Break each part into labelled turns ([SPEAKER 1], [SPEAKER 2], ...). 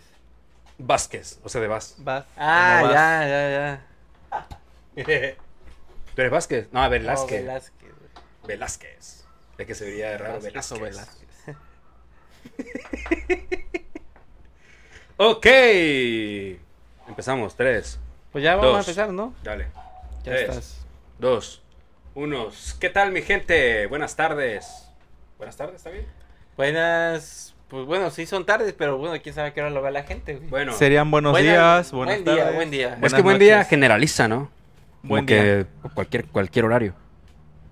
[SPEAKER 1] mm, Vázquez, o sea, de Vaz.
[SPEAKER 2] Vaz.
[SPEAKER 3] Ah,
[SPEAKER 2] No, Vaz.
[SPEAKER 3] ya, ya, ya.
[SPEAKER 1] ¿Tú eres Vázquez? No, Velázquez.
[SPEAKER 3] No, Oh, Velázquez, güey.
[SPEAKER 1] Velázquez. Es que se vería de raro
[SPEAKER 2] Vázquez
[SPEAKER 1] Velázquez.
[SPEAKER 2] o Velázquez.
[SPEAKER 1] Ok. Empezamos. Tres.
[SPEAKER 2] Pues ya vamos
[SPEAKER 1] Dos.
[SPEAKER 2] a empezar, ¿no?
[SPEAKER 1] Dale.
[SPEAKER 2] Ya
[SPEAKER 1] Tres.
[SPEAKER 2] estás.
[SPEAKER 1] Dos. Unos. ¿Qué tal, mi gente? Buenas tardes. Buenas tardes, ¿está bien?
[SPEAKER 3] Buenas. Pues bueno, sí son tardes, pero bueno, quién sabe a qué hora lo ve la gente, güey.
[SPEAKER 1] Bueno.
[SPEAKER 2] Serían buenos
[SPEAKER 3] Buena-
[SPEAKER 2] días, buenas
[SPEAKER 3] buen día,
[SPEAKER 2] tardes.
[SPEAKER 3] buen día.
[SPEAKER 1] es
[SPEAKER 2] buenas
[SPEAKER 1] que buen día
[SPEAKER 2] noches.
[SPEAKER 1] generaliza, ¿no? Como
[SPEAKER 2] Buen
[SPEAKER 1] que
[SPEAKER 2] día.
[SPEAKER 1] Cualquier, cualquier horario.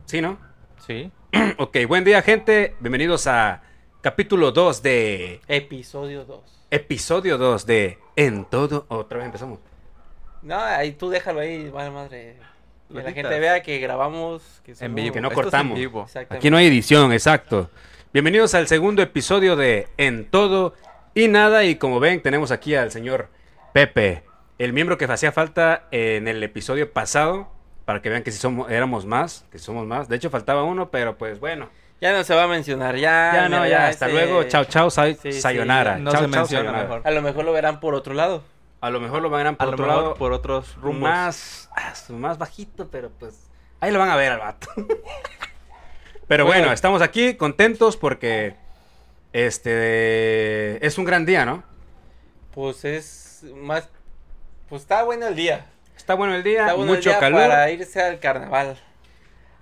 [SPEAKER 1] Sí, ¿no?
[SPEAKER 2] Sí.
[SPEAKER 1] ok, buen día, gente. Bienvenidos a capítulo 2 de
[SPEAKER 3] Episodio 2.
[SPEAKER 1] Episodio 2 de En todo. Otra vez empezamos.
[SPEAKER 3] No, ahí tú déjalo ahí, vale madre. Que la
[SPEAKER 2] Lolitas.
[SPEAKER 3] gente vea que grabamos. Que somos-
[SPEAKER 2] En vivo.
[SPEAKER 1] que no
[SPEAKER 2] Esto es
[SPEAKER 1] cortamos.
[SPEAKER 2] en vivo.
[SPEAKER 3] Exactamente.
[SPEAKER 1] Aquí no hay edición, exacto. Bienvenidos al segundo episodio de En todo y nada. Y como ven, tenemos aquí al señor Pepe, el miembro que hacía falta en el episodio pasado. Para que vean que si somos, éramos más, que si somos más. De hecho, faltaba uno, pero pues bueno.
[SPEAKER 3] Ya no se va a mencionar,
[SPEAKER 2] Ah,
[SPEAKER 3] ya.
[SPEAKER 1] Ya no,
[SPEAKER 3] mira,
[SPEAKER 1] ya, hasta
[SPEAKER 3] ese-
[SPEAKER 1] luego. Chao, chao, say-
[SPEAKER 3] Sí, sí,
[SPEAKER 1] sayonara.
[SPEAKER 2] este no
[SPEAKER 1] Chao,
[SPEAKER 2] se
[SPEAKER 1] chao,
[SPEAKER 2] menciona
[SPEAKER 1] sayonara.
[SPEAKER 2] mejor.
[SPEAKER 3] A lo mejor lo verán por otro lado.
[SPEAKER 1] A lo mejor lo van a ver
[SPEAKER 2] A
[SPEAKER 1] por
[SPEAKER 2] lo
[SPEAKER 1] otro
[SPEAKER 2] mejor
[SPEAKER 1] lado.
[SPEAKER 2] por otros rumbos.
[SPEAKER 1] Más, ah, su- más bajito, pero pues ahí lo van a ver al vato. pero
[SPEAKER 3] Bueno.
[SPEAKER 1] bueno, estamos aquí contentos porque este es un gran día, ¿no?
[SPEAKER 3] Pues es más. Pues está bueno el día.
[SPEAKER 1] Está bueno el día,
[SPEAKER 3] Está bueno el
[SPEAKER 1] mucho
[SPEAKER 3] día
[SPEAKER 1] calor.
[SPEAKER 3] Para irse al carnaval.
[SPEAKER 1] Pa-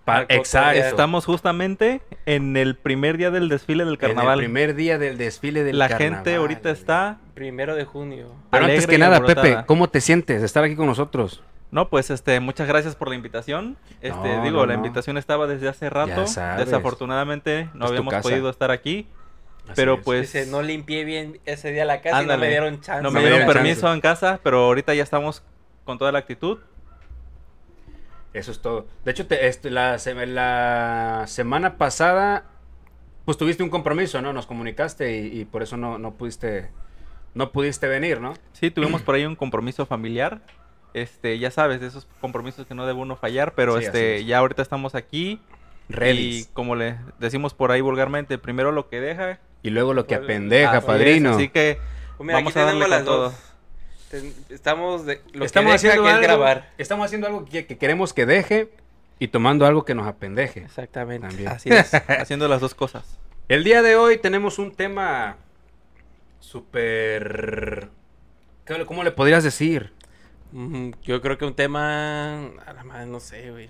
[SPEAKER 3] para cotorrear.
[SPEAKER 1] exacto.
[SPEAKER 2] Estamos justamente en el primer día del desfile del
[SPEAKER 1] carnaval.
[SPEAKER 2] carnaval.
[SPEAKER 1] el primer día del desfile del
[SPEAKER 2] la
[SPEAKER 1] carnaval.
[SPEAKER 2] gente ahorita
[SPEAKER 1] güey.
[SPEAKER 2] está.
[SPEAKER 3] Primero de junio.
[SPEAKER 1] Pero antes
[SPEAKER 2] alegre
[SPEAKER 1] que
[SPEAKER 2] y
[SPEAKER 1] nada,
[SPEAKER 2] alborotada.
[SPEAKER 1] Pepe, ¿cómo te sientes de estar aquí con nosotros?
[SPEAKER 2] No, pues este, muchas gracias por la invitación. Este,
[SPEAKER 1] No,
[SPEAKER 2] digo,
[SPEAKER 1] no,
[SPEAKER 2] la
[SPEAKER 1] no.
[SPEAKER 2] invitación estaba desde hace rato.
[SPEAKER 1] sabes.
[SPEAKER 2] Desafortunadamente no
[SPEAKER 1] Es tu
[SPEAKER 2] habíamos
[SPEAKER 1] casa.
[SPEAKER 2] podido estar aquí. Pero,
[SPEAKER 1] es.
[SPEAKER 2] pues,
[SPEAKER 3] Dice, no limpié bien ese día la casa y no
[SPEAKER 2] Ándale.
[SPEAKER 3] me dieron chance.
[SPEAKER 2] No me
[SPEAKER 1] me
[SPEAKER 2] dieron
[SPEAKER 1] dieron
[SPEAKER 2] permiso
[SPEAKER 1] chance.
[SPEAKER 2] en casa, pero ahorita ya estamos con toda la actitud.
[SPEAKER 1] Eso es todo. De hecho, te- este, la, se- la semana pasada, pues tuviste un compromiso, ¿no? Nos comunicaste y, y por eso no, no pudiste no pudiste venir, ¿no?
[SPEAKER 2] Sí, tuvimos por ahí un compromiso familiar. Este, ya sabes, de esos compromisos que no debe uno fallar, pero
[SPEAKER 1] Sí, así
[SPEAKER 2] este,
[SPEAKER 1] es.
[SPEAKER 2] ya ahorita estamos aquí.
[SPEAKER 1] Ready.
[SPEAKER 2] Y como le decimos por ahí vulgarmente, primero lo que deja.
[SPEAKER 1] Y, luego lo que
[SPEAKER 3] Bueno,
[SPEAKER 1] apendeja,
[SPEAKER 3] Pues, así es,
[SPEAKER 1] padrino.
[SPEAKER 2] Así que
[SPEAKER 3] Pues mira,
[SPEAKER 2] Vamos
[SPEAKER 3] aquí
[SPEAKER 2] a darle
[SPEAKER 3] tenemos
[SPEAKER 2] con
[SPEAKER 3] las
[SPEAKER 2] todo.
[SPEAKER 3] dos. Ten- Estamos de, lo
[SPEAKER 1] estamos
[SPEAKER 3] que deja
[SPEAKER 1] haciendo
[SPEAKER 3] que es
[SPEAKER 1] algo,
[SPEAKER 3] grabar.
[SPEAKER 1] Estamos haciendo algo que, que queremos que deje y tomando algo que nos apendeje.
[SPEAKER 3] Exactamente.
[SPEAKER 1] También.
[SPEAKER 2] así es, haciendo las dos cosas.
[SPEAKER 1] El día de hoy tenemos un tema súper... ¿qué- ¿Cómo le podrías decir?
[SPEAKER 3] Mm, Yo creo que un tema, a la madre, no sé, güey.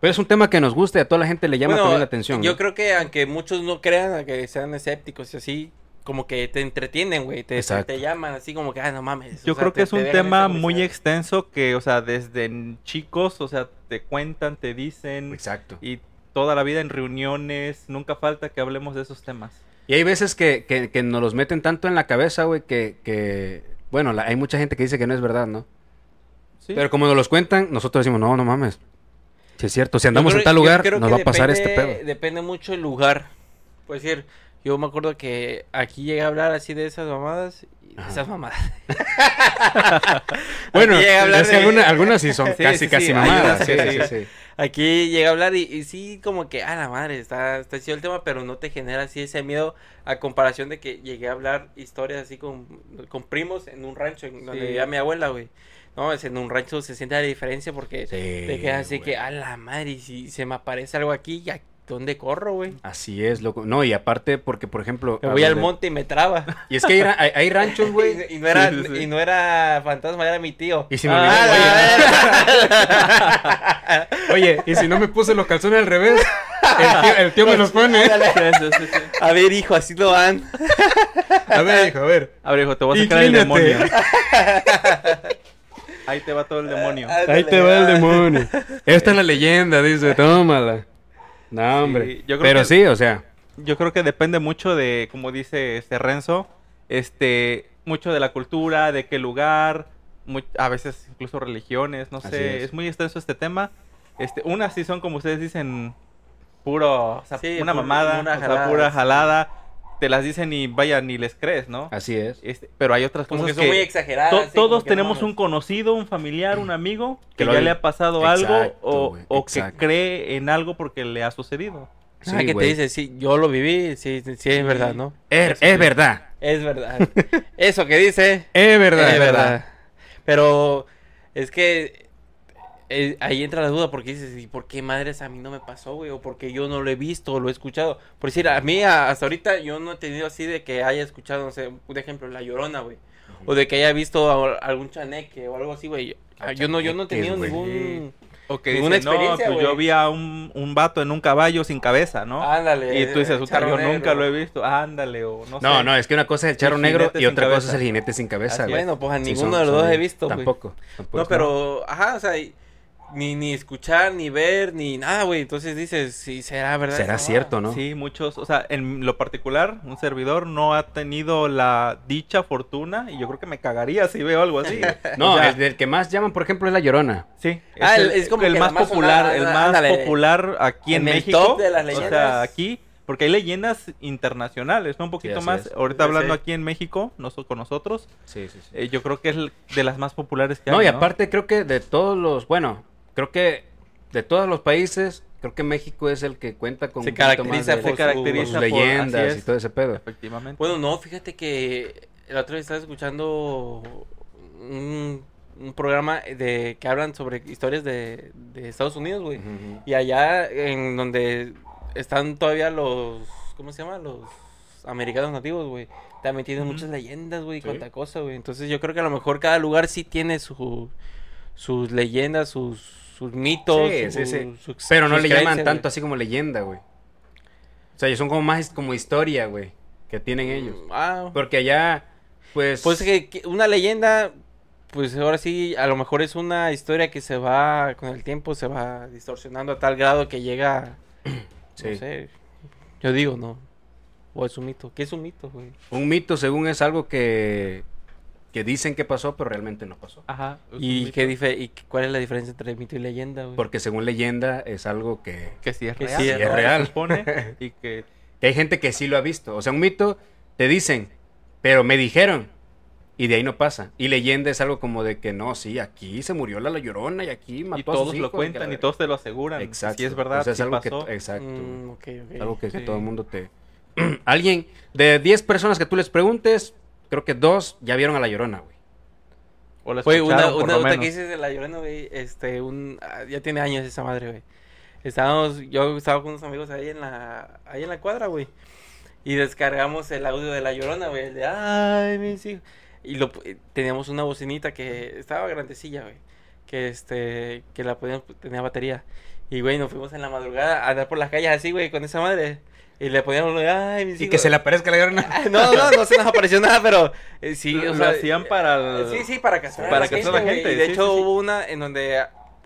[SPEAKER 1] Pero es un tema que nos gusta y a toda la gente le llama
[SPEAKER 3] Bueno,
[SPEAKER 1] también la atención.
[SPEAKER 3] Yo
[SPEAKER 1] ¿no?
[SPEAKER 3] creo que aunque muchos no crean, aunque sean escépticos y así, como que te entretienen, güey. Te,
[SPEAKER 1] Exacto.
[SPEAKER 3] te llaman así como que, ah, no mames.
[SPEAKER 2] Yo
[SPEAKER 3] o sea,
[SPEAKER 2] creo
[SPEAKER 3] te-
[SPEAKER 2] que es
[SPEAKER 3] te
[SPEAKER 2] un
[SPEAKER 3] dejan
[SPEAKER 2] tema
[SPEAKER 3] esa
[SPEAKER 2] muy
[SPEAKER 3] curiosidad.
[SPEAKER 2] extenso que, o sea, desde n- chicos, o sea, te cuentan, te dicen
[SPEAKER 1] Exacto.
[SPEAKER 2] y toda la vida en reuniones, nunca falta que hablemos de esos temas.
[SPEAKER 1] Y hay veces que, que- que nos los meten tanto en la cabeza, güey, que, que- Bueno, la- hay mucha gente que dice que no es verdad, ¿no?
[SPEAKER 2] Sí.
[SPEAKER 1] Pero como nos los cuentan, nosotros decimos, no, no mames. Si es cierto, si
[SPEAKER 3] Yo
[SPEAKER 1] andamos
[SPEAKER 3] creo-
[SPEAKER 1] en tal
[SPEAKER 3] yo
[SPEAKER 1] lugar,
[SPEAKER 3] creo
[SPEAKER 1] nos
[SPEAKER 3] que
[SPEAKER 1] va a pasar este
[SPEAKER 3] depende-
[SPEAKER 1] pedo.
[SPEAKER 3] Depende mucho el lugar. Pues decir, yo me acuerdo que aquí llegué a hablar así de esas mamadas. y-
[SPEAKER 1] Ajá.
[SPEAKER 3] Esas mamadas.
[SPEAKER 1] Bueno,
[SPEAKER 3] llegué a hablar
[SPEAKER 1] es que
[SPEAKER 3] de-
[SPEAKER 1] alguna- algunas sí son
[SPEAKER 3] Sí,
[SPEAKER 1] casi,
[SPEAKER 3] sí, sí,
[SPEAKER 1] casi
[SPEAKER 3] hay
[SPEAKER 1] mamadas.
[SPEAKER 2] unas
[SPEAKER 1] Sí,
[SPEAKER 2] que
[SPEAKER 1] sí,
[SPEAKER 2] sí.
[SPEAKER 1] sí.
[SPEAKER 3] Aquí llegué a hablar y, y sí, como que, a la madre, está, está chido el tema, pero no te genera así ese miedo a comparación de que llegué a hablar historias así con, con primos en un rancho, en donde
[SPEAKER 2] Sí.
[SPEAKER 3] vivía mi abuela, güey. No, es en un rancho se siente la diferencia porque
[SPEAKER 1] Sí,
[SPEAKER 3] te quedas así
[SPEAKER 1] Eh, güey.
[SPEAKER 3] que, a la madre, y si se me aparece algo aquí, ¿ya dónde corro, güey?
[SPEAKER 1] Así es, loco. No, y aparte, porque, por ejemplo.
[SPEAKER 3] Me
[SPEAKER 1] a
[SPEAKER 3] voy al
[SPEAKER 1] donde-
[SPEAKER 3] monte y me traba.
[SPEAKER 1] Y es que hay, ra- hay- hay ranchos, güey.
[SPEAKER 3] y, y no era,
[SPEAKER 2] Sí, sí, sí.
[SPEAKER 3] y no era fantasma, era mi tío.
[SPEAKER 1] Y si me
[SPEAKER 2] Ah,
[SPEAKER 1] olvidó,
[SPEAKER 2] la
[SPEAKER 1] oye,
[SPEAKER 3] Ah,
[SPEAKER 1] Oye, y si no me puse los calzones al revés, el tío, el tío me los pone.
[SPEAKER 2] Sí, sí, sí, sí.
[SPEAKER 3] a ver, hijo, así lo dan.
[SPEAKER 1] A ver, hijo, a ver.
[SPEAKER 2] A ver, hijo, te voy a sacar
[SPEAKER 1] Inclínate.
[SPEAKER 2] el demonio. Ahí te va todo el demonio.
[SPEAKER 3] Ah,
[SPEAKER 1] Ahí te va el demonio. Esta es la leyenda, dice, tómala. No, hombre.
[SPEAKER 2] yo creo
[SPEAKER 1] Pero
[SPEAKER 2] que-
[SPEAKER 1] sí, o sea.
[SPEAKER 2] Yo creo que depende mucho de, como dice este Renzo, este, mucho de la cultura, de qué lugar, mu- a veces incluso religiones, no
[SPEAKER 1] Así
[SPEAKER 2] sé,
[SPEAKER 1] es.
[SPEAKER 2] es. muy extenso este tema. Este, unas sí son como ustedes dicen, puro, o sea,
[SPEAKER 3] Sí,
[SPEAKER 2] una
[SPEAKER 3] pu-
[SPEAKER 2] mamada,
[SPEAKER 3] una
[SPEAKER 2] o sea,
[SPEAKER 3] jalada,
[SPEAKER 2] pura
[SPEAKER 3] sí.
[SPEAKER 2] jalada, te las dicen y vaya, ni les crees, ¿no?
[SPEAKER 1] Así es.
[SPEAKER 2] Este, pero hay otras
[SPEAKER 3] Como que
[SPEAKER 2] cosas
[SPEAKER 3] son muy
[SPEAKER 2] que,
[SPEAKER 3] exageradas.
[SPEAKER 2] to-
[SPEAKER 3] así como
[SPEAKER 2] todos
[SPEAKER 3] que no
[SPEAKER 2] tenemos
[SPEAKER 3] mames.
[SPEAKER 2] un conocido, un familiar, un amigo
[SPEAKER 1] Que
[SPEAKER 2] que,
[SPEAKER 1] lo
[SPEAKER 2] ya
[SPEAKER 1] ha-
[SPEAKER 2] le ha pasado algo
[SPEAKER 1] Exacto,
[SPEAKER 2] o,
[SPEAKER 1] güey,
[SPEAKER 2] o que
[SPEAKER 1] exacto.
[SPEAKER 2] cree en algo porque le ha sucedido.
[SPEAKER 3] Ah,
[SPEAKER 1] Sí,
[SPEAKER 3] que
[SPEAKER 1] güey.
[SPEAKER 3] te dice, sí, yo lo viví, sí, sí es verdad, ¿no?
[SPEAKER 1] Es, es verdad.
[SPEAKER 3] Es verdad. Eso que dice.
[SPEAKER 1] Es verdad,
[SPEAKER 3] Es
[SPEAKER 1] es
[SPEAKER 3] verdad.
[SPEAKER 1] verdad.
[SPEAKER 3] Pero es que eh, ahí entra la duda porque dices, ¿y por qué madres a mí no me pasó, güey? O porque yo no lo he visto o lo he escuchado. Por decir, a mí a- hasta ahorita yo no he tenido así de que haya escuchado, no sé, un ejemplo, La Llorona, güey. O de que haya visto a- algún chaneque o algo así, güey. Yo-
[SPEAKER 1] Ah,
[SPEAKER 3] Yo no, yo no he
[SPEAKER 1] chaneques,
[SPEAKER 3] tenido
[SPEAKER 1] güey.
[SPEAKER 3] ningún...
[SPEAKER 2] O que
[SPEAKER 3] Ninguna
[SPEAKER 2] dice, no,
[SPEAKER 3] experiencia,
[SPEAKER 2] pues
[SPEAKER 3] güey.
[SPEAKER 2] yo
[SPEAKER 3] Ah,
[SPEAKER 2] vi a un, un vato en un caballo sin cabeza, ¿no?
[SPEAKER 3] Ándale.
[SPEAKER 2] y tú dices,
[SPEAKER 3] el
[SPEAKER 2] "Puta,
[SPEAKER 3] charro
[SPEAKER 2] yo
[SPEAKER 3] negro".
[SPEAKER 2] nunca lo he visto. Ándale, o no sé.
[SPEAKER 1] No, no, es que una cosa es el charro
[SPEAKER 2] El
[SPEAKER 1] negro
[SPEAKER 2] jinete
[SPEAKER 1] y
[SPEAKER 2] sin
[SPEAKER 1] otra cosa
[SPEAKER 2] cabeza.
[SPEAKER 1] es el jinete sin cabeza,
[SPEAKER 2] Así
[SPEAKER 1] güey.
[SPEAKER 2] es.
[SPEAKER 3] Bueno, pues a
[SPEAKER 1] Sí,
[SPEAKER 3] ninguno
[SPEAKER 1] son-
[SPEAKER 3] de los
[SPEAKER 1] son-
[SPEAKER 3] dos he visto, güey.
[SPEAKER 1] Tampoco. pues, tampoco,
[SPEAKER 3] no, pero, ajá, o sea, y- ni, ni escuchar, ni ver, ni nada, güey. Entonces dices, sí, será verdad.
[SPEAKER 1] Será
[SPEAKER 3] esa
[SPEAKER 1] cierto, ¿no?
[SPEAKER 2] Sí, muchos, o sea, en lo particular, un servidor no ha tenido la dicha fortuna y yo creo que me cagaría si veo algo así.
[SPEAKER 1] No,
[SPEAKER 2] O sea,
[SPEAKER 1] el del que más llaman, por ejemplo, es la llorona.
[SPEAKER 2] sí, es,
[SPEAKER 3] Ah, el-
[SPEAKER 2] el,
[SPEAKER 3] es como
[SPEAKER 2] el
[SPEAKER 3] que la
[SPEAKER 2] más
[SPEAKER 3] más
[SPEAKER 2] popular,
[SPEAKER 3] sonada,
[SPEAKER 2] el más
[SPEAKER 3] ándale.
[SPEAKER 2] popular aquí en,
[SPEAKER 3] En el
[SPEAKER 2] México.
[SPEAKER 3] top de las
[SPEAKER 2] O sea,
[SPEAKER 3] leyendas.
[SPEAKER 2] aquí, porque hay leyendas internacionales, ¿no? Un poquito
[SPEAKER 1] así
[SPEAKER 2] más.
[SPEAKER 1] es.
[SPEAKER 2] Ahorita
[SPEAKER 3] Sí,
[SPEAKER 2] hablando
[SPEAKER 3] sí.
[SPEAKER 2] aquí en México, noso- con nosotros,
[SPEAKER 1] Sí, sí, sí.
[SPEAKER 2] eh, yo creo que es el- de las más populares que hay.
[SPEAKER 1] No, y aparte creo que de todos los, bueno, creo que de todos los países, creo que México es el que cuenta con
[SPEAKER 3] Se
[SPEAKER 1] un poquito
[SPEAKER 3] caracteriza
[SPEAKER 1] más
[SPEAKER 2] se
[SPEAKER 1] de-
[SPEAKER 3] por su-
[SPEAKER 1] por
[SPEAKER 2] caracteriza
[SPEAKER 1] sus
[SPEAKER 2] por
[SPEAKER 1] leyendas
[SPEAKER 2] así
[SPEAKER 1] y
[SPEAKER 2] es,
[SPEAKER 1] todo ese pedo.
[SPEAKER 2] Efectivamente.
[SPEAKER 3] Bueno, no, fíjate que la otra vez estaba escuchando un, un programa de que hablan sobre historias de, de Estados Unidos, güey. Y allá en donde están todavía los, ¿cómo se llama? Los americanos nativos, güey. También tienen
[SPEAKER 2] Ujú.
[SPEAKER 3] muchas leyendas, güey,
[SPEAKER 1] Sí.
[SPEAKER 3] cuanta cosa, güey. Entonces yo creo que a lo mejor cada lugar sí tiene su, sus leyendas, sus, sus mitos.
[SPEAKER 1] Sí, sí,
[SPEAKER 3] sus-
[SPEAKER 1] sí.
[SPEAKER 3] sus-
[SPEAKER 1] Pero no
[SPEAKER 3] sus
[SPEAKER 1] le llaman
[SPEAKER 3] creencias,
[SPEAKER 1] tanto
[SPEAKER 3] güey.
[SPEAKER 1] así como leyenda, güey. O sea, son como más como historia, güey, que tienen ellos.
[SPEAKER 3] Ah,
[SPEAKER 1] Porque allá, pues...
[SPEAKER 3] Pues que, que una leyenda, pues ahora sí, a lo mejor es una historia que se va, con el tiempo se va distorsionando a tal grado que llega, no
[SPEAKER 1] sí.
[SPEAKER 3] sé, yo digo, no. O es un mito. ¿Qué es un mito, güey?
[SPEAKER 1] Un mito, según es algo que, que dicen que pasó, pero realmente no pasó.
[SPEAKER 2] Ajá. es un
[SPEAKER 3] ¿Y,
[SPEAKER 2] mito
[SPEAKER 3] qué dife- ¿Y cuál es la diferencia entre mito y leyenda, güey?
[SPEAKER 1] Porque según leyenda es algo que...
[SPEAKER 2] Que sí es
[SPEAKER 3] que
[SPEAKER 2] real.
[SPEAKER 3] sí es
[SPEAKER 2] ¿no? Se
[SPEAKER 1] real.
[SPEAKER 2] supone, y que
[SPEAKER 1] que hay gente que sí lo ha visto. O sea, un mito te dicen, pero me dijeron. Y de ahí no pasa. Y leyenda es algo como de que no, sí, aquí se murió la La llorona y aquí mató
[SPEAKER 2] y
[SPEAKER 1] a sus
[SPEAKER 2] todos lo
[SPEAKER 1] hijos, que
[SPEAKER 2] cuentan
[SPEAKER 1] la-
[SPEAKER 2] y todos te lo aseguran.
[SPEAKER 1] Exacto.
[SPEAKER 2] Si es verdad,
[SPEAKER 1] O sea, es
[SPEAKER 2] si
[SPEAKER 1] algo
[SPEAKER 2] pasó.
[SPEAKER 1] que. eh, Exacto.
[SPEAKER 3] Mm, ok, ok.
[SPEAKER 1] Es algo que, que
[SPEAKER 2] sí.
[SPEAKER 1] todo el mundo te. Alguien, de 10 personas que tú les preguntes, creo que dos ya vieron a la llorona, güey.
[SPEAKER 2] O la
[SPEAKER 3] Güey, una,
[SPEAKER 2] escucharon, por
[SPEAKER 3] una
[SPEAKER 2] lo
[SPEAKER 3] nota que
[SPEAKER 2] menos.
[SPEAKER 3] dices de la Llorona, güey, este, un, ah, ya tiene años esa madre, güey. Estábamos, yo estaba con unos amigos ahí en la, ahí en la cuadra, güey, y descargamos el audio de la Llorona, güey, el de, ay, mis hijos, y lo, pu- teníamos una bocinita que estaba grandecilla, güey, que este, que la podíamos, tenía batería, y güey, nos fuimos en la madrugada a andar por las calles así, güey, con esa madre, y le poníamos, lo de, ay, mis
[SPEAKER 1] y
[SPEAKER 3] hijos".
[SPEAKER 1] que se le aparezca la llorona.
[SPEAKER 3] Ah, No, no, no se nos apareció nada, pero eh, sí,
[SPEAKER 2] Lo-
[SPEAKER 3] o
[SPEAKER 2] lo
[SPEAKER 3] sea,
[SPEAKER 2] hacían para el-
[SPEAKER 3] Sí, sí, para castrar
[SPEAKER 2] Para
[SPEAKER 3] a la gente.
[SPEAKER 2] castrar a la
[SPEAKER 3] güey.
[SPEAKER 2] gente,
[SPEAKER 3] Y de
[SPEAKER 2] sí,
[SPEAKER 3] hecho
[SPEAKER 2] sí, sí.
[SPEAKER 3] hubo una en donde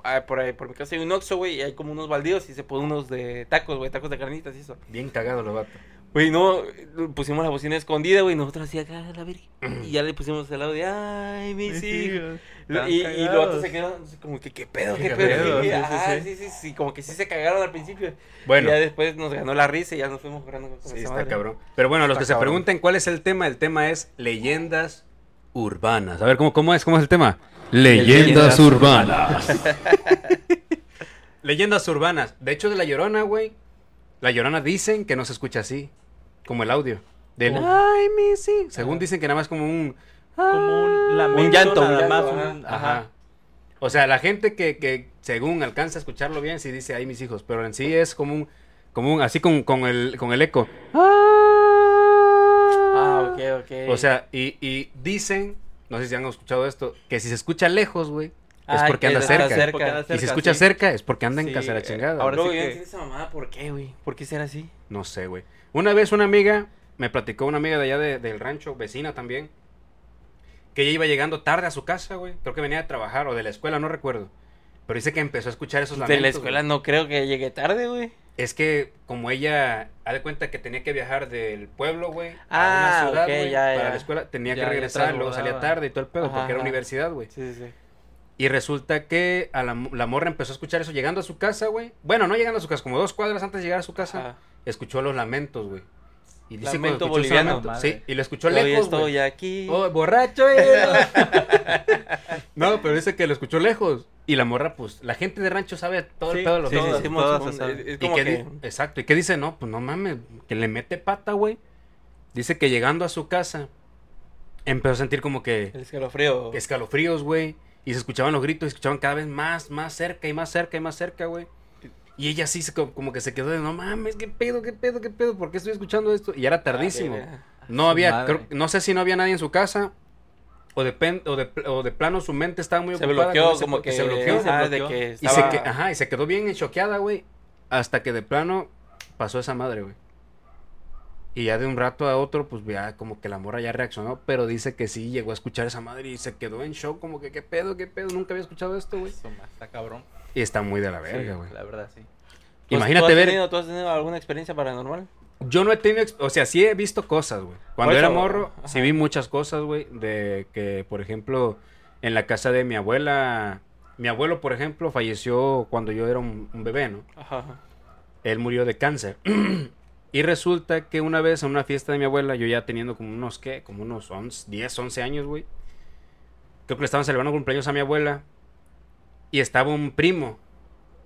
[SPEAKER 3] ah, por, ahí, por mi casa hay un Oxxo, güey, y hay como unos baldíos y se ponen unos de tacos, güey, tacos de carnitas y eso.
[SPEAKER 1] Bien cagado los vatos.
[SPEAKER 3] Güey, no, pusimos la bocina escondida, güey, y nosotros así acá, la virgen. Y ya le pusimos el lado de, ay, mi
[SPEAKER 2] Sí,
[SPEAKER 3] sí.
[SPEAKER 2] sí,
[SPEAKER 3] Lo-
[SPEAKER 2] están
[SPEAKER 3] Y, y los
[SPEAKER 2] cagados.
[SPEAKER 3] otros se quedaron así como que, ¿qué pedo, qué,
[SPEAKER 1] ¿Qué
[SPEAKER 3] pedo? Sí,
[SPEAKER 2] pedo? Sí, sí,
[SPEAKER 3] ajá,
[SPEAKER 2] sí.
[SPEAKER 3] sí, sí, sí, como que sí se cagaron al principio.
[SPEAKER 1] Bueno,
[SPEAKER 3] Y ya después nos ganó la risa y ya nos fuimos jugando con
[SPEAKER 1] sí,
[SPEAKER 3] esa
[SPEAKER 1] está
[SPEAKER 3] madre.
[SPEAKER 1] cabrón. Pero bueno, los
[SPEAKER 2] Está
[SPEAKER 1] que se
[SPEAKER 2] cabrón.
[SPEAKER 1] pregunten cuál es el tema, el tema es leyendas urbanas. A ver, ¿cómo, cómo es? ¿Cómo es el tema?
[SPEAKER 2] Leyendas
[SPEAKER 1] urbanas. leyendas urbanas. De hecho, de La Llorona, güey. La Llorona dicen que no se escucha así, como el audio. Del,
[SPEAKER 3] Oh.
[SPEAKER 1] ay, mi sí. Según
[SPEAKER 3] Ah.
[SPEAKER 1] dicen que nada más como un... "Ah".
[SPEAKER 2] Como un lamento,
[SPEAKER 3] llanto, un
[SPEAKER 2] nada
[SPEAKER 3] llanto,
[SPEAKER 2] más.
[SPEAKER 3] ajá.
[SPEAKER 2] un-
[SPEAKER 1] Ajá.
[SPEAKER 2] ajá.
[SPEAKER 1] O sea, la gente que, que según alcanza a escucharlo bien, sí dice, ay, mis hijos, pero en sí es como un, como un así con, con, el, con el eco.
[SPEAKER 3] Ah, ok, ok.
[SPEAKER 1] O sea, y, y dicen, no sé si han escuchado esto, que si se escucha lejos, güey, es
[SPEAKER 3] Ay,
[SPEAKER 1] porque
[SPEAKER 3] que
[SPEAKER 1] anda
[SPEAKER 3] anda
[SPEAKER 1] cerca.
[SPEAKER 3] cerca.
[SPEAKER 2] Porque anda
[SPEAKER 1] Y si se escucha
[SPEAKER 2] sí.
[SPEAKER 1] cerca, es porque anda en
[SPEAKER 2] Sí,
[SPEAKER 1] casa de la
[SPEAKER 2] eh,
[SPEAKER 1] chingada. güey.
[SPEAKER 2] ahora
[SPEAKER 3] Luego
[SPEAKER 2] sí
[SPEAKER 3] yo
[SPEAKER 2] que-
[SPEAKER 3] entiendo esa mamada, ¿por qué, güey? ¿Por qué será así?
[SPEAKER 1] No sé, güey. Una vez una amiga, me platicó una amiga de allá de- del rancho, vecina también, que ella iba llegando tarde a su casa, güey. Creo que venía a trabajar o de la escuela, no recuerdo. Pero dice que empezó a escuchar esos lamentos.
[SPEAKER 3] De la escuela
[SPEAKER 1] güey.
[SPEAKER 3] no creo que llegue tarde, güey.
[SPEAKER 1] Es que como ella, haz de cuenta que tenía que viajar del pueblo, güey, a
[SPEAKER 3] Ah,
[SPEAKER 1] una ciudad,
[SPEAKER 3] ok,
[SPEAKER 1] güey,
[SPEAKER 3] ya,
[SPEAKER 1] para
[SPEAKER 3] ya.
[SPEAKER 1] la escuela, tenía
[SPEAKER 2] Ya,
[SPEAKER 1] que
[SPEAKER 2] ya
[SPEAKER 1] regresar, luego salía
[SPEAKER 2] transbordaba.
[SPEAKER 1] tarde y todo el pedo,
[SPEAKER 3] Ajá,
[SPEAKER 1] porque era
[SPEAKER 3] ajá.
[SPEAKER 1] universidad, güey.
[SPEAKER 3] Sí, sí, sí.
[SPEAKER 1] Y resulta que a la, la morra empezó a escuchar eso llegando a su casa, güey. Bueno, no llegando a su casa, como dos cuadras antes de llegar a su casa,
[SPEAKER 3] Ajá.
[SPEAKER 1] escuchó los lamentos, güey. Y dice
[SPEAKER 3] Lamento
[SPEAKER 1] cuando escuchó ese
[SPEAKER 3] boliviano.
[SPEAKER 1] lamento- sí, y lo escuchó
[SPEAKER 3] Hoy
[SPEAKER 1] lejos,
[SPEAKER 3] estoy
[SPEAKER 1] güey.
[SPEAKER 3] aquí.
[SPEAKER 1] Oh, borracho, eh. no, pero dice que lo escuchó lejos. Y la morra, pues, la gente de rancho sabe todo el
[SPEAKER 2] Sí,
[SPEAKER 1] pedo de los
[SPEAKER 2] sí, sí,
[SPEAKER 1] lamentos.
[SPEAKER 2] sí.
[SPEAKER 3] Hicimos
[SPEAKER 2] todas
[SPEAKER 3] un-
[SPEAKER 2] esas-
[SPEAKER 3] es- es
[SPEAKER 1] ¿Y
[SPEAKER 3] como
[SPEAKER 1] qué
[SPEAKER 3] que-
[SPEAKER 1] di- Exacto. ¿Y qué dice? No, pues no mames, que le mete pata, güey. Dice que llegando a su casa, empezó a sentir como que
[SPEAKER 3] El escalofrío. Ah,
[SPEAKER 1] escalofríos, güey. Y se escuchaban los gritos, se escuchaban cada vez más, más cerca y más cerca y más cerca, güey. Y ella sí se co- como que se quedó de, no mames, qué pedo, qué pedo, qué pedo, ¿por qué estoy escuchando esto? Y ya era tardísimo. No
[SPEAKER 2] Ah, su
[SPEAKER 1] había,
[SPEAKER 2] madre.
[SPEAKER 1] creo- no sé si no había nadie en su casa. O de, pen- o de, o de plano su mente estaba muy
[SPEAKER 3] Se
[SPEAKER 1] ocupada.
[SPEAKER 3] bloqueó,
[SPEAKER 1] con ese-
[SPEAKER 3] como que
[SPEAKER 1] Se bloqueó.
[SPEAKER 2] se
[SPEAKER 3] ah,
[SPEAKER 2] bloqueó.
[SPEAKER 3] de que
[SPEAKER 1] Y se,
[SPEAKER 3] estaba-
[SPEAKER 1] que- ajá, y se quedó bien choqueada, güey. Hasta que de plano pasó esa madre, güey. Y ya de un rato a otro, pues ya como que la morra ya reaccionó, pero dice que sí llegó a escuchar esa madre y se quedó en shock, como que qué pedo, qué pedo, nunca había escuchado esto, güey.
[SPEAKER 2] Eso más, está cabrón.
[SPEAKER 1] Y está muy de la
[SPEAKER 2] Sí,
[SPEAKER 1] verga, güey.
[SPEAKER 2] la verdad, sí.
[SPEAKER 3] ¿Tú-
[SPEAKER 1] Imagínate
[SPEAKER 3] Pues, tú has
[SPEAKER 1] ver-
[SPEAKER 3] tenido- ¿Tú has tenido alguna experiencia paranormal?
[SPEAKER 1] Yo no he tenido, ex- o sea, sí he visto cosas, güey. Cuando
[SPEAKER 3] Por
[SPEAKER 1] era
[SPEAKER 3] eso,
[SPEAKER 1] morro,
[SPEAKER 3] ajá.
[SPEAKER 1] sí vi muchas cosas, güey, de que, por ejemplo, en la casa de mi abuela, mi abuelo, por ejemplo, falleció cuando yo era un- un bebé, ¿no?
[SPEAKER 3] Ajá.
[SPEAKER 1] él murió de cáncer. y resulta que una vez en una fiesta de mi abuela, yo ya teniendo como unos, ¿qué? Como unos 11, 10, 11 años, güey. Creo que le estaban celebrando cumpleaños a mi abuela. Y estaba un primo,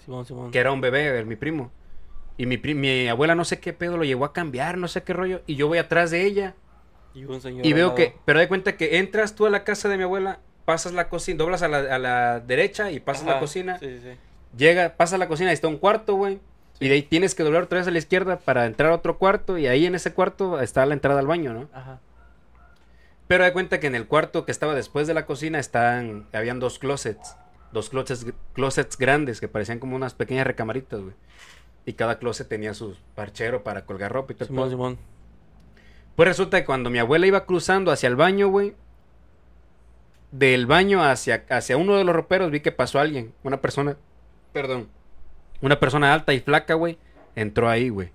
[SPEAKER 3] Simón, Simón.
[SPEAKER 1] que era un bebé, era mi primo. Y mi, pri- mi abuela no sé qué pedo lo llegó a cambiar, no sé qué rollo. Y yo voy atrás de ella.
[SPEAKER 3] Y un señor
[SPEAKER 1] Y
[SPEAKER 3] al
[SPEAKER 1] veo
[SPEAKER 3] lado.
[SPEAKER 1] que, pero de cuenta que entras tú a la casa de mi abuela, pasas la cocina, doblas a la, a la derecha y pasas la
[SPEAKER 3] Ajá,
[SPEAKER 1] cocina.
[SPEAKER 3] Sí, sí, sí.
[SPEAKER 1] Llega, pasa a la cocina, ahí está un cuarto, güey. Y de ahí tienes que doblar otra vez a la izquierda para entrar a otro cuarto. Y ahí en ese cuarto está la entrada al baño, ¿no?
[SPEAKER 2] Ajá.
[SPEAKER 1] Pero da cuenta que en el cuarto que estaba después de la cocina estaban, habían dos closets. Dos closets, closets grandes que parecían como unas pequeñas recamaritas, güey. Y cada closet tenía su parchero para colgar ropa y todo. el
[SPEAKER 3] Simón,
[SPEAKER 1] pedo.
[SPEAKER 3] Simón.
[SPEAKER 1] Pues resulta que cuando mi abuela iba cruzando hacia el baño, güey. Del baño hacia, hacia uno de los roperos vi que pasó alguien. Una persona. Perdón. Una persona alta y flaca, güey. Entró ahí, güey.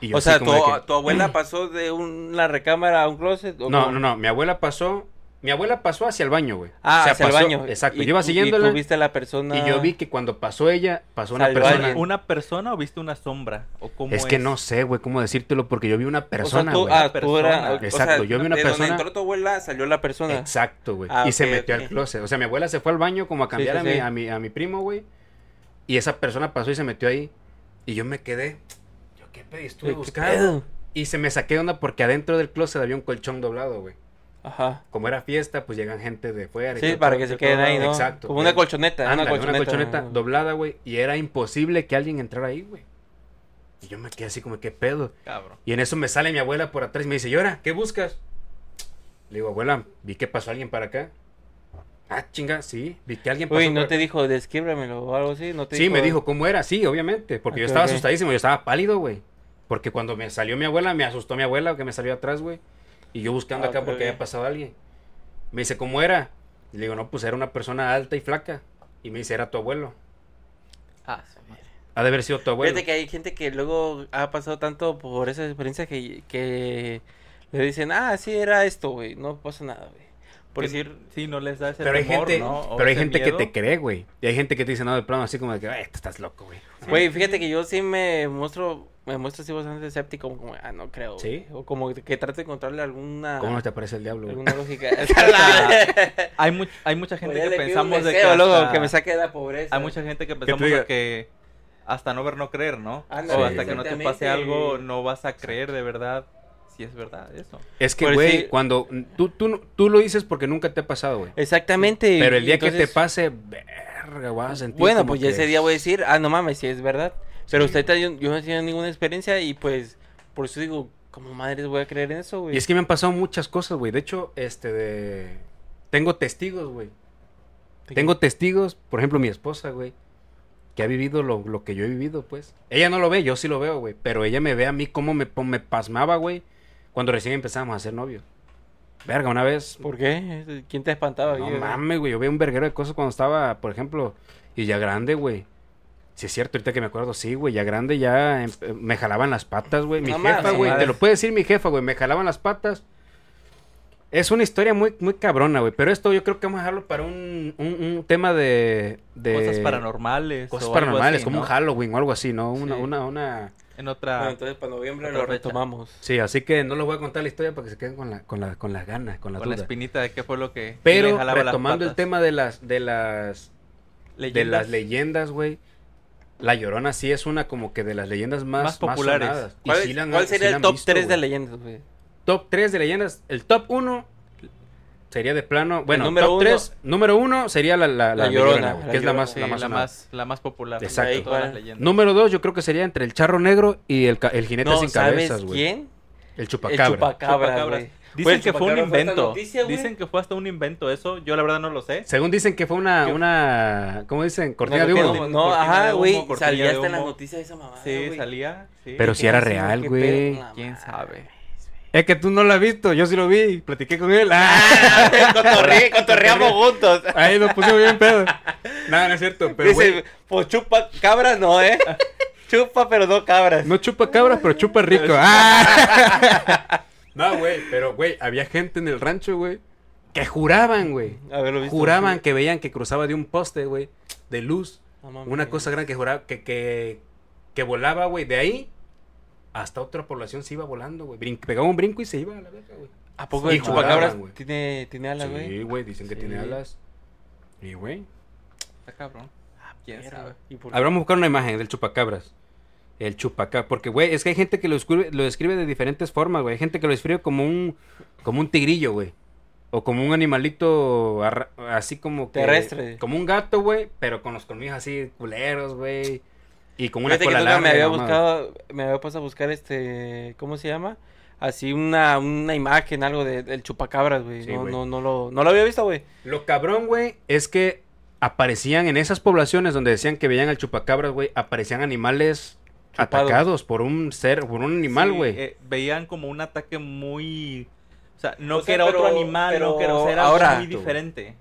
[SPEAKER 1] Y yo
[SPEAKER 3] O
[SPEAKER 1] así
[SPEAKER 3] sea, ah, tu,
[SPEAKER 1] como de que-
[SPEAKER 3] tu abuela pasó de una recámara a un closet. ¿o
[SPEAKER 1] No,
[SPEAKER 3] cómo?
[SPEAKER 1] no, no. Mi abuela pasó. Mi abuela pasó hacia el baño, güey.
[SPEAKER 3] Ah,
[SPEAKER 1] O sea,
[SPEAKER 3] hacia el
[SPEAKER 1] pasó-
[SPEAKER 3] baño.
[SPEAKER 1] Exacto.
[SPEAKER 3] Y
[SPEAKER 1] Yo iba
[SPEAKER 3] tú-
[SPEAKER 1] siguiéndola.
[SPEAKER 3] Y tú viste a la persona.
[SPEAKER 1] Y yo vi que cuando pasó ella, pasó una
[SPEAKER 3] Salió
[SPEAKER 1] persona.
[SPEAKER 3] alguien.
[SPEAKER 2] ¿Una persona o viste una sombra? ¿O cómo
[SPEAKER 1] Es que no sé, güey, cómo decírtelo, porque yo vi una persona,
[SPEAKER 3] o
[SPEAKER 1] güey.
[SPEAKER 3] sea, tú, ah, tú
[SPEAKER 2] Persona.
[SPEAKER 3] era- o- o
[SPEAKER 1] Exacto,
[SPEAKER 3] sea,
[SPEAKER 1] yo vi una
[SPEAKER 3] de
[SPEAKER 1] persona-
[SPEAKER 3] Donde entró tu abuela, salió la persona.
[SPEAKER 1] Exacto, güey.
[SPEAKER 3] Ah,
[SPEAKER 1] y se
[SPEAKER 3] ok,
[SPEAKER 1] metió
[SPEAKER 3] ok.
[SPEAKER 1] al closet. O sea, mi abuela se fue al baño como a cambiar
[SPEAKER 3] sí,
[SPEAKER 1] a, mi,
[SPEAKER 3] sí.
[SPEAKER 1] a, mi, a mi primo, güey. Y esa persona pasó y se metió ahí. Y yo me quedé. Yo qué pedí, estuve
[SPEAKER 3] Uy, ¿qué
[SPEAKER 1] buscando.
[SPEAKER 3] pedo?
[SPEAKER 1] Y se me saqué de onda porque adentro del closet había un colchón doblado, güey.
[SPEAKER 3] Ajá.
[SPEAKER 1] Como era fiesta, pues llegan gente de fuera. y
[SPEAKER 3] Sí,
[SPEAKER 1] todo,
[SPEAKER 3] para
[SPEAKER 1] todo,
[SPEAKER 3] que se
[SPEAKER 1] todo,
[SPEAKER 3] queden ahí, ¿no?
[SPEAKER 1] Exacto.
[SPEAKER 3] Como una
[SPEAKER 1] güey.
[SPEAKER 3] colchoneta.
[SPEAKER 1] Ándale,
[SPEAKER 3] una colchoneta.
[SPEAKER 1] doblada, güey. Y era imposible que alguien entrara ahí, güey. Y yo me quedé así como, ¿qué pedo?
[SPEAKER 2] Cabrón.
[SPEAKER 1] Y en eso me sale mi abuela por atrás y me dice, llora, ¿qué buscas? Le digo, abuela, vi que pasó alguien para acá. Ah, chinga, sí, vi que alguien pasó.
[SPEAKER 3] Uy, ¿no
[SPEAKER 1] por-
[SPEAKER 3] te dijo desquíbramelo o algo así? ¿No te
[SPEAKER 1] sí, me dijo cómo era, sí, obviamente. Porque yo
[SPEAKER 3] Ok,
[SPEAKER 1] estaba
[SPEAKER 3] ok.
[SPEAKER 1] asustadísimo, yo estaba pálido, güey. Porque cuando me salió mi abuela, me asustó mi abuela que me salió atrás, güey. Y yo buscando
[SPEAKER 3] Ah,
[SPEAKER 1] acá
[SPEAKER 3] ok,
[SPEAKER 1] porque
[SPEAKER 3] ok.
[SPEAKER 1] había pasado alguien. Me dice, ¿cómo era? Y le digo, no, pues era una persona alta y flaca. Y me dice, era tu abuelo.
[SPEAKER 2] Ah, su madre.
[SPEAKER 1] Ha de haber sido tu abuelo.
[SPEAKER 3] Fíjate que hay gente que luego ha pasado tanto por esa experiencia que, que le dicen, ah, sí, era esto, güey, no pasa nada, güey. Por
[SPEAKER 2] Que-
[SPEAKER 3] decir,
[SPEAKER 2] Sí, no les da ese
[SPEAKER 1] Pero hay
[SPEAKER 2] temor,
[SPEAKER 1] gente,
[SPEAKER 2] ¿no? O
[SPEAKER 1] pero hay
[SPEAKER 2] ese
[SPEAKER 1] gente que
[SPEAKER 2] miedo.
[SPEAKER 1] te cree, güey. Y hay gente que te dice, no, de plano, así como de que, "Ay, tú estás loco, güey.
[SPEAKER 3] güey, fíjate que yo sí me muestro, me muestro así bastante escéptico, como, ah, no creo.
[SPEAKER 1] ¿Sí?
[SPEAKER 3] güey", O como que, que trato de encontrarle alguna,
[SPEAKER 1] ¿Cómo no te aparece el diablo, güey?
[SPEAKER 3] alguna lógica. Gente
[SPEAKER 2] Hay, much- hay mucha gente que pensamos de que,
[SPEAKER 3] que,
[SPEAKER 2] hasta-
[SPEAKER 3] que me saque de la pobreza.
[SPEAKER 2] Hay mucha gente que pensamos
[SPEAKER 1] diga-
[SPEAKER 2] de que hasta no ver no creer, ¿no?
[SPEAKER 3] Ah,
[SPEAKER 1] no,
[SPEAKER 2] o hasta que no te
[SPEAKER 3] exactamente.
[SPEAKER 2] pase algo no vas a creer de verdad si es verdad eso.
[SPEAKER 1] Es que,
[SPEAKER 3] Pues
[SPEAKER 1] güey,
[SPEAKER 3] sí.
[SPEAKER 1] cuando tú, tú, no- tú lo dices porque nunca te ha pasado, güey.
[SPEAKER 3] Exactamente.
[SPEAKER 1] Pero el día que te
[SPEAKER 3] entonces-
[SPEAKER 1] pase, verga, vas a sentir.
[SPEAKER 3] Bueno,
[SPEAKER 1] como
[SPEAKER 3] pues
[SPEAKER 1] que-
[SPEAKER 3] ya ese día voy a decir, ah, no mames, si es verdad. Pero usted, está- yo, yo no he tenido ninguna experiencia y pues, por eso digo, como madres voy a creer en eso, güey.
[SPEAKER 1] Y es que me han pasado muchas cosas, güey. De hecho, este de. Tengo testigos, güey. Tengo testigos, por ejemplo, mi esposa, güey. Que ha vivido lo, lo que yo he vivido, pues. Ella no lo ve, yo sí lo veo, güey. Pero ella me ve a mí cómo me, pon- me pasmaba, güey. Cuando recién empezamos a ser novios. Verga, una vez.
[SPEAKER 3] ¿Por qué? ¿Quién te espantaba?
[SPEAKER 1] No
[SPEAKER 3] güey?
[SPEAKER 1] mames, güey. Yo veía un verguero de cosas cuando estaba, por ejemplo, y ya grande, güey. Si es cierto, ahorita que me acuerdo, sí, güey. Ya grande, ya em- eh, me jalaban las patas, güey. Mi
[SPEAKER 3] No
[SPEAKER 1] jefa,
[SPEAKER 3] mames.
[SPEAKER 1] güey. Te
[SPEAKER 2] Madre.
[SPEAKER 1] lo puede decir mi jefa, güey. Me jalaban las patas. Es una historia muy, muy cabrona, güey. Pero esto yo creo que vamos a dejarlo para un, un- un tema de, de-
[SPEAKER 2] Cosas paranormales.
[SPEAKER 1] Cosas
[SPEAKER 2] o algo
[SPEAKER 1] paranormales,
[SPEAKER 2] así,
[SPEAKER 1] como
[SPEAKER 2] ¿no?
[SPEAKER 1] un Halloween o algo así, ¿no? Una,
[SPEAKER 3] Sí.
[SPEAKER 1] una, una.
[SPEAKER 2] En otra.
[SPEAKER 3] Bueno, entonces para noviembre
[SPEAKER 2] Otra
[SPEAKER 3] lo
[SPEAKER 2] fecha.
[SPEAKER 3] retomamos.
[SPEAKER 1] Sí, así que no les voy a contar la historia para que se queden con la, con la, con las ganas, con la
[SPEAKER 2] con la
[SPEAKER 1] duda.
[SPEAKER 2] espinita de qué fue lo que. le
[SPEAKER 1] Pero
[SPEAKER 2] jalaba las
[SPEAKER 1] retomando el
[SPEAKER 2] patas.
[SPEAKER 1] tema de las, de las de
[SPEAKER 2] Leyendas.
[SPEAKER 1] las leyendas, güey. La Llorona sí es una como que de las leyendas más,
[SPEAKER 2] Más populares.
[SPEAKER 1] sonadas. Y
[SPEAKER 3] ¿Cuál,
[SPEAKER 1] sí la han-
[SPEAKER 3] cuál
[SPEAKER 1] sí
[SPEAKER 3] sería
[SPEAKER 1] la
[SPEAKER 3] el
[SPEAKER 1] han
[SPEAKER 3] top
[SPEAKER 1] visto,
[SPEAKER 3] 3 de
[SPEAKER 1] güey.
[SPEAKER 3] leyendas, güey?
[SPEAKER 1] top 3 de leyendas. El top 1 sería de plano. Bueno,
[SPEAKER 3] número
[SPEAKER 1] top
[SPEAKER 3] uno.
[SPEAKER 1] 3, número 1 sería la, la,
[SPEAKER 3] La
[SPEAKER 1] la
[SPEAKER 3] Llorona,
[SPEAKER 1] Llorona, güey,
[SPEAKER 3] la
[SPEAKER 1] que es la
[SPEAKER 3] Llorona,
[SPEAKER 1] más,
[SPEAKER 2] Sí,
[SPEAKER 1] la más sonada.
[SPEAKER 2] popular.
[SPEAKER 1] Exacto.
[SPEAKER 2] De todas las
[SPEAKER 3] ¿Cuál?
[SPEAKER 2] leyendas.
[SPEAKER 1] Número 2 yo creo que sería entre el charro negro y el, ca- el jinete
[SPEAKER 3] No,
[SPEAKER 1] sin
[SPEAKER 3] ¿sabes
[SPEAKER 1] cabezas, güey.
[SPEAKER 3] quién?
[SPEAKER 1] El chupacabra.
[SPEAKER 3] El chupacabra,
[SPEAKER 2] Chupacabras.
[SPEAKER 3] güey.
[SPEAKER 2] Dicen
[SPEAKER 3] Güey, el
[SPEAKER 2] que fue un
[SPEAKER 3] chupacabra fue hasta
[SPEAKER 2] invento.
[SPEAKER 3] noticia, güey.
[SPEAKER 2] Dicen que fue hasta un invento eso. Yo la verdad no lo sé.
[SPEAKER 1] Según dicen que fue una,
[SPEAKER 2] Yo-
[SPEAKER 1] una ¿cómo dicen? Cortina
[SPEAKER 3] No,
[SPEAKER 1] de
[SPEAKER 3] no,
[SPEAKER 1] humo.
[SPEAKER 2] cortina-
[SPEAKER 3] No,
[SPEAKER 2] cortina de
[SPEAKER 3] ajá,
[SPEAKER 2] humo,
[SPEAKER 3] güey.
[SPEAKER 2] cortina
[SPEAKER 3] Salía
[SPEAKER 2] de
[SPEAKER 3] hasta en las
[SPEAKER 2] humo.
[SPEAKER 3] noticias esa mamada.
[SPEAKER 2] Sí,
[SPEAKER 3] güey.
[SPEAKER 2] salía. sí.
[SPEAKER 1] Pero si era
[SPEAKER 3] Así,
[SPEAKER 1] real,
[SPEAKER 3] qué
[SPEAKER 1] güey.
[SPEAKER 3] pedo, la
[SPEAKER 2] ¿Quién
[SPEAKER 3] madre,
[SPEAKER 2] sabe?
[SPEAKER 1] Es que tú no lo has visto, yo sí lo vi, platiqué con él.
[SPEAKER 3] Cotorre- Cotorreamos juntos.
[SPEAKER 1] Ahí nos pusimos bien pedo. Nada, no es cierto, pero
[SPEAKER 3] Dice,
[SPEAKER 1] güey,
[SPEAKER 3] pues chupa cabras no, ¿eh? chupa, pero no cabras.
[SPEAKER 1] no chupa cabras, pero chupa rico. Ah. No, güey, pero güey, había gente en el rancho, güey, que juraban, güey.
[SPEAKER 3] Haberlo visto.
[SPEAKER 1] Juraban que veían que cruzaba de un poste, güey, de luz,
[SPEAKER 3] No mames.
[SPEAKER 1] una cosa grande que juraba que que, que volaba, güey, de ahí hasta otra población se iba volando, güey. Brin- Pegaba un brinco y se iba a la verga, güey.
[SPEAKER 3] ¿A poco
[SPEAKER 1] Sí,
[SPEAKER 3] el chupacabras
[SPEAKER 1] juraban, güey.
[SPEAKER 3] tiene, tiene alas, güey?
[SPEAKER 1] Sí, güey, dicen que
[SPEAKER 3] Sí.
[SPEAKER 1] tiene alas. Y güey,
[SPEAKER 2] Está cabrón.
[SPEAKER 1] Ah,
[SPEAKER 2] ¿Quién
[SPEAKER 3] Verga,
[SPEAKER 2] sabe?
[SPEAKER 3] ¿Y por qué?
[SPEAKER 1] Ahora vamos a buscar una imagen del chupacabras. El chupacabras. Porque, güey, es que hay gente que lo describe, lo describe de diferentes formas, güey. Hay gente que lo describe como un, como un tigrillo, güey. O como un animalito arra- así como que-
[SPEAKER 3] Terrestre.
[SPEAKER 1] Como un gato, güey, pero con los colmillos así culeros, güey. Y con una
[SPEAKER 3] Fíjate que
[SPEAKER 1] cola
[SPEAKER 3] nunca
[SPEAKER 1] larga.
[SPEAKER 3] me había
[SPEAKER 1] mamá.
[SPEAKER 3] buscado, me había puesto a buscar este, ¿cómo se llama? Así una, una imagen, algo de- del chupacabras, güey.
[SPEAKER 1] Sí,
[SPEAKER 3] no,
[SPEAKER 1] güey.
[SPEAKER 3] no, no lo, no lo había visto, güey.
[SPEAKER 1] Lo cabrón, güey, es que aparecían en esas poblaciones donde decían que veían al chupacabras, güey, aparecían animales
[SPEAKER 3] Chupados.
[SPEAKER 1] atacados por un ser, por un animal,
[SPEAKER 2] Sí,
[SPEAKER 1] güey.
[SPEAKER 2] eh, veían como un ataque muy. O sea, no
[SPEAKER 3] O
[SPEAKER 2] que
[SPEAKER 3] sea,
[SPEAKER 2] era otro
[SPEAKER 3] pero-
[SPEAKER 2] animal, no que era, o sea, era
[SPEAKER 3] ahora-
[SPEAKER 2] muy diferente.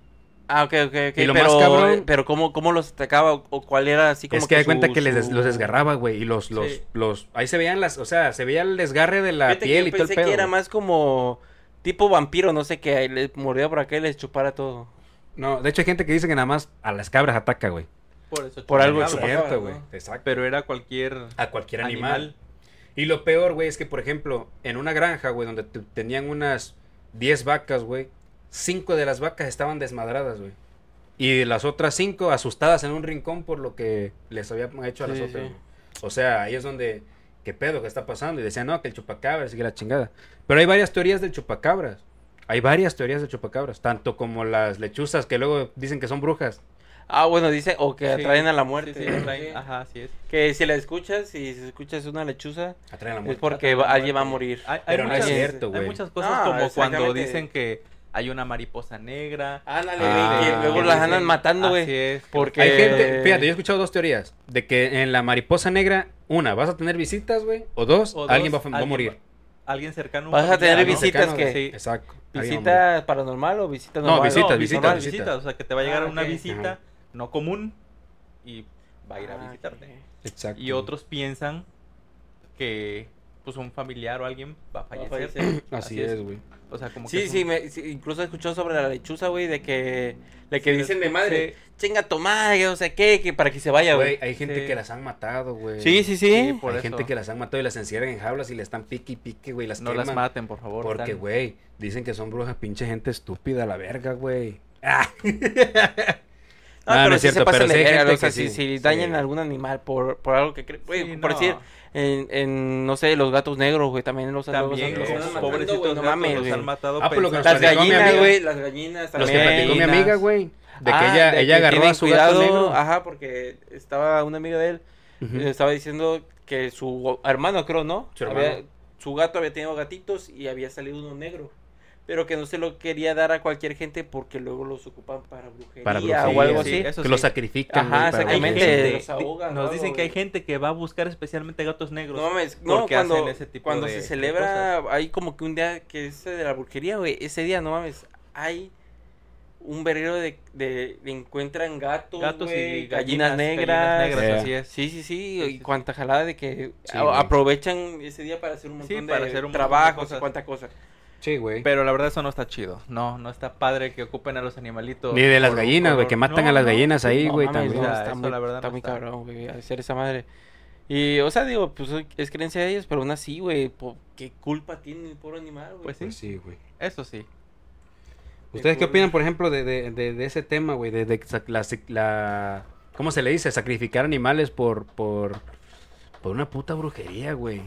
[SPEAKER 3] Ah, ok, ok, ok.
[SPEAKER 1] Y lo más
[SPEAKER 3] pero, eh,
[SPEAKER 1] cabrón-
[SPEAKER 3] pero ¿cómo, ¿cómo los atacaba? ¿O- ¿O cuál era así como
[SPEAKER 1] Es que da
[SPEAKER 3] su-
[SPEAKER 1] cuenta que les des-
[SPEAKER 3] su-
[SPEAKER 1] los desgarraba, güey, y los, los,
[SPEAKER 2] Sí.
[SPEAKER 1] los, ahí se veían las, o sea, se veía el desgarre de la
[SPEAKER 3] Fíjate que
[SPEAKER 1] piel
[SPEAKER 3] yo
[SPEAKER 1] y todo el
[SPEAKER 3] pensé
[SPEAKER 1] pedo.
[SPEAKER 3] que era
[SPEAKER 1] güey.
[SPEAKER 3] más como tipo vampiro, no sé, que les mordía por acá y les chupara todo.
[SPEAKER 1] No, de hecho hay gente que dice que nada más a las cabras ataca, güey.
[SPEAKER 2] Por eso.
[SPEAKER 3] Por algo
[SPEAKER 2] chupacabras,
[SPEAKER 3] chupacabra,
[SPEAKER 1] Cierto,
[SPEAKER 3] ¿no?
[SPEAKER 1] güey. Exacto.
[SPEAKER 2] Pero era cualquier
[SPEAKER 1] A cualquier animal.
[SPEAKER 2] animal.
[SPEAKER 1] Y lo peor, güey, es que, por ejemplo, en una granja, güey, donde te- tenían unas 10 vacas, güey, cinco de las vacas estaban desmadradas, güey. Y las otras cinco asustadas en un rincón por lo que les habían hecho a las
[SPEAKER 3] Sí,
[SPEAKER 1] otras.
[SPEAKER 3] sí.
[SPEAKER 1] güey. O sea, ahí es donde, ¿qué pedo? ¿Qué está pasando? Y decían, no, que el chupacabras y que la chingada. Pero hay varias teorías del chupacabras. Hay varias teorías del chupacabras, tanto como las lechuzas que luego dicen que son brujas.
[SPEAKER 3] Ah, bueno, dice, o que
[SPEAKER 2] Sí,
[SPEAKER 3] atraen a la
[SPEAKER 2] sí,
[SPEAKER 3] muerte.
[SPEAKER 2] sí, atraen- Ajá, así es.
[SPEAKER 3] Que si la escuchas, si escuchas una lechuza,
[SPEAKER 1] Atraen la
[SPEAKER 3] es
[SPEAKER 1] muerte.
[SPEAKER 3] porque va- alguien va a morir.
[SPEAKER 2] Hay, hay
[SPEAKER 1] Pero no es
[SPEAKER 2] muchas,
[SPEAKER 1] cierto,
[SPEAKER 2] hay
[SPEAKER 1] güey.
[SPEAKER 2] muchas cosas
[SPEAKER 3] Ah,
[SPEAKER 2] como cuando
[SPEAKER 3] exactamente.
[SPEAKER 2] dicen que hay una mariposa negra.
[SPEAKER 3] Ándale,
[SPEAKER 1] Ah,
[SPEAKER 3] y que luego las
[SPEAKER 1] sí,
[SPEAKER 3] andan
[SPEAKER 1] sí.
[SPEAKER 3] matando,
[SPEAKER 2] Así
[SPEAKER 3] güey.
[SPEAKER 2] es.
[SPEAKER 3] Porque...
[SPEAKER 1] Hay gente, fíjate, yo he escuchado dos teorías. De que en la mariposa negra, una, vas a tener visitas, güey. O dos,
[SPEAKER 2] O dos,
[SPEAKER 1] alguien va, a- va a
[SPEAKER 2] alguien
[SPEAKER 1] morir. Ah,
[SPEAKER 2] Alguien cercano. un
[SPEAKER 3] Vas a
[SPEAKER 2] familiar,
[SPEAKER 3] tener
[SPEAKER 2] ¿no?
[SPEAKER 3] visitas
[SPEAKER 1] Cercano,
[SPEAKER 3] que...
[SPEAKER 2] sí.
[SPEAKER 1] Exacto. alguien va a morir.
[SPEAKER 3] ¿Visita paranormal o visita
[SPEAKER 1] No,
[SPEAKER 3] normal?
[SPEAKER 1] visitas,
[SPEAKER 2] No,
[SPEAKER 1] visitas,
[SPEAKER 2] normal,
[SPEAKER 1] visitas.
[SPEAKER 2] O sea, que te va a llegar
[SPEAKER 3] Ah,
[SPEAKER 2] una
[SPEAKER 3] ok.
[SPEAKER 2] visita
[SPEAKER 1] Ajá.
[SPEAKER 2] no común y va a ir a
[SPEAKER 3] Ah,
[SPEAKER 2] visitarte.
[SPEAKER 3] ok.
[SPEAKER 1] Exacto.
[SPEAKER 2] Y otros piensan que pues un familiar o alguien va a fallecer.
[SPEAKER 3] fallecer.
[SPEAKER 1] Así, es, güey.
[SPEAKER 2] O sea, como que
[SPEAKER 3] Sí,
[SPEAKER 2] es
[SPEAKER 3] sí,
[SPEAKER 2] un-
[SPEAKER 3] me, sí, incluso he escuchado sobre la lechuza, güey, de que... De que
[SPEAKER 2] Sí,
[SPEAKER 3] dicen
[SPEAKER 2] sí.
[SPEAKER 3] de madre, chinga tu madre, o sea, ¿qué? Que para que se vaya,
[SPEAKER 1] Güey,
[SPEAKER 3] güey.
[SPEAKER 1] hay gente
[SPEAKER 2] Sí.
[SPEAKER 1] que las han matado, güey. eh,
[SPEAKER 3] Sí, sí,
[SPEAKER 2] Sí,
[SPEAKER 3] sí.
[SPEAKER 2] por
[SPEAKER 1] hay
[SPEAKER 2] eso.
[SPEAKER 1] gente que las han matado y las encierran en jaulas y le están pique y pique, güey. Las
[SPEAKER 2] no
[SPEAKER 1] queman.
[SPEAKER 2] las maten, por favor.
[SPEAKER 1] Porque,
[SPEAKER 2] Dan.
[SPEAKER 1] güey, dicen que son brujas, pinche gente estúpida, la verga, güey. Ah.
[SPEAKER 3] No,
[SPEAKER 1] Ah,
[SPEAKER 3] pero
[SPEAKER 1] no es
[SPEAKER 3] sí se
[SPEAKER 1] cierto, pero
[SPEAKER 3] pasan de
[SPEAKER 1] sí hay
[SPEAKER 3] verga,
[SPEAKER 1] gente
[SPEAKER 3] o sea,
[SPEAKER 1] que
[SPEAKER 3] si,
[SPEAKER 1] sí,
[SPEAKER 3] si
[SPEAKER 1] sí.
[SPEAKER 3] dañan a algún animal por, por algo que... cree- güey,
[SPEAKER 2] Sí,
[SPEAKER 3] por
[SPEAKER 2] no.
[SPEAKER 3] decir, en, en, no sé, los gatos negros, güey, también los
[SPEAKER 2] También,
[SPEAKER 1] los
[SPEAKER 3] los,
[SPEAKER 2] esos
[SPEAKER 1] andan matando,
[SPEAKER 2] pobrecitos
[SPEAKER 3] no
[SPEAKER 2] gatos
[SPEAKER 3] mames,
[SPEAKER 2] los
[SPEAKER 3] güey.
[SPEAKER 2] han matado.
[SPEAKER 1] Ah, por lo que
[SPEAKER 2] pensando-
[SPEAKER 3] Las
[SPEAKER 1] nos platicó mi
[SPEAKER 3] gallinas,
[SPEAKER 1] amiga.
[SPEAKER 3] güey, las gallinas
[SPEAKER 1] Los
[SPEAKER 3] también.
[SPEAKER 1] que platicó mi amiga, güey. De que
[SPEAKER 3] Ah,
[SPEAKER 1] ella,
[SPEAKER 3] de
[SPEAKER 1] ella
[SPEAKER 3] que
[SPEAKER 1] agarró
[SPEAKER 3] tienen
[SPEAKER 1] a su gato
[SPEAKER 3] cuidado,
[SPEAKER 1] negro.
[SPEAKER 3] Ajá, porque estaba una amiga de él,
[SPEAKER 1] Ujú.
[SPEAKER 3] le estaba diciendo que su hermano, creo, ¿no?
[SPEAKER 1] Su
[SPEAKER 3] Había-
[SPEAKER 1] hermano.
[SPEAKER 3] su gato había tenido gatitos y había salido uno negro. Pero que no se lo quería dar a cualquier gente porque luego los ocupan para brujería,
[SPEAKER 1] Para
[SPEAKER 3] o algo
[SPEAKER 1] brujería,
[SPEAKER 3] así.
[SPEAKER 2] sí, eso
[SPEAKER 1] que lo
[SPEAKER 2] sí.
[SPEAKER 1] sacrifican.
[SPEAKER 3] Ajá,
[SPEAKER 1] güey, para-
[SPEAKER 2] Hay
[SPEAKER 3] Exactamente,
[SPEAKER 2] gente-
[SPEAKER 3] los ahogan,
[SPEAKER 2] di-
[SPEAKER 3] ¿no?
[SPEAKER 2] nos dicen que hay
[SPEAKER 3] Güey.
[SPEAKER 2] gente que va a buscar especialmente gatos negros.
[SPEAKER 3] No mames, no,
[SPEAKER 2] porque
[SPEAKER 3] cuando,
[SPEAKER 2] hacen ese tipo
[SPEAKER 3] cuando
[SPEAKER 2] de-
[SPEAKER 3] se
[SPEAKER 2] de
[SPEAKER 3] celebra, hay como que un día que es de la brujería, güey, ese día, no mames, hay un verguero de, de, de encuentran gatos,
[SPEAKER 2] Gatos
[SPEAKER 3] güey,
[SPEAKER 2] y
[SPEAKER 3] gallinas, negras,
[SPEAKER 2] gallinas negras,
[SPEAKER 1] Yeah.
[SPEAKER 2] así es.
[SPEAKER 3] Sí, sí, sí,
[SPEAKER 2] Sí,
[SPEAKER 3] y
[SPEAKER 2] sí,
[SPEAKER 3] cuánta jalada de que
[SPEAKER 1] Sí,
[SPEAKER 3] a-
[SPEAKER 1] güey.
[SPEAKER 3] aprovechan ese día para hacer un
[SPEAKER 2] Sí,
[SPEAKER 3] montón
[SPEAKER 2] para
[SPEAKER 3] de
[SPEAKER 2] hacer un montón de
[SPEAKER 3] trabajos y
[SPEAKER 2] cosas.
[SPEAKER 3] cuánta cosa.
[SPEAKER 1] Sí, güey.
[SPEAKER 2] Pero la verdad eso no está chido. No, no está padre que ocupen a los animalitos.
[SPEAKER 1] Ni de las
[SPEAKER 2] por-
[SPEAKER 1] gallinas,
[SPEAKER 2] por-
[SPEAKER 1] güey, que matan
[SPEAKER 2] No,
[SPEAKER 1] a las
[SPEAKER 2] no.
[SPEAKER 1] gallinas ahí,
[SPEAKER 3] No
[SPEAKER 1] güey,
[SPEAKER 3] mames,
[SPEAKER 1] también.
[SPEAKER 3] no,
[SPEAKER 2] Ya,
[SPEAKER 3] está
[SPEAKER 2] eso
[SPEAKER 3] muy,
[SPEAKER 2] la verdad
[SPEAKER 3] está
[SPEAKER 2] no
[SPEAKER 3] muy
[SPEAKER 2] está.
[SPEAKER 3] cabrón, güey, hacer esa madre. Y, o sea, digo, pues es creencia de ellos, pero aún así, güey, po- ¿qué culpa tiene el pobre animal, güey?
[SPEAKER 2] Pues sí,
[SPEAKER 1] Pues sí, güey.
[SPEAKER 2] eso sí.
[SPEAKER 1] ¿Ustedes qué opinan, por ejemplo, de, de, de, de ese tema, güey? De, de sac- la, sac- la- ¿Cómo se le dice? Sacrificar animales por por, por una puta brujería, güey.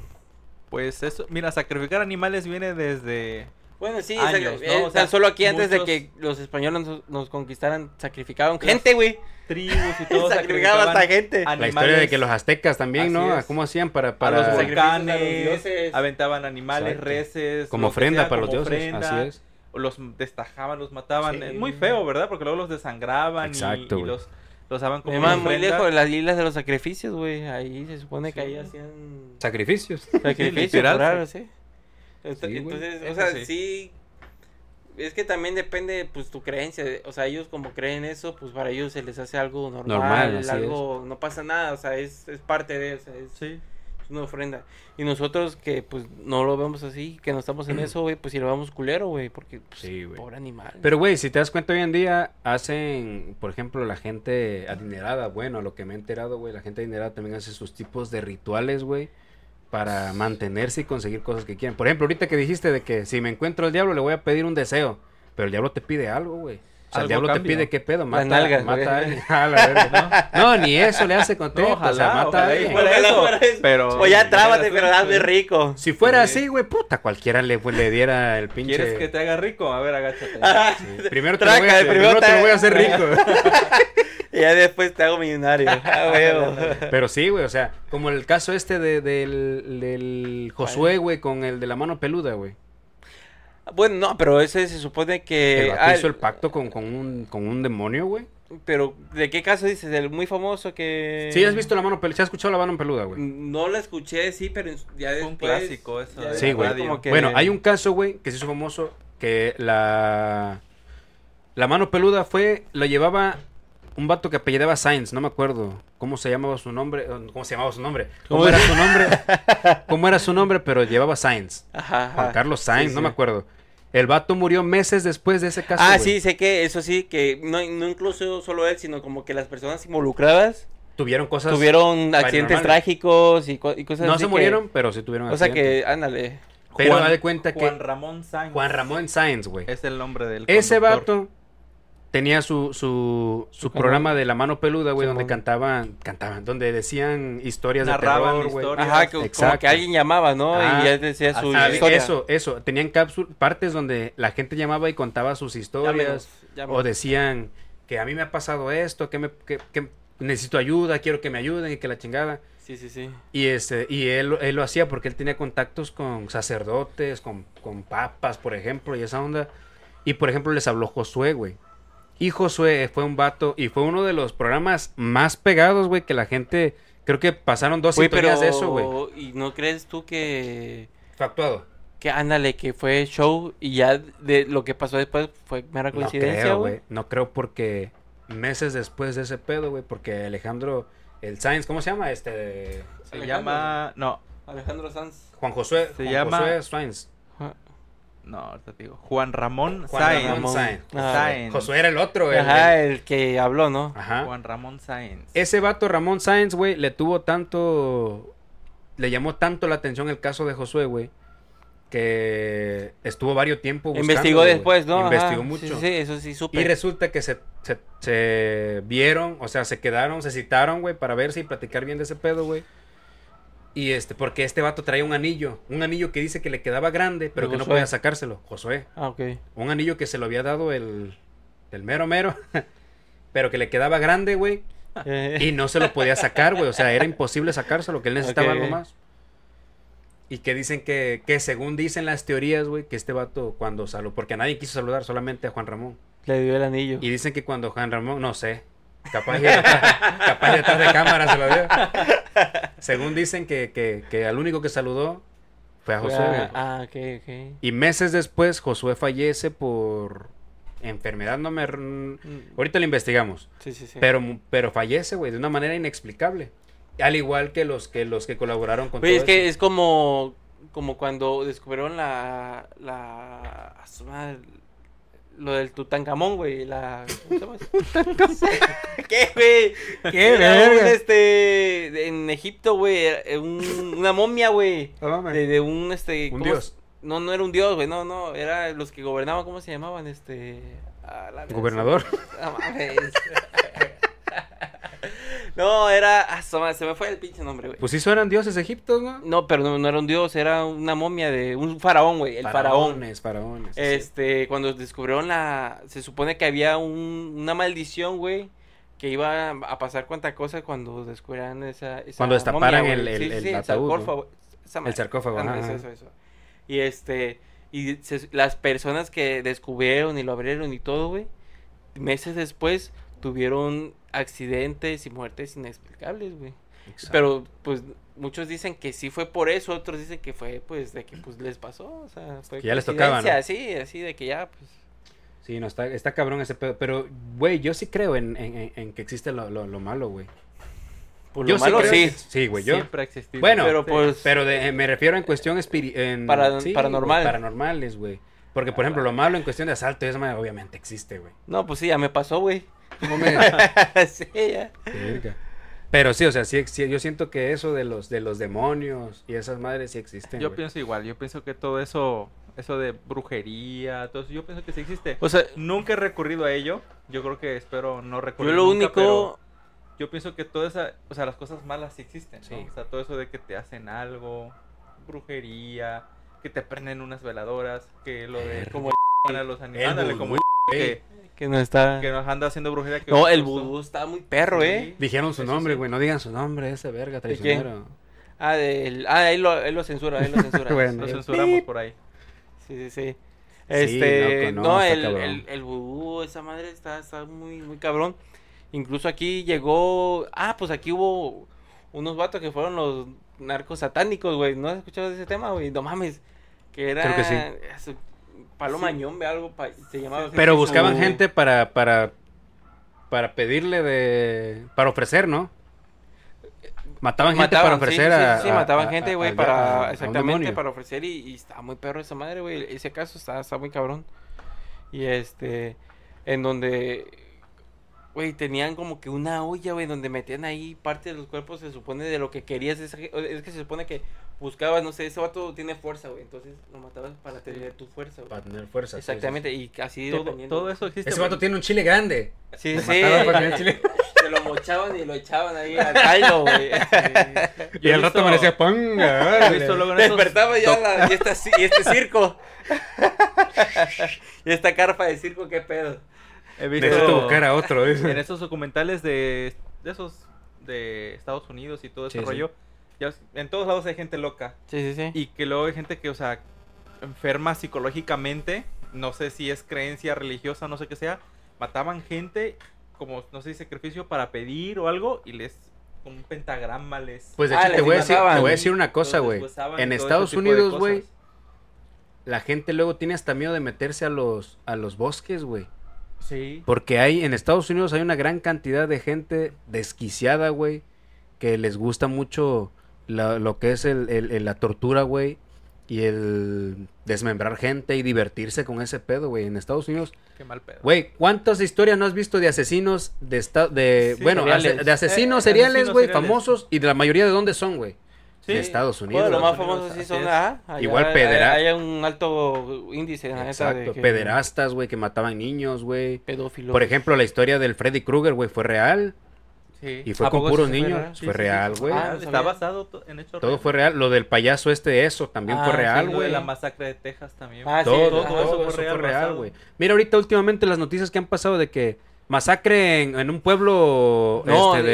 [SPEAKER 2] Pues eso, mira, sacrificar animales viene desde...
[SPEAKER 3] Bueno, sí,
[SPEAKER 2] Años,
[SPEAKER 3] sac- eh,
[SPEAKER 2] ¿no? O sea,
[SPEAKER 3] tan solo aquí antes
[SPEAKER 2] muchos-
[SPEAKER 3] de que los españoles nos, nos conquistaran, sacrificaban gente, güey.
[SPEAKER 2] Tribus y todo
[SPEAKER 3] Sacrificaban hasta gente.
[SPEAKER 1] La
[SPEAKER 2] animales.
[SPEAKER 1] historia de que los aztecas también,
[SPEAKER 2] Así
[SPEAKER 1] ¿no?
[SPEAKER 2] es.
[SPEAKER 1] ¿Cómo hacían para...
[SPEAKER 2] a
[SPEAKER 1] para...
[SPEAKER 2] los
[SPEAKER 3] sacrificios, a los
[SPEAKER 2] volcanes,
[SPEAKER 3] dioses.
[SPEAKER 2] aventaban animales,
[SPEAKER 1] Exacto.
[SPEAKER 2] reses.
[SPEAKER 1] como
[SPEAKER 2] lo que
[SPEAKER 1] ofrenda
[SPEAKER 2] sea,
[SPEAKER 1] para los
[SPEAKER 2] como
[SPEAKER 1] dioses,
[SPEAKER 2] ofrenda.
[SPEAKER 1] así es.
[SPEAKER 2] Los destajaban, los mataban.
[SPEAKER 3] Sí.
[SPEAKER 2] Es muy feo, ¿verdad? Porque luego los desangraban y-
[SPEAKER 1] Exacto,
[SPEAKER 2] y,
[SPEAKER 1] güey.
[SPEAKER 2] los, los daban como
[SPEAKER 3] Me van muy
[SPEAKER 2] ofrenda.
[SPEAKER 3] lejos de las islas de los sacrificios, güey. Ahí se supone que ahí hacían
[SPEAKER 1] Sacrificios.
[SPEAKER 3] sacrificios,
[SPEAKER 2] literal,
[SPEAKER 3] claro, sí. Ent-
[SPEAKER 1] güey.
[SPEAKER 3] Entonces, o
[SPEAKER 2] Eso
[SPEAKER 3] sea,
[SPEAKER 2] sí.
[SPEAKER 3] sí. Es que también depende, pues, tu creencia. O sea, ellos como creen eso, pues para ellos se les hace algo normal,
[SPEAKER 1] Normal, así
[SPEAKER 3] algo, no pasa nada, o sea, es, es parte de, o sea, es,
[SPEAKER 2] Sí.
[SPEAKER 3] es una ofrenda. Y nosotros que, pues, no lo vemos así, que no estamos en eso, güey, pues, si lo vemos culero, güey, porque, pues,
[SPEAKER 1] Mm. Sí, güey.
[SPEAKER 3] pobre animal.
[SPEAKER 1] Pero, güey, si te das cuenta, hoy en día hacen, por ejemplo, la gente adinerada, bueno, a lo que me he enterado, güey, la gente adinerada también hace sus tipos de rituales, güey, para mantenerse y conseguir cosas que quieren. Por ejemplo, ahorita que dijiste de que si me encuentro al diablo le voy a pedir un deseo, pero el diablo te pide algo, güey. O sea,
[SPEAKER 2] Algo
[SPEAKER 1] el diablo
[SPEAKER 2] cambia.
[SPEAKER 1] te pide qué pedo, mata,
[SPEAKER 3] nalgas,
[SPEAKER 1] mata
[SPEAKER 3] güey.
[SPEAKER 1] a alguien. Ah, la verga, no. No, ni eso le hace
[SPEAKER 2] No,
[SPEAKER 1] contento, o sea,
[SPEAKER 2] ojalá,
[SPEAKER 1] mata eh. a
[SPEAKER 2] ojalá y
[SPEAKER 1] alguien.
[SPEAKER 2] fuera
[SPEAKER 3] Ojalá
[SPEAKER 2] eso,
[SPEAKER 3] fuera eso.
[SPEAKER 2] Pero...
[SPEAKER 3] o ya trábate, pero hazme
[SPEAKER 2] de
[SPEAKER 3] rico.
[SPEAKER 1] Si fuera
[SPEAKER 2] Sí.
[SPEAKER 1] así, güey, puta, cualquiera le, le diera el pinche...
[SPEAKER 2] ¿Quieres que te haga rico? A ver, agáchate.
[SPEAKER 1] Sí. Primero te,
[SPEAKER 3] Traca,
[SPEAKER 1] lo voy a,
[SPEAKER 3] primero
[SPEAKER 1] primero te
[SPEAKER 3] te-
[SPEAKER 1] lo voy a hacer rico.
[SPEAKER 3] Y ya después te hago millonario. Ah, huevo.
[SPEAKER 1] Pero sí, güey, o sea, como el caso este de, del, del Josué, güey, con el de la mano peluda, güey.
[SPEAKER 3] Bueno, no, pero ese se supone
[SPEAKER 1] El
[SPEAKER 3] que...
[SPEAKER 1] vato
[SPEAKER 3] ah,
[SPEAKER 1] hizo el pacto con, con, un, con un demonio, güey.
[SPEAKER 3] Pero, ¿de qué caso dices? El muy famoso que...
[SPEAKER 1] Sí, has visto la mano peluda, ¿sí has escuchado la mano peluda, güey.
[SPEAKER 3] No la escuché, sí, pero en- ya
[SPEAKER 2] Fue
[SPEAKER 3] después...
[SPEAKER 2] un clásico eso
[SPEAKER 3] ya
[SPEAKER 2] de
[SPEAKER 1] Sí,
[SPEAKER 3] después
[SPEAKER 1] güey.
[SPEAKER 2] radio.
[SPEAKER 3] como que-
[SPEAKER 1] Bueno, hay un caso, güey, que se hizo famoso, que la... La mano peluda fue, la llevaba un vato que apellidaba Sainz, no me acuerdo cómo se llamaba su nombre, eh, cómo se llamaba su nombre, cómo era su nombre, cómo era su nombre, pero llevaba Sainz.
[SPEAKER 3] Ajá, ajá.
[SPEAKER 1] Juan Carlos Sainz,
[SPEAKER 3] Ah, Sí,
[SPEAKER 1] no
[SPEAKER 3] sí.
[SPEAKER 1] me acuerdo. El vato murió meses después de ese caso.
[SPEAKER 3] Ah,
[SPEAKER 1] güey.
[SPEAKER 3] sí, sé que eso sí, que no, no incluso solo él, sino como que las personas involucradas
[SPEAKER 1] Tuvieron cosas.
[SPEAKER 3] tuvieron accidentes
[SPEAKER 1] paranormales.
[SPEAKER 3] trágicos y, co- y cosas
[SPEAKER 1] no
[SPEAKER 3] así
[SPEAKER 1] se
[SPEAKER 3] que-
[SPEAKER 1] murieron, pero sí tuvieron
[SPEAKER 3] O sea
[SPEAKER 1] accidentes.
[SPEAKER 3] que, ándale.
[SPEAKER 1] Pero
[SPEAKER 2] Juan-
[SPEAKER 1] da de cuenta que
[SPEAKER 2] Juan
[SPEAKER 1] Juan,
[SPEAKER 2] Ramón Sánchez.
[SPEAKER 1] Ramón Sainz, güey.
[SPEAKER 2] Es el nombre del
[SPEAKER 1] Ese
[SPEAKER 2] conductor.
[SPEAKER 1] vato tenía su, su, su
[SPEAKER 3] canal.
[SPEAKER 1] programa de La Mano Peluda, güey, donde
[SPEAKER 3] Simón.
[SPEAKER 1] cantaban, cantaban, donde decían historias
[SPEAKER 2] Narraban
[SPEAKER 1] de terror, güey.
[SPEAKER 2] historias.
[SPEAKER 3] Ajá, que- como
[SPEAKER 1] Exacto.
[SPEAKER 3] que alguien llamaba, ¿no?
[SPEAKER 1] Ah,
[SPEAKER 3] y ya decía su
[SPEAKER 1] Ah,
[SPEAKER 3] historia.
[SPEAKER 1] eso, eso. Tenían cápsulas, partes donde la gente llamaba y contaba sus historias.
[SPEAKER 3] Llámenos, llámenos.
[SPEAKER 1] O decían que a mí me ha pasado esto, que, me, que- que necesito ayuda, quiero que me ayuden y que la chingada.
[SPEAKER 3] Sí, sí, sí.
[SPEAKER 1] Y, este, y él, él lo hacía porque él tenía contactos con sacerdotes, con, con papas, por ejemplo, y esa onda. Y por ejemplo les habló Josué, güey. Y Josué fue un vato y fue uno de los programas más pegados, güey, que la gente... Creo que pasaron dos
[SPEAKER 3] Güey,
[SPEAKER 1] historias de eso, güey.
[SPEAKER 3] ¿Y no crees tú que...
[SPEAKER 1] Fue actuado.
[SPEAKER 3] Que ándale, que fue show y ya de lo que pasó después fue mera
[SPEAKER 1] No
[SPEAKER 3] coincidencia,
[SPEAKER 1] creo,
[SPEAKER 3] güey.
[SPEAKER 1] güey. No creo porque meses después de ese pedo, güey, porque Alejandro... El Sainz, ¿cómo se llama? Este...
[SPEAKER 2] Se
[SPEAKER 3] Alejandro.
[SPEAKER 2] llama... No,
[SPEAKER 3] Alejandro Sanz.
[SPEAKER 1] Juan Josué.
[SPEAKER 2] Se
[SPEAKER 1] Juan
[SPEAKER 2] llama-
[SPEAKER 1] Josué Sainz.
[SPEAKER 2] no, ahorita te digo. Juan Ramón
[SPEAKER 1] Juan
[SPEAKER 2] Sáenz.
[SPEAKER 1] Ramón Sainz.
[SPEAKER 3] Ah,
[SPEAKER 2] Sáenz.
[SPEAKER 1] Josué era el otro, Pues, güey. Ah,
[SPEAKER 3] Ajá, el que habló, ¿no?
[SPEAKER 1] Ajá.
[SPEAKER 2] Juan Ramón Sáenz.
[SPEAKER 1] Ese vato Ramón Sáenz, güey, le tuvo tanto. Le llamó tanto la atención el caso de Josué, güey. Que estuvo varios tiempo buscando,
[SPEAKER 3] Investigó
[SPEAKER 1] güey.
[SPEAKER 3] después, ¿no? Ajá,
[SPEAKER 1] Investigó
[SPEAKER 3] sí,
[SPEAKER 1] mucho.
[SPEAKER 3] Sí, sí, eso sí supe.
[SPEAKER 1] Y resulta que se, se- se vieron, o sea, se quedaron, se citaron, güey, para verse y platicar bien de ese pedo, güey. Y este, porque este vato traía un anillo. Un anillo que dice que le quedaba grande, pero
[SPEAKER 3] De
[SPEAKER 1] que no
[SPEAKER 3] Josué.
[SPEAKER 1] podía sacárselo. Josué.
[SPEAKER 3] Ah, ok.
[SPEAKER 1] Un anillo que se lo había dado el, el mero mero. pero que le quedaba grande, güey.
[SPEAKER 3] Eh,
[SPEAKER 1] Y no se lo podía sacar, güey. O sea, era imposible sacárselo, que él necesitaba
[SPEAKER 3] Ok.
[SPEAKER 1] algo más. Y que dicen que, que según dicen las teorías, güey, que este vato cuando saludó, porque nadie quiso saludar, solamente a Juan Ramón.
[SPEAKER 3] le dio el anillo.
[SPEAKER 1] Y dicen que cuando Juan Ramón, no sé, capaz que capaz que detrás de cámara se lo dio. Según dicen que, que, que al único que saludó fue a
[SPEAKER 3] Fue
[SPEAKER 1] Josué.
[SPEAKER 3] a-
[SPEAKER 1] güey.
[SPEAKER 3] Ah, ok, ok.
[SPEAKER 1] Y meses después Josué fallece por enfermedad, no me...
[SPEAKER 3] Mm,
[SPEAKER 1] Ahorita lo investigamos.
[SPEAKER 3] Sí, sí, sí.
[SPEAKER 1] Pero, mu- pero fallece, güey, de una manera inexplicable. Al igual que los que los que colaboraron con
[SPEAKER 3] Oye,
[SPEAKER 1] todo
[SPEAKER 3] es que
[SPEAKER 1] eso.
[SPEAKER 3] es como, como cuando descubrieron la, la, a su madre, lo del Tutankamón, güey, la, ¿cómo se llama eso? ¿Qué, güey?
[SPEAKER 1] Qué
[SPEAKER 3] Era un,
[SPEAKER 1] verga.
[SPEAKER 3] este, de- en Egipto, güey, era un- una momia, güey, de, de un, este,
[SPEAKER 1] Un
[SPEAKER 3] ¿cómo
[SPEAKER 1] dios.
[SPEAKER 3] se- No, no era un dios, güey, no, no, era los que gobernaban, ¿cómo se llamaban, este? a la-
[SPEAKER 1] Gobernador.
[SPEAKER 3] No mames. No, era. Ah, su madre, se me fue el pinche nombre, güey.
[SPEAKER 1] Pues eso eran dioses egiptos, ¿no?
[SPEAKER 3] No, pero no, no era un dios, era una momia de un faraón, güey. El faraón.
[SPEAKER 1] Faraones, faraones. sí.
[SPEAKER 3] Este, cuando descubrieron la. Se supone que había un- una maldición, güey. Que iba a pasar cuánta cosa cuando descubrieran esa. esa
[SPEAKER 1] Cuando destaparan
[SPEAKER 3] momia,
[SPEAKER 1] el-
[SPEAKER 3] güey.
[SPEAKER 1] el- el
[SPEAKER 3] el
[SPEAKER 1] ataúd,
[SPEAKER 3] sarcófago,
[SPEAKER 1] ¿no?
[SPEAKER 3] güey. Esa
[SPEAKER 1] El
[SPEAKER 3] madre.
[SPEAKER 1] sarcófago, ajá,
[SPEAKER 3] Ándale,
[SPEAKER 1] ajá.
[SPEAKER 3] eso, eso. Y este. Y se- las personas que descubrieron y lo abrieron y todo, güey. Meses después tuvieron accidentes y muertes inexplicables, güey.
[SPEAKER 1] Exacto.
[SPEAKER 3] Pero, pues, muchos dicen que sí fue por eso, otros dicen que fue, pues, de que pues les pasó, o sea, fue
[SPEAKER 1] Que ya les tocaba,
[SPEAKER 3] coincidencia, así, así, de que ya, pues,
[SPEAKER 1] Sí, no, está, está cabrón ese pedo. Pero, güey, yo sí creo en, en- en- en que existe lo, lo- lo malo, güey.
[SPEAKER 3] por
[SPEAKER 1] Yo
[SPEAKER 3] lo malo,
[SPEAKER 1] creo que-
[SPEAKER 3] sí,
[SPEAKER 1] Sí, güey, yo.
[SPEAKER 2] Siempre ha existido.
[SPEAKER 1] Bueno,
[SPEAKER 3] pero,
[SPEAKER 2] Sí.
[SPEAKER 3] pues,
[SPEAKER 1] Pero de- eh, me refiero en cuestión espiri- en-
[SPEAKER 3] Para-
[SPEAKER 1] sí,
[SPEAKER 3] paranormal. Ah,
[SPEAKER 1] güey, paranormales, güey. Porque, por ejemplo, lo malo en cuestión de asalto, eso obviamente existe, güey.
[SPEAKER 3] no, pues sí, ya me pasó, güey,
[SPEAKER 1] No me-
[SPEAKER 3] sí, ya,
[SPEAKER 1] Verga. Pero sí, o sea, sí, ex- sí, yo siento que eso de los, de los demonios y esas madres sí existen.
[SPEAKER 2] Yo
[SPEAKER 1] güey.
[SPEAKER 2] pienso igual, yo pienso que todo eso, eso de brujería, todo eso, yo pienso que sí existe.
[SPEAKER 3] o sea,
[SPEAKER 2] Nunca he recurrido a ello, yo creo que espero no
[SPEAKER 3] yo
[SPEAKER 2] recurrir
[SPEAKER 3] lo
[SPEAKER 2] nunca,
[SPEAKER 3] único,
[SPEAKER 2] pero yo pienso que todas esa, o sea, las cosas malas sí existen, ¿no?
[SPEAKER 1] Sí.
[SPEAKER 2] O sea, todo eso de que te hacen algo, brujería, que te prenden unas veladoras, que lo de
[SPEAKER 3] como
[SPEAKER 2] a los
[SPEAKER 1] El
[SPEAKER 2] animales, ándale, como
[SPEAKER 1] vudú,
[SPEAKER 2] que,
[SPEAKER 3] que no está,
[SPEAKER 2] que nos anda haciendo brujería. Que
[SPEAKER 3] no, el
[SPEAKER 2] justo-
[SPEAKER 3] vudú está muy perro,
[SPEAKER 2] Sí.
[SPEAKER 3] eh,
[SPEAKER 1] Dijeron su
[SPEAKER 2] Eso
[SPEAKER 1] nombre,
[SPEAKER 2] sí.
[SPEAKER 1] güey. No digan su nombre, ese verga
[SPEAKER 3] quién?
[SPEAKER 1] traicionero.
[SPEAKER 3] ah, del, ah, él lo, él lo censura, él lo censura,
[SPEAKER 1] Bueno.
[SPEAKER 2] Lo
[SPEAKER 1] Pip.
[SPEAKER 2] censuramos por ahí.
[SPEAKER 3] sí, sí, sí, este,
[SPEAKER 1] loco,
[SPEAKER 3] no,
[SPEAKER 1] no, está
[SPEAKER 3] el,
[SPEAKER 1] cabrón.
[SPEAKER 3] el, el vudú, esa madre está, está muy, muy cabrón. Incluso aquí llegó, ah, pues aquí hubo unos vatos que fueron los narcos satánicos, güey. ¿No has escuchado de ese tema, güey? No mames. Que era
[SPEAKER 1] Creo que sí.
[SPEAKER 3] su- Paloma Ñombe, algo pa- se llamaba.
[SPEAKER 1] Pero
[SPEAKER 3] Su-
[SPEAKER 1] buscaban gente para, para, para pedirle de... Para ofrecer, ¿no? Mataban gente para
[SPEAKER 3] Mataban, sí,
[SPEAKER 1] ofrecer
[SPEAKER 3] sí,
[SPEAKER 1] a...
[SPEAKER 3] sí, sí,
[SPEAKER 1] a-
[SPEAKER 3] mataban
[SPEAKER 1] a-
[SPEAKER 3] gente,
[SPEAKER 1] a-
[SPEAKER 3] güey,
[SPEAKER 1] al-
[SPEAKER 3] para,
[SPEAKER 1] a- a un
[SPEAKER 3] exactamente,
[SPEAKER 1] demonio.
[SPEAKER 3] para ofrecer y, y estaba muy perro esa madre, güey, ese caso está, está muy cabrón, y este, en donde, güey, tenían como que una olla, güey, donde metían ahí parte de los cuerpos, se supone, de lo que querías, esa ge- o- es, que se supone que buscabas, no sé, ese vato tiene fuerza, güey, entonces lo matabas para tener tu fuerza, güey,
[SPEAKER 1] Para tener fuerza. sí, sí, sí.
[SPEAKER 3] exactamente, y así
[SPEAKER 2] Todo,
[SPEAKER 3] dependiendo.
[SPEAKER 2] todo eso existe.
[SPEAKER 1] Ese
[SPEAKER 2] pero-
[SPEAKER 1] vato tiene un chile grande.
[SPEAKER 3] Sí,
[SPEAKER 1] Lo
[SPEAKER 3] sí,
[SPEAKER 1] mataban para tener chile-
[SPEAKER 3] se lo mochaban y lo echaban ahí al caldo, güey.
[SPEAKER 1] Y
[SPEAKER 2] Yo he
[SPEAKER 1] al rato
[SPEAKER 2] visto-
[SPEAKER 1] parecía panga.
[SPEAKER 2] yo he
[SPEAKER 1] órale".
[SPEAKER 2] visto luego en esos-
[SPEAKER 3] Despertaba ya la- y, esta ci- y este circo. y esta carpa de circo, qué pedo.
[SPEAKER 2] he
[SPEAKER 1] Necesito
[SPEAKER 2] visto-
[SPEAKER 1] buscar a otro. dice.
[SPEAKER 2] en esos documentales de, de esos de Estados Unidos y todo ese
[SPEAKER 1] Sí, sí.
[SPEAKER 2] rollo, ya ves, en todos lados hay gente loca
[SPEAKER 3] Sí, sí, sí.
[SPEAKER 2] y que luego hay gente que, o sea, enferma psicológicamente, no sé si es creencia religiosa, no sé qué sea, mataban gente como no sé si sacrificio para pedir o algo y les con un pentagrama les
[SPEAKER 1] Pues de
[SPEAKER 3] Ah,
[SPEAKER 1] hecho, te
[SPEAKER 3] les
[SPEAKER 1] voy, a decir,
[SPEAKER 3] mataban.
[SPEAKER 1] te voy a decir una
[SPEAKER 2] los
[SPEAKER 1] cosa, güey.
[SPEAKER 2] deshuesaban y
[SPEAKER 1] En
[SPEAKER 2] todo ese
[SPEAKER 1] Estados
[SPEAKER 2] tipo de
[SPEAKER 1] Unidos,
[SPEAKER 2] cosas.
[SPEAKER 1] güey, la gente luego tiene hasta miedo de meterse a los, a los bosques, güey.
[SPEAKER 2] Sí.
[SPEAKER 1] Porque hay, en Estados Unidos hay una gran cantidad de gente desquiciada, güey, que les gusta mucho la- lo que es el- el- el- la tortura, güey, y el desmembrar gente y divertirse con ese pedo, güey. En Estados Unidos,
[SPEAKER 2] Qué mal pedo.
[SPEAKER 1] güey, ¿cuántas historias no has visto de asesinos de, esta- de
[SPEAKER 2] Sí,
[SPEAKER 1] bueno,
[SPEAKER 3] seriales.
[SPEAKER 1] ase- de asesinos
[SPEAKER 2] Eh,
[SPEAKER 1] seriales,
[SPEAKER 2] asesinos
[SPEAKER 1] güey,
[SPEAKER 2] seriales.
[SPEAKER 1] famosos y de la mayoría de dónde son, güey?
[SPEAKER 2] Sí.
[SPEAKER 1] De Estados Unidos.
[SPEAKER 3] Bueno, lo
[SPEAKER 1] güey.
[SPEAKER 3] más famoso
[SPEAKER 2] Unidos,
[SPEAKER 3] sí
[SPEAKER 2] así
[SPEAKER 3] son.
[SPEAKER 2] es.
[SPEAKER 3] ah, allá
[SPEAKER 1] Igual
[SPEAKER 3] hay-
[SPEAKER 1] pedera-
[SPEAKER 3] Hay, un alto índice,
[SPEAKER 2] Ah,
[SPEAKER 3] la neta, de
[SPEAKER 1] Exacto,
[SPEAKER 3] que-
[SPEAKER 1] pederastas, güey, que mataban niños, güey.
[SPEAKER 3] Pedófilo.
[SPEAKER 1] Por ejemplo, la historia del Freddy Krueger, güey, fue real.
[SPEAKER 2] Sí.
[SPEAKER 1] Y fue
[SPEAKER 3] ¿A
[SPEAKER 1] con
[SPEAKER 3] poco
[SPEAKER 1] puros
[SPEAKER 3] sí fue
[SPEAKER 1] niños.
[SPEAKER 3] real?
[SPEAKER 2] Sí,
[SPEAKER 1] fue
[SPEAKER 2] sí, sí,
[SPEAKER 1] real, güey.
[SPEAKER 3] Ah, no
[SPEAKER 2] está
[SPEAKER 3] sabía.
[SPEAKER 2] basado to- en hechos
[SPEAKER 1] Todo
[SPEAKER 2] reales.
[SPEAKER 1] fue real. Lo del payaso este, eso también
[SPEAKER 3] Ah,
[SPEAKER 1] fue
[SPEAKER 3] sí,
[SPEAKER 1] real,
[SPEAKER 2] Lo de
[SPEAKER 1] güey.
[SPEAKER 2] la masacre de Texas también.
[SPEAKER 3] Ah, sí,
[SPEAKER 1] todo,
[SPEAKER 3] ajá.
[SPEAKER 1] todo eso fue real,
[SPEAKER 2] basado.
[SPEAKER 1] güey. Mira, ahorita últimamente las noticias que han pasado de que masacre en, en un pueblo
[SPEAKER 3] No,
[SPEAKER 1] este,
[SPEAKER 3] de-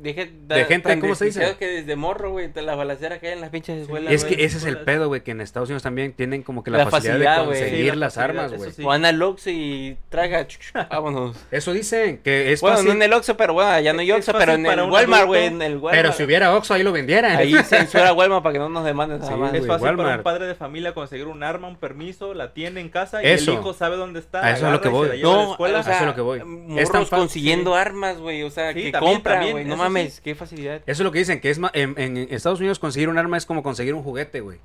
[SPEAKER 1] de...
[SPEAKER 3] Dije-
[SPEAKER 1] de gente,
[SPEAKER 3] tan
[SPEAKER 1] ¿cómo se dice?
[SPEAKER 3] desquiciado que desde morro, güey, te- las balaceras caen en las pinches escuelas.
[SPEAKER 1] Y es
[SPEAKER 3] güey.
[SPEAKER 1] que ese es el
[SPEAKER 2] escuelas.
[SPEAKER 1] pedo, güey, que en Estados Unidos también tienen como que la,
[SPEAKER 3] La
[SPEAKER 1] facilidad,
[SPEAKER 3] facilidad,
[SPEAKER 1] de
[SPEAKER 3] güey.
[SPEAKER 1] conseguir
[SPEAKER 2] Sí, la
[SPEAKER 1] las
[SPEAKER 2] facilidad,
[SPEAKER 1] armas,
[SPEAKER 2] eso
[SPEAKER 1] güey.
[SPEAKER 2] sí.
[SPEAKER 3] O anda al Oxxo y traga. Vámonos.
[SPEAKER 1] Eso dicen, que es
[SPEAKER 3] Bueno,
[SPEAKER 1] fácil.
[SPEAKER 3] no en el Oxxo, pero bueno, ya no hay
[SPEAKER 2] Es
[SPEAKER 3] Oxxo,
[SPEAKER 2] fácil
[SPEAKER 3] pero en el
[SPEAKER 2] para un
[SPEAKER 3] Walmart,
[SPEAKER 2] adulto,
[SPEAKER 3] güey, en el Walmart.
[SPEAKER 1] Pero si hubiera Oxxo, ahí lo vendieran.
[SPEAKER 3] Ahí censura Walmart para que no nos demanden nada
[SPEAKER 1] Sí,
[SPEAKER 3] más.
[SPEAKER 2] Es
[SPEAKER 1] güey,
[SPEAKER 2] fácil para
[SPEAKER 1] Walmart.
[SPEAKER 2] un padre de familia conseguir un arma, un permiso, la tiene en casa
[SPEAKER 1] Eso.
[SPEAKER 2] y el hijo sabe dónde está.
[SPEAKER 1] A eso es lo que
[SPEAKER 2] agarra
[SPEAKER 1] voy.
[SPEAKER 2] y se la lleva a la
[SPEAKER 3] No,
[SPEAKER 2] escuela.
[SPEAKER 3] o sea,
[SPEAKER 1] eso es lo que voy.
[SPEAKER 3] morros
[SPEAKER 1] Es tan fácil.
[SPEAKER 3] consiguiendo armas, güey, o sea,
[SPEAKER 2] Sí,
[SPEAKER 3] que
[SPEAKER 2] también,
[SPEAKER 3] compra,
[SPEAKER 2] también,
[SPEAKER 3] güey, no
[SPEAKER 2] eso
[SPEAKER 3] mames,
[SPEAKER 2] sí.
[SPEAKER 3] qué facilidad.
[SPEAKER 1] Eso es lo que dicen, que es ma- en, en Estados Unidos conseguir un arma es como conseguir un juguete, güey.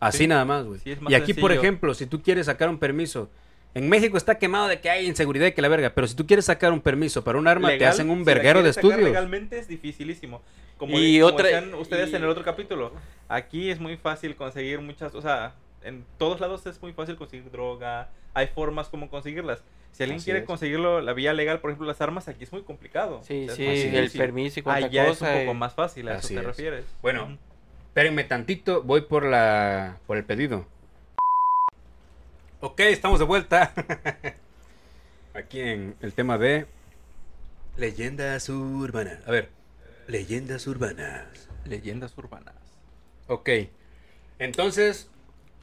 [SPEAKER 1] Así
[SPEAKER 2] Sí.
[SPEAKER 1] nada más, güey.
[SPEAKER 2] Sí, es más
[SPEAKER 1] y aquí, por
[SPEAKER 2] sencillo.
[SPEAKER 1] ejemplo, si tú quieres sacar un permiso, en México está quemado de que hay inseguridad y que la verga, pero si tú quieres sacar un permiso para un arma, te
[SPEAKER 2] Legal,
[SPEAKER 1] hacen
[SPEAKER 2] si
[SPEAKER 1] un
[SPEAKER 2] la
[SPEAKER 1] verguero de
[SPEAKER 2] quieres sacar
[SPEAKER 1] estudios.
[SPEAKER 2] Legalmente es dificilísimo. Como,
[SPEAKER 3] Y
[SPEAKER 2] como
[SPEAKER 3] otra-
[SPEAKER 2] decían ustedes
[SPEAKER 3] y-
[SPEAKER 2] en el otro capítulo, aquí es muy fácil conseguir muchas, o sea, en todos lados es muy fácil conseguir droga, hay formas como conseguirlas. Si alguien
[SPEAKER 1] Así
[SPEAKER 2] quiere
[SPEAKER 1] es.
[SPEAKER 2] conseguirlo, la vía legal, por ejemplo, las armas, aquí es muy complicado.
[SPEAKER 3] Sí,
[SPEAKER 2] O sea, es
[SPEAKER 3] sí,
[SPEAKER 2] más
[SPEAKER 3] el
[SPEAKER 2] difícil.
[SPEAKER 3] permiso y cuánta
[SPEAKER 2] Allá es
[SPEAKER 3] cosa. eh,
[SPEAKER 2] un poco
[SPEAKER 3] y-
[SPEAKER 2] más fácil, a eso
[SPEAKER 1] Así
[SPEAKER 2] te
[SPEAKER 1] es.
[SPEAKER 2] refieres.
[SPEAKER 1] Bueno.
[SPEAKER 2] Ujú.
[SPEAKER 1] Espérenme tantito, voy por la por el pedido. Ok, estamos de vuelta. Aquí en el tema de leyendas urbanas. A ver, leyendas urbanas.
[SPEAKER 2] leyendas urbanas.
[SPEAKER 1] Ok. Entonces,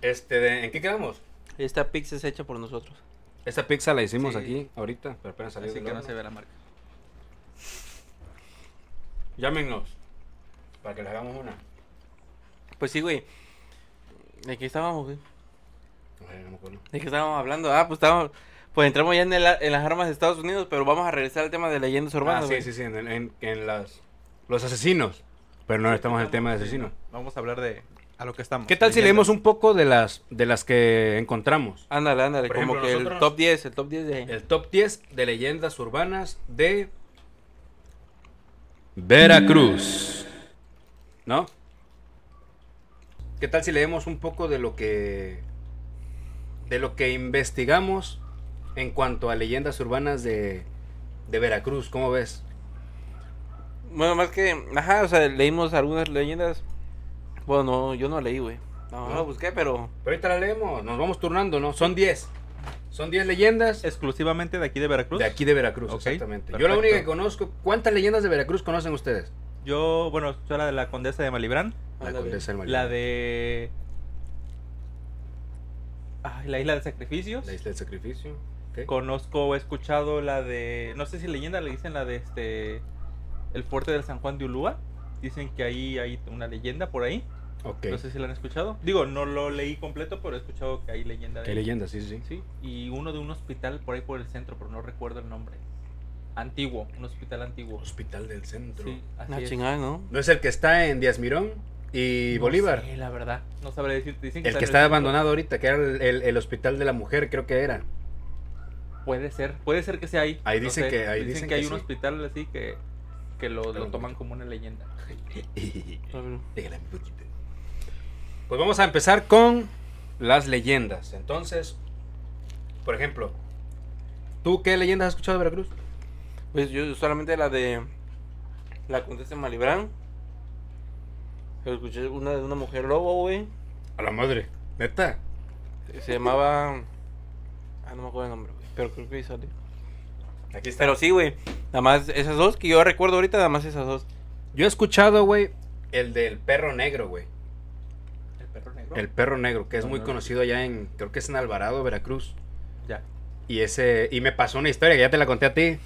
[SPEAKER 1] este, de- ¿en qué quedamos?
[SPEAKER 3] Esta pizza es hecha por nosotros.
[SPEAKER 1] Esta pizza la hicimos
[SPEAKER 2] Sí.
[SPEAKER 1] aquí ahorita, pero apenas salió.
[SPEAKER 2] Así
[SPEAKER 1] del
[SPEAKER 2] que no
[SPEAKER 1] horno.
[SPEAKER 2] se ve la marca.
[SPEAKER 1] Llámenos para que les hagamos una.
[SPEAKER 3] Pues sí, güey. ¿De qué estábamos, güey?
[SPEAKER 1] Ay, no me acuerdo.
[SPEAKER 3] ¿De qué estábamos hablando? Ah, pues estábamos. Pues entramos ya en, el a- en las armas de Estados Unidos, pero vamos a regresar al tema de leyendas urbanas.
[SPEAKER 1] Ah, sí,
[SPEAKER 3] güey.
[SPEAKER 1] sí, sí, en, en- en las los asesinos. Pero no estamos en el tema de
[SPEAKER 2] Sí,
[SPEAKER 1] asesinos.
[SPEAKER 2] Vamos a hablar de a lo que estamos.
[SPEAKER 1] ¿Qué tal si leemos
[SPEAKER 2] Leyendas.
[SPEAKER 1] un poco de las de las que encontramos?
[SPEAKER 3] Ándale, ándale,
[SPEAKER 1] Por
[SPEAKER 3] como
[SPEAKER 1] ejemplo,
[SPEAKER 3] que el
[SPEAKER 1] nosotros-
[SPEAKER 3] top 10, el top 10 de.
[SPEAKER 1] El top 10 de leyendas urbanas de Veracruz. ¿No? ¿Qué tal si leemos un poco de lo que de lo que investigamos en cuanto a leyendas urbanas de, de Veracruz? ¿Cómo ves?
[SPEAKER 3] Bueno, más que. Ajá, o sea, leímos algunas leyendas. Bueno, no, yo no leí, güey. No,
[SPEAKER 1] ¿No?
[SPEAKER 3] no lo busqué, pero.
[SPEAKER 1] Pero ahorita la leemos, nos vamos turnando, ¿no? Son 10. Son 10 leyendas
[SPEAKER 2] exclusivamente de aquí de Veracruz?
[SPEAKER 1] de aquí de Veracruz,
[SPEAKER 2] Ok,
[SPEAKER 1] exactamente. Yo la
[SPEAKER 2] perfecto.
[SPEAKER 1] única que conozco, ¿cuántas leyendas de Veracruz conocen ustedes?
[SPEAKER 2] Yo, bueno, yo la de la condesa de Malibrán,
[SPEAKER 1] La
[SPEAKER 3] ándale.
[SPEAKER 1] Condesa del Malibu.
[SPEAKER 2] Ah, la de Ay, la isla de sacrificios.
[SPEAKER 1] La isla del sacrificio. ok.
[SPEAKER 2] Conozco o he escuchado la de no sé si leyenda le dicen la de este el fuerte del San Juan de Ulúa. Dicen que ahí hay una leyenda por ahí.
[SPEAKER 1] Ok.
[SPEAKER 2] No sé si la han escuchado. Digo, no lo leí completo, pero he escuchado que hay leyenda de
[SPEAKER 1] Qué
[SPEAKER 2] ahí.
[SPEAKER 1] leyenda, sí, sí.
[SPEAKER 2] Sí, y uno de un hospital por ahí por el centro, pero no recuerdo el nombre. Antiguo, un hospital antiguo.
[SPEAKER 1] Hospital del Centro.
[SPEAKER 2] Sí, así
[SPEAKER 3] Una
[SPEAKER 2] es.
[SPEAKER 3] chingada, ¿no?
[SPEAKER 1] ¿No es el que está en Díaz Mirón y
[SPEAKER 2] No
[SPEAKER 1] Bolívar?
[SPEAKER 2] sé, la verdad. No sabré decirte. Dicen
[SPEAKER 1] El
[SPEAKER 2] en
[SPEAKER 1] que
[SPEAKER 2] el
[SPEAKER 1] está
[SPEAKER 2] centro.
[SPEAKER 1] abandonado ahorita, que era el, el- el Hospital de la Mujer, creo que era.
[SPEAKER 2] Puede ser, puede ser que sea ahí.
[SPEAKER 1] Ahí dicen que- ahí dicen que
[SPEAKER 2] hay un
[SPEAKER 1] sí.
[SPEAKER 2] hospital así que, que lo,
[SPEAKER 1] Espera
[SPEAKER 2] lo
[SPEAKER 1] un
[SPEAKER 2] toman como una leyenda.
[SPEAKER 1] Pues vamos a empezar con las leyendas. Entonces, por ejemplo, ¿tú qué leyendas has escuchado de Veracruz?
[SPEAKER 3] Pues yo solamente la de. La Condesa de Malibrán. Escuché una de una mujer lobo, güey.
[SPEAKER 1] A la madre. ¿Neta?
[SPEAKER 3] Se llamaba. Ah, no me acuerdo el nombre, güey. Pero creo que ahí sale.
[SPEAKER 1] Aquí está.
[SPEAKER 3] Pero sí, güey. Nada más esas dos que yo recuerdo ahorita, nada más esas dos.
[SPEAKER 1] Yo he escuchado, güey, el del perro negro, güey.
[SPEAKER 2] El perro negro.
[SPEAKER 1] El perro negro, que es
[SPEAKER 2] No,
[SPEAKER 1] muy
[SPEAKER 2] no, no.
[SPEAKER 1] conocido allá en, creo que es en Alvarado, Veracruz.
[SPEAKER 2] Ya.
[SPEAKER 1] Y ese, y me pasó una historia que ya te la conté a ti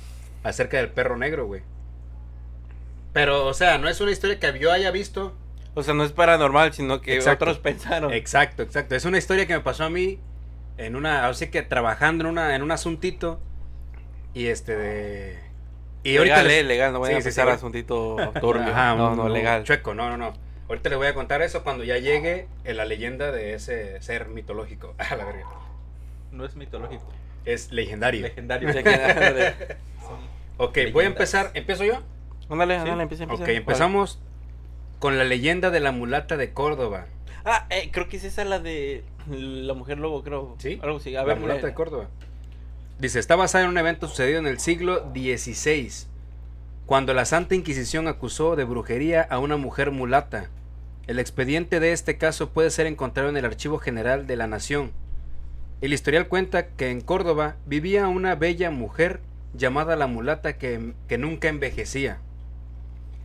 [SPEAKER 1] acerca del perro negro, güey. Pero, o sea, no es una historia que yo haya visto.
[SPEAKER 3] O sea, no es paranormal, sino que
[SPEAKER 1] Exacto.
[SPEAKER 3] otros pensaron.
[SPEAKER 1] Exacto, exacto. Es una historia que me pasó a mí en una, así que trabajando en una, en un asuntito y este de. Y
[SPEAKER 3] legal,
[SPEAKER 1] les-
[SPEAKER 3] eh, legal, no voy
[SPEAKER 1] Sí,
[SPEAKER 3] a
[SPEAKER 1] sí, sí,
[SPEAKER 3] empezar
[SPEAKER 1] güey.
[SPEAKER 3] asuntito turbio.
[SPEAKER 1] Ajá,
[SPEAKER 3] no,
[SPEAKER 1] un-
[SPEAKER 3] no,
[SPEAKER 1] un
[SPEAKER 3] legal.
[SPEAKER 1] Chueco, no, no, no. Ahorita les voy a contar eso cuando ya llegue eh, la leyenda de ese ser mitológico. A la verga.
[SPEAKER 2] No es mitológico.
[SPEAKER 1] Es legendario.
[SPEAKER 2] Legendario.
[SPEAKER 3] Se queda-
[SPEAKER 1] Ok, voy a
[SPEAKER 2] Leyendas.
[SPEAKER 1] empezar. ¿Empiezo yo?
[SPEAKER 3] Ándale,
[SPEAKER 2] Sí.
[SPEAKER 3] ándale, empieza, empieza.
[SPEAKER 1] Ok, empezamos con la leyenda de la mulata de Córdoba.
[SPEAKER 3] Ah, eh, creo que es esa la de la mujer lobo, creo.
[SPEAKER 1] Sí,
[SPEAKER 3] Algo así. A
[SPEAKER 1] la
[SPEAKER 3] ver,
[SPEAKER 1] mulata
[SPEAKER 3] lee.
[SPEAKER 1] de Córdoba. Dice, está basada en un evento sucedido en el siglo XVI, cuando la Santa Inquisición acusó de brujería a una mujer mulata. El expediente de este caso puede ser encontrado en el Archivo General de la Nación. El historial cuenta que en Córdoba vivía una bella mujer llamada la mulata que, que nunca envejecía.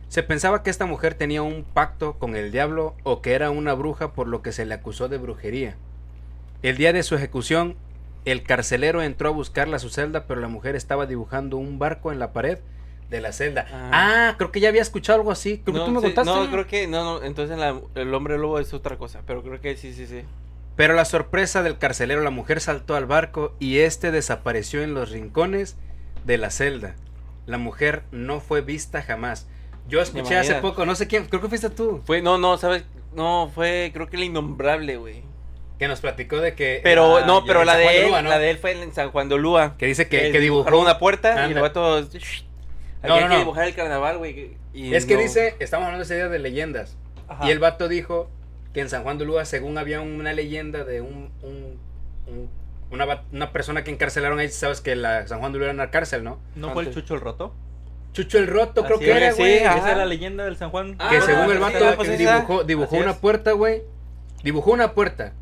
[SPEAKER 1] Se pensaba que esta mujer tenía un pacto con el diablo o que era una bruja por lo que se le acusó de brujería. El día de su ejecución, el carcelero entró a buscarla a su celda, pero la mujer estaba dibujando un barco en la pared de la celda. Ah,
[SPEAKER 3] Ah.
[SPEAKER 1] creo que ya había escuchado algo así. Creo que tú me
[SPEAKER 3] sí,
[SPEAKER 1] contaste.
[SPEAKER 3] No, creo que. No, no, entonces la- el hombre lobo es otra cosa. Pero creo que sí, sí, sí.
[SPEAKER 1] Pero la sorpresa del carcelero, la mujer saltó al barco y este desapareció en los rincones de la celda. La mujer no fue vista jamás. Yo escuché hace
[SPEAKER 3] manera.
[SPEAKER 1] poco, no sé quién, creo que fuiste tú,
[SPEAKER 3] Fue, no, no, ¿sabes? No, fue, creo que el innombrable, güey.
[SPEAKER 1] que nos platicó de que.
[SPEAKER 3] Pero,
[SPEAKER 1] Ah,
[SPEAKER 3] no,
[SPEAKER 1] ya,
[SPEAKER 3] pero
[SPEAKER 1] en
[SPEAKER 3] la
[SPEAKER 1] San Juan
[SPEAKER 3] de él,
[SPEAKER 1] Lua, ¿no?
[SPEAKER 3] la de él fue en San Juan de Olúa.
[SPEAKER 1] Que dice que, que dibujó.
[SPEAKER 3] dibujaron una puerta y
[SPEAKER 1] Anda.
[SPEAKER 3] el vato. Aquí
[SPEAKER 1] No,
[SPEAKER 3] hay
[SPEAKER 1] no,
[SPEAKER 3] que
[SPEAKER 1] no.
[SPEAKER 3] dibujar el carnaval, güey. y
[SPEAKER 1] Es que
[SPEAKER 3] no.
[SPEAKER 1] dice, estamos hablando ese día de leyendas.
[SPEAKER 2] Ajá.
[SPEAKER 1] Y el vato dijo que en San Juan de Lua, según había una leyenda de un, un- un- una, va- una persona que encarcelaron ahí, sabes que la San Juan de Lua era una cárcel, ¿no?
[SPEAKER 2] ¿No fue el
[SPEAKER 3] Antes.
[SPEAKER 2] Chucho el Roto?
[SPEAKER 1] Chucho el Roto, creo
[SPEAKER 2] Así
[SPEAKER 1] que
[SPEAKER 2] es,
[SPEAKER 1] era,
[SPEAKER 3] sí,
[SPEAKER 1] güey.
[SPEAKER 3] ah,
[SPEAKER 1] ajá.
[SPEAKER 2] Esa es la leyenda del San Juan.
[SPEAKER 1] que
[SPEAKER 3] Ah,
[SPEAKER 1] según el
[SPEAKER 3] pues
[SPEAKER 1] vato
[SPEAKER 3] esa, pues esa.
[SPEAKER 1] dibujó, dibujó
[SPEAKER 2] Así
[SPEAKER 1] una
[SPEAKER 2] es.
[SPEAKER 1] puerta, güey. Dibujó una puerta.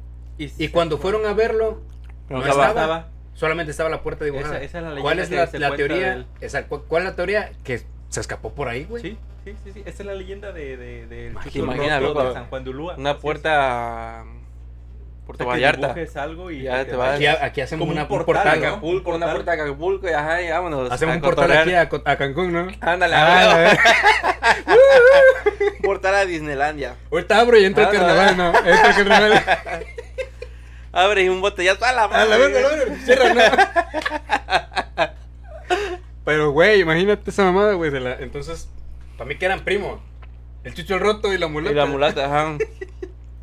[SPEAKER 1] Y cuando fueron a verlo,
[SPEAKER 3] No
[SPEAKER 1] no
[SPEAKER 2] estaba.
[SPEAKER 1] estaba. solamente estaba la puerta dibujada.
[SPEAKER 2] Esa- esa es la leyenda
[SPEAKER 1] ¿Cuál es
[SPEAKER 2] que
[SPEAKER 1] la,
[SPEAKER 2] se
[SPEAKER 1] la
[SPEAKER 2] cuenta
[SPEAKER 1] teoría?
[SPEAKER 2] del-
[SPEAKER 1] Esa, ¿cu- ¿Cuál es la teoría? Que se escapó por ahí, güey.
[SPEAKER 2] Sí, sí, sí, sí. Esa es la leyenda de, de, del
[SPEAKER 3] Imagina-
[SPEAKER 2] Chucho el
[SPEAKER 3] imagina,
[SPEAKER 2] Roto
[SPEAKER 3] loco,
[SPEAKER 2] de San Juan de Ulúa. Así
[SPEAKER 3] Una
[SPEAKER 2] es.
[SPEAKER 3] puerta. um,
[SPEAKER 2] O
[SPEAKER 3] Puerto
[SPEAKER 2] sea, que
[SPEAKER 3] Vallarta.
[SPEAKER 2] dibujes algo y
[SPEAKER 3] Ya te vas.
[SPEAKER 1] Aquí, aquí hacemos
[SPEAKER 2] Como un
[SPEAKER 1] una, un
[SPEAKER 2] portal,
[SPEAKER 1] portal,
[SPEAKER 2] acá.
[SPEAKER 1] ¿no?
[SPEAKER 3] Acapulco, una puerta de Acapulco y ajá, y vámonos.
[SPEAKER 1] Hacemos
[SPEAKER 3] a
[SPEAKER 1] un portal
[SPEAKER 3] cotorrear.
[SPEAKER 1] aquí a, Co- a Cancún, ¿no?
[SPEAKER 3] Ándale,
[SPEAKER 1] Ah,
[SPEAKER 3] a
[SPEAKER 1] a
[SPEAKER 3] ver,
[SPEAKER 1] ver.
[SPEAKER 3] portal a Disneylandia.
[SPEAKER 1] Ahorita abro y entra
[SPEAKER 3] Ah,
[SPEAKER 1] el carnaval, ¿no? Entra el carnaval.
[SPEAKER 3] Abre y un botellazo a la
[SPEAKER 1] A
[SPEAKER 3] madre.
[SPEAKER 1] Ah, la verga, a la verga, Cierra, ¿no? Pero, güey, imagínate esa mamada, güey. de la- Entonces, para mí que eran primos. El chucho el roto y la mulata.
[SPEAKER 3] Y la mulata, ajá.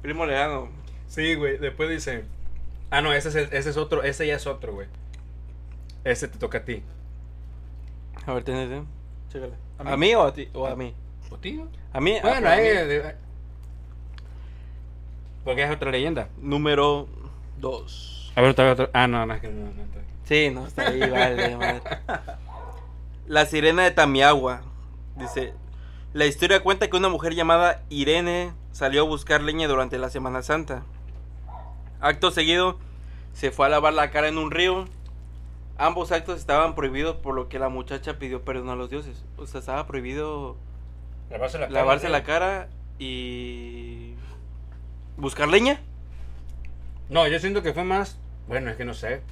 [SPEAKER 3] Primo lejano.
[SPEAKER 1] Sí, güey. Después dice. Ah, no, ese es, el- ese es otro. Ese ya es otro, güey. Ese te toca a ti.
[SPEAKER 3] A ver, tenete. Chécale.
[SPEAKER 2] ¿A
[SPEAKER 3] ¿A
[SPEAKER 2] mí?
[SPEAKER 3] mí, o a ti? O a mí.
[SPEAKER 1] ¿O tío?
[SPEAKER 3] A mí. ah,
[SPEAKER 1] Bueno,
[SPEAKER 3] a mí.
[SPEAKER 1] eh, de- Porque es otra leyenda.
[SPEAKER 3] Número 2.
[SPEAKER 1] A ver, otra vez, otra. Ah, no, no, es que no, no, no.
[SPEAKER 3] Sí, no, está ahí, vale, madre. La sirena de Tamiagua. Dice, la historia cuenta que una mujer llamada Irene salió a buscar leña durante la Semana Santa. Acto seguido, se fue a lavar la cara en un río. Ambos actos estaban prohibidos por lo que la muchacha pidió perdón a los dioses. O sea, estaba prohibido
[SPEAKER 1] Lavarse la cara.
[SPEAKER 3] lavarse
[SPEAKER 1] ¿no?
[SPEAKER 3] la cara y buscar leña.
[SPEAKER 1] No, yo siento que fue más. Bueno, es que no sé.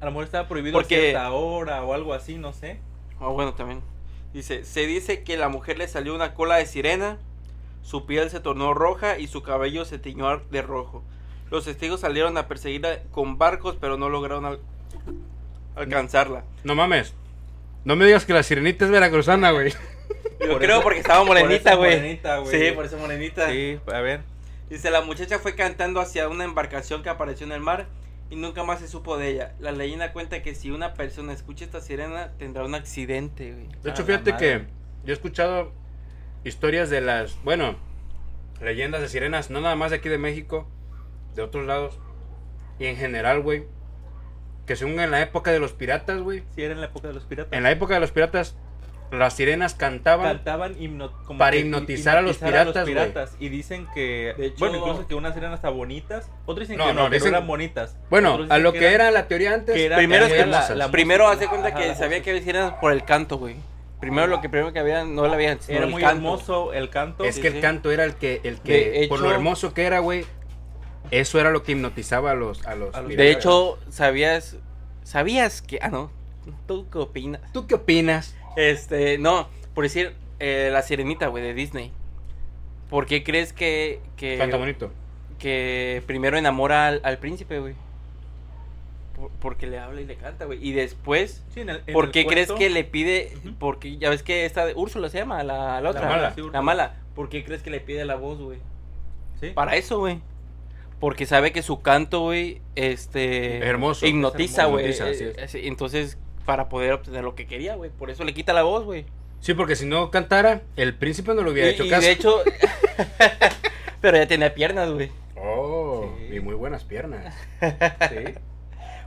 [SPEAKER 2] A lo mejor estaba prohibido
[SPEAKER 3] Porque-
[SPEAKER 2] a cierta hora o algo así, no sé.
[SPEAKER 3] Ah, bueno, también. Dice, se dice que la mujer le salió una cola de sirena, su piel se tornó roja y su cabello se tiñó ar- de rojo. Los testigos salieron a perseguirla con barcos, pero no lograron al- alcanzarla.
[SPEAKER 1] No mames. No me digas que la sirenita es veracruzana, güey.
[SPEAKER 3] Yo
[SPEAKER 2] Por
[SPEAKER 3] creo
[SPEAKER 2] eso-
[SPEAKER 3] porque estaba
[SPEAKER 2] por eso
[SPEAKER 3] morenita, güey.
[SPEAKER 2] morenita, güey.
[SPEAKER 3] Sí, por eso morenita.
[SPEAKER 2] Sí, a ver.
[SPEAKER 3] Dice, la muchacha fue cantando hacia una embarcación que apareció en el mar y nunca más se supo de ella. La leyenda cuenta que si una persona escucha esta sirena, tendrá un accidente, güey.
[SPEAKER 1] De hecho,
[SPEAKER 2] Ah, la
[SPEAKER 1] fíjate
[SPEAKER 2] madre.
[SPEAKER 1] que yo he escuchado historias de las, bueno, leyendas de sirenas, no nada más de aquí de México, de otros lados, y en general, güey, que según en la época de los piratas, güey,
[SPEAKER 2] Si era en la época de los piratas.
[SPEAKER 1] en la época de los piratas, las sirenas cantaban,
[SPEAKER 2] Cantaban hipno- como
[SPEAKER 1] Para
[SPEAKER 2] que
[SPEAKER 1] hipnotizar a los piratas, güey.
[SPEAKER 2] piratas, y dicen que
[SPEAKER 3] De hecho-
[SPEAKER 2] bueno incluso que unas eran hasta bonitas otros dicen
[SPEAKER 1] No,
[SPEAKER 2] que no,
[SPEAKER 1] no,
[SPEAKER 2] que no
[SPEAKER 1] dicen-
[SPEAKER 2] eran bonitas
[SPEAKER 1] bueno,
[SPEAKER 2] Otros
[SPEAKER 1] a
[SPEAKER 2] dicen
[SPEAKER 1] lo que
[SPEAKER 2] eran-
[SPEAKER 1] era la teoría antes,
[SPEAKER 2] que era-
[SPEAKER 3] Primero,
[SPEAKER 1] que
[SPEAKER 3] es que
[SPEAKER 1] eran
[SPEAKER 2] la-
[SPEAKER 1] musas.
[SPEAKER 2] la-
[SPEAKER 3] primero
[SPEAKER 2] música,
[SPEAKER 3] hace cuenta
[SPEAKER 2] ajá,
[SPEAKER 3] que
[SPEAKER 2] la
[SPEAKER 3] sabía
[SPEAKER 2] voz.
[SPEAKER 3] que había sirenas por el canto, güey. Primero lo que primero que había no la había
[SPEAKER 2] era muy hermoso el canto
[SPEAKER 1] es
[SPEAKER 3] sí,
[SPEAKER 1] que el
[SPEAKER 3] sí.
[SPEAKER 1] canto era el que, el
[SPEAKER 3] De
[SPEAKER 1] que por
[SPEAKER 3] hecho-
[SPEAKER 1] lo hermoso que era, güey, eso era lo que hipnotizaba a los, a los
[SPEAKER 2] A los-
[SPEAKER 1] piratas.
[SPEAKER 3] De hecho, sabías sabías que ah no, tú qué opinas?
[SPEAKER 1] ¿tú qué opinas?
[SPEAKER 3] Este, no, por decir eh, la sirenita, güey, de Disney. ¿Por qué crees que
[SPEAKER 1] Canta
[SPEAKER 3] que,
[SPEAKER 1] bonito.
[SPEAKER 3] que primero enamora al, al príncipe, güey? Por- porque le habla y le canta, güey, y después
[SPEAKER 2] Sí, en el- en
[SPEAKER 3] ¿Por
[SPEAKER 2] el
[SPEAKER 3] qué crees
[SPEAKER 2] cuento-
[SPEAKER 3] que le pide?
[SPEAKER 2] Ujú.
[SPEAKER 3] Porque ya ves que esta de Úrsula se llama, la, la otra.
[SPEAKER 1] mala.
[SPEAKER 2] Sí, Úrsula.
[SPEAKER 3] La mala. ¿Por qué crees que le pide la voz, güey?
[SPEAKER 2] Sí.
[SPEAKER 3] Para eso, güey. Porque sabe que su canto, güey, este.
[SPEAKER 1] Es hermoso.
[SPEAKER 3] Hipnotiza,
[SPEAKER 1] Es hermoso.
[SPEAKER 3] güey.
[SPEAKER 1] Hipnotiza, así
[SPEAKER 3] Eh, eh, Entonces, para poder obtener lo que quería, güey. Por eso le quita la voz, güey.
[SPEAKER 1] Sí, porque si no cantara, el príncipe no lo
[SPEAKER 3] Y,
[SPEAKER 1] hubiera hecho
[SPEAKER 3] y
[SPEAKER 1] caso.
[SPEAKER 3] de hecho. Pero ya tenía piernas, güey.
[SPEAKER 1] Oh,
[SPEAKER 2] Sí.
[SPEAKER 1] y muy buenas piernas.
[SPEAKER 2] Sí.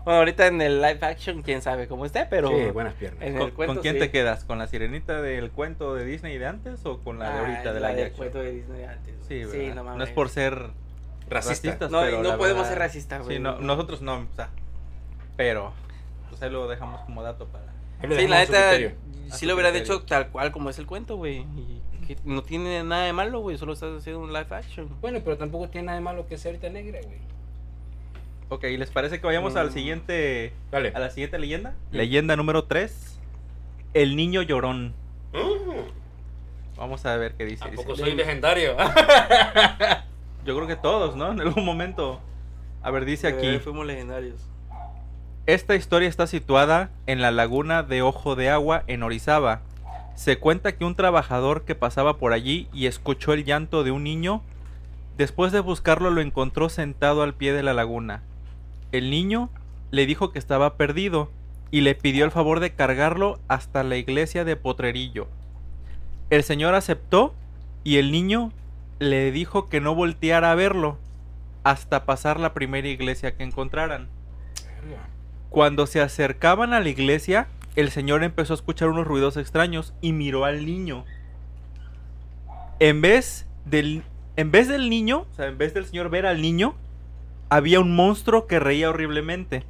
[SPEAKER 3] Bueno, ahorita en el live action, quién sabe cómo esté, pero.
[SPEAKER 1] sí, buenas piernas.
[SPEAKER 3] en
[SPEAKER 2] ¿Con,
[SPEAKER 3] el cuento.
[SPEAKER 2] con quién
[SPEAKER 3] sí.
[SPEAKER 2] te quedas? ¿Con la sirenita del cuento de Disney de antes o con la de
[SPEAKER 3] Ah,
[SPEAKER 2] ahorita de
[SPEAKER 3] la
[SPEAKER 2] la
[SPEAKER 3] del cuento de Disney antes. güey.
[SPEAKER 2] Sí,
[SPEAKER 3] no
[SPEAKER 2] ¿verdad? no,
[SPEAKER 3] mames.
[SPEAKER 2] es por ser
[SPEAKER 1] Racista.
[SPEAKER 2] racistas,
[SPEAKER 3] No, y
[SPEAKER 2] pero
[SPEAKER 3] no
[SPEAKER 2] la
[SPEAKER 3] podemos
[SPEAKER 2] verdad-
[SPEAKER 3] ser racistas, güey.
[SPEAKER 2] Sí, no, nosotros no, o sea, pero pues ahí lo dejamos como dato para
[SPEAKER 1] Ahí lo
[SPEAKER 3] Sí,
[SPEAKER 1] dejamos
[SPEAKER 3] la
[SPEAKER 1] a su
[SPEAKER 3] neta,
[SPEAKER 1] criterio.
[SPEAKER 2] A
[SPEAKER 3] sí
[SPEAKER 2] su
[SPEAKER 3] lo hubieran
[SPEAKER 2] criterio.
[SPEAKER 3] hecho tal cual como es el cuento, güey. Y que no tiene nada de malo, güey. Solo estás haciendo un live action.
[SPEAKER 1] Bueno, pero tampoco tiene nada de malo que sea ahorita negra, güey.
[SPEAKER 2] Ok, ¿les parece que vayamos al
[SPEAKER 3] Mm.
[SPEAKER 2] siguiente
[SPEAKER 1] Dale.
[SPEAKER 2] a la siguiente leyenda?
[SPEAKER 1] Mm.
[SPEAKER 2] Leyenda número 3. El niño llorón. Vamos Mm. a ver qué dice. dice.
[SPEAKER 1] Tampoco soy legendario.
[SPEAKER 2] Yo creo que todos, ¿no? En algún momento. A ver, dice
[SPEAKER 3] De verdad,
[SPEAKER 2] aquí.
[SPEAKER 3] Fuimos legendarios.
[SPEAKER 2] Esta historia está situada en la laguna de Ojo de Agua en Orizaba. Se cuenta que un trabajador que pasaba por allí y escuchó el llanto de un niño, después de buscarlo lo encontró sentado al pie de la laguna. El niño le dijo que estaba perdido y le pidió el favor de cargarlo hasta la iglesia de Potrerillo. El señor aceptó y el niño le dijo que no volteara a verlo hasta pasar la primera iglesia que encontraran. Cuando se acercaban a la iglesia, el señor empezó a escuchar unos ruidos extraños y miró al niño. En vez del, en vez del niño, o sea, en vez del señor ver al niño, había un monstruo que reía horriblemente.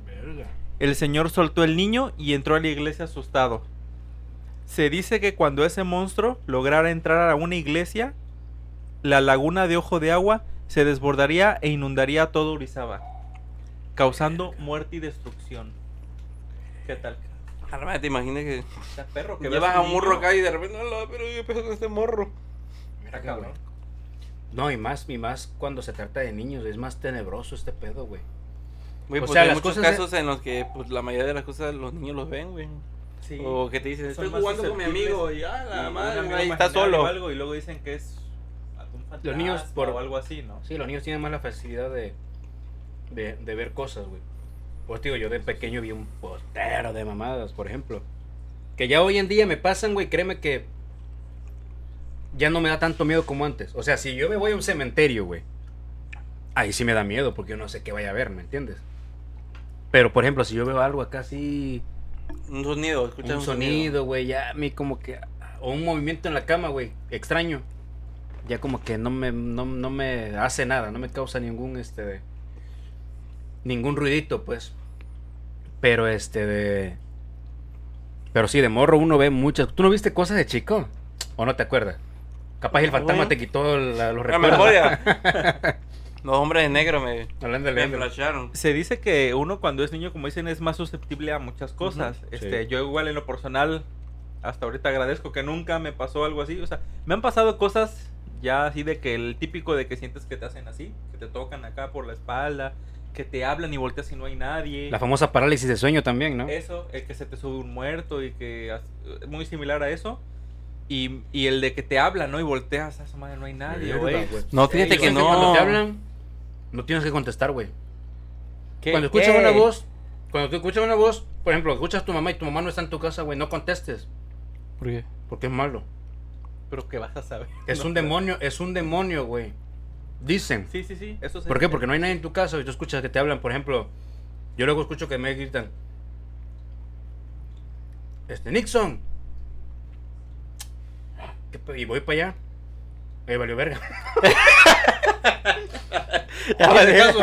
[SPEAKER 2] El señor soltó el niño y entró a la iglesia asustado. Se dice que cuando ese monstruo lograra entrar a una iglesia, la laguna de Ojo de Agua se desbordaría e inundaría todo Orizaba, causando muerte y destrucción. ¿Qué tal?
[SPEAKER 3] Arma, te imaginas que
[SPEAKER 2] Está perro que
[SPEAKER 3] llevas
[SPEAKER 2] veas
[SPEAKER 3] a un morro
[SPEAKER 2] niño.
[SPEAKER 3] acá y de repente, no, pero yo empiezo con este morro.
[SPEAKER 2] Está cabrón.
[SPEAKER 1] No, y más, y más cuando se trata de niños, es más tenebroso este pedo, güey.
[SPEAKER 3] Güey,
[SPEAKER 1] O
[SPEAKER 3] pues
[SPEAKER 1] sea,
[SPEAKER 3] hay
[SPEAKER 1] las
[SPEAKER 3] muchos
[SPEAKER 1] cosas de-
[SPEAKER 3] casos en los que pues, la mayoría de las cosas los niños los ven, güey.
[SPEAKER 2] Sí.
[SPEAKER 3] O que te dicen,
[SPEAKER 2] Son
[SPEAKER 3] estoy
[SPEAKER 2] más
[SPEAKER 3] jugando con mi
[SPEAKER 2] susceptibles.
[SPEAKER 3] amigo y ah,
[SPEAKER 2] Y
[SPEAKER 3] la
[SPEAKER 2] un
[SPEAKER 3] madre,
[SPEAKER 2] amigo
[SPEAKER 3] güey, está
[SPEAKER 2] imaginario o
[SPEAKER 3] solo.
[SPEAKER 2] algo, y luego dicen que es algún fantasma
[SPEAKER 1] Los niños por-
[SPEAKER 2] o algo así, ¿no?
[SPEAKER 1] Sí, los niños tienen más la facilidad de, de, de ver cosas, güey. Pues digo, yo de pequeño vi un potero de mamadas, por ejemplo. Que ya hoy en día me pasan, güey, créeme que ya no me da tanto miedo como antes. O sea, si yo me voy a un cementerio, güey, ahí sí me da miedo porque yo no sé qué vaya a ver, ¿me entiendes? Pero, por ejemplo, si yo veo algo acá así,
[SPEAKER 3] Un sonido, escuchas
[SPEAKER 1] un sonido, güey, ya a mí como que... O un movimiento en la cama, güey, extraño. Ya como que no me, no, no me hace nada, no me causa ningún, este, de- ningún ruidito, pues. Pero, este, de... Pero sí, de morro uno ve muchas... ¿Tú no viste cosas de chico? ¿O no te acuerdas? Capaz el fantasma
[SPEAKER 3] Bueno.
[SPEAKER 1] te quitó la- los
[SPEAKER 3] La
[SPEAKER 1] recuerdos.
[SPEAKER 3] Ah, memoria. los hombres de negro me,
[SPEAKER 1] Hablando
[SPEAKER 3] me
[SPEAKER 1] de
[SPEAKER 3] flashearon.
[SPEAKER 2] Se dice que uno cuando es niño, como dicen, es más susceptible a muchas cosas. Este,
[SPEAKER 1] sí.
[SPEAKER 2] yo igual en lo personal, hasta ahorita agradezco que nunca me pasó algo así. O sea, me han pasado cosas ya así de que el típico de que sientes que te hacen así, que te tocan acá por la espalda, que te hablan y volteas y no hay nadie.
[SPEAKER 1] La famosa parálisis de sueño también, ¿no?
[SPEAKER 2] Eso, el que se te sube un muerto y que as- eh, muy similar a eso. Y, y el de que te habla, ¿no? Y volteas, a su madre, no hay nadie.
[SPEAKER 1] Mierda,
[SPEAKER 2] güey.
[SPEAKER 1] güey.
[SPEAKER 3] No, fíjate
[SPEAKER 1] Yo
[SPEAKER 3] que
[SPEAKER 1] sé Cuando
[SPEAKER 3] no.
[SPEAKER 1] te hablan, no tienes que contestar, güey.
[SPEAKER 3] ¿Qué?
[SPEAKER 1] Cuando escuchas
[SPEAKER 3] ¿Qué?
[SPEAKER 1] una voz, cuando tú escuchas una voz, por ejemplo, escuchas a tu mamá y tu mamá no está en tu casa, güey, no contestes,
[SPEAKER 3] ¿Por qué?
[SPEAKER 1] porque es malo.
[SPEAKER 2] Pero que vas a saber.
[SPEAKER 1] Es
[SPEAKER 2] ¿no?
[SPEAKER 1] un demonio, es un demonio, güey. Dicen.
[SPEAKER 2] Sí, sí, sí. Eso se
[SPEAKER 1] ¿Por qué? Porque no hay nadie en tu casa y tú escuchas que te hablan, por ejemplo, yo luego escucho que me gritan Este Nixon. ¿Qué pe- Y voy para allá. Eh, valió verga.
[SPEAKER 3] Ya
[SPEAKER 1] En
[SPEAKER 3] valió.
[SPEAKER 1] este caso,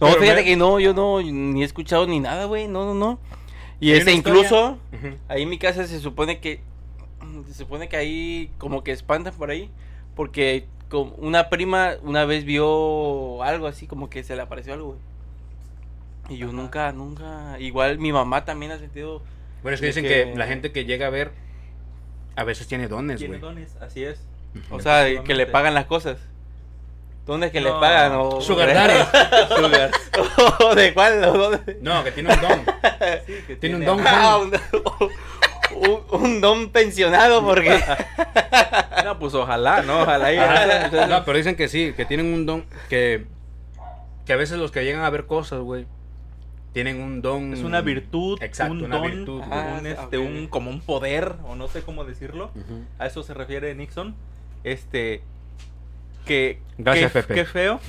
[SPEAKER 3] No,
[SPEAKER 1] Pero
[SPEAKER 3] fíjate
[SPEAKER 1] me-
[SPEAKER 3] que no, yo no, ni he escuchado ni nada, güey, no, no, no. Y
[SPEAKER 1] Hay
[SPEAKER 3] este,
[SPEAKER 1] una historia.
[SPEAKER 3] incluso,
[SPEAKER 1] Ujú.
[SPEAKER 3] ahí en mi casa se supone que, se supone que ahí como que espantan por ahí, porque como una prima una vez vio algo así, como que se le apareció algo, güey. Y yo nunca, nunca, igual mi mamá también ha sentido,
[SPEAKER 1] Bueno, es que
[SPEAKER 3] De
[SPEAKER 1] dicen
[SPEAKER 3] que-
[SPEAKER 1] que la gente que llega a ver a veces tiene dones,
[SPEAKER 2] Tiene
[SPEAKER 1] güey.
[SPEAKER 2] dones, así es.
[SPEAKER 3] o sea, que le
[SPEAKER 2] Efectivamente.
[SPEAKER 3] pagan las cosas. ¿Dónde es que
[SPEAKER 2] No.
[SPEAKER 3] le pagan? O,
[SPEAKER 1] Sugar daddy.
[SPEAKER 3] ¿O ¿De cuál? ¿O dónde?
[SPEAKER 1] No, que tiene un don.
[SPEAKER 2] Sí, que
[SPEAKER 1] Tiene un don.
[SPEAKER 3] Ah, un, un- un don pensionado porque
[SPEAKER 2] No, pues ojalá, ¿no? Ojalá. y-
[SPEAKER 1] Ajá. No, pero dicen que sí, que tienen un don que que a veces los que llegan a ver cosas, güey, tienen un don.
[SPEAKER 2] Es una virtud,
[SPEAKER 1] Exacto,
[SPEAKER 2] un
[SPEAKER 1] una
[SPEAKER 2] don,
[SPEAKER 1] virtud, güey.
[SPEAKER 3] Ajá.
[SPEAKER 2] un,
[SPEAKER 3] Ah,
[SPEAKER 2] este,
[SPEAKER 3] ok.
[SPEAKER 2] un, como un poder, o no sé cómo decirlo.
[SPEAKER 1] Ujú.
[SPEAKER 2] A eso se refiere Nixon. Este. Que.
[SPEAKER 1] Gracias,
[SPEAKER 2] que-
[SPEAKER 1] Pepe.
[SPEAKER 2] Qué feo.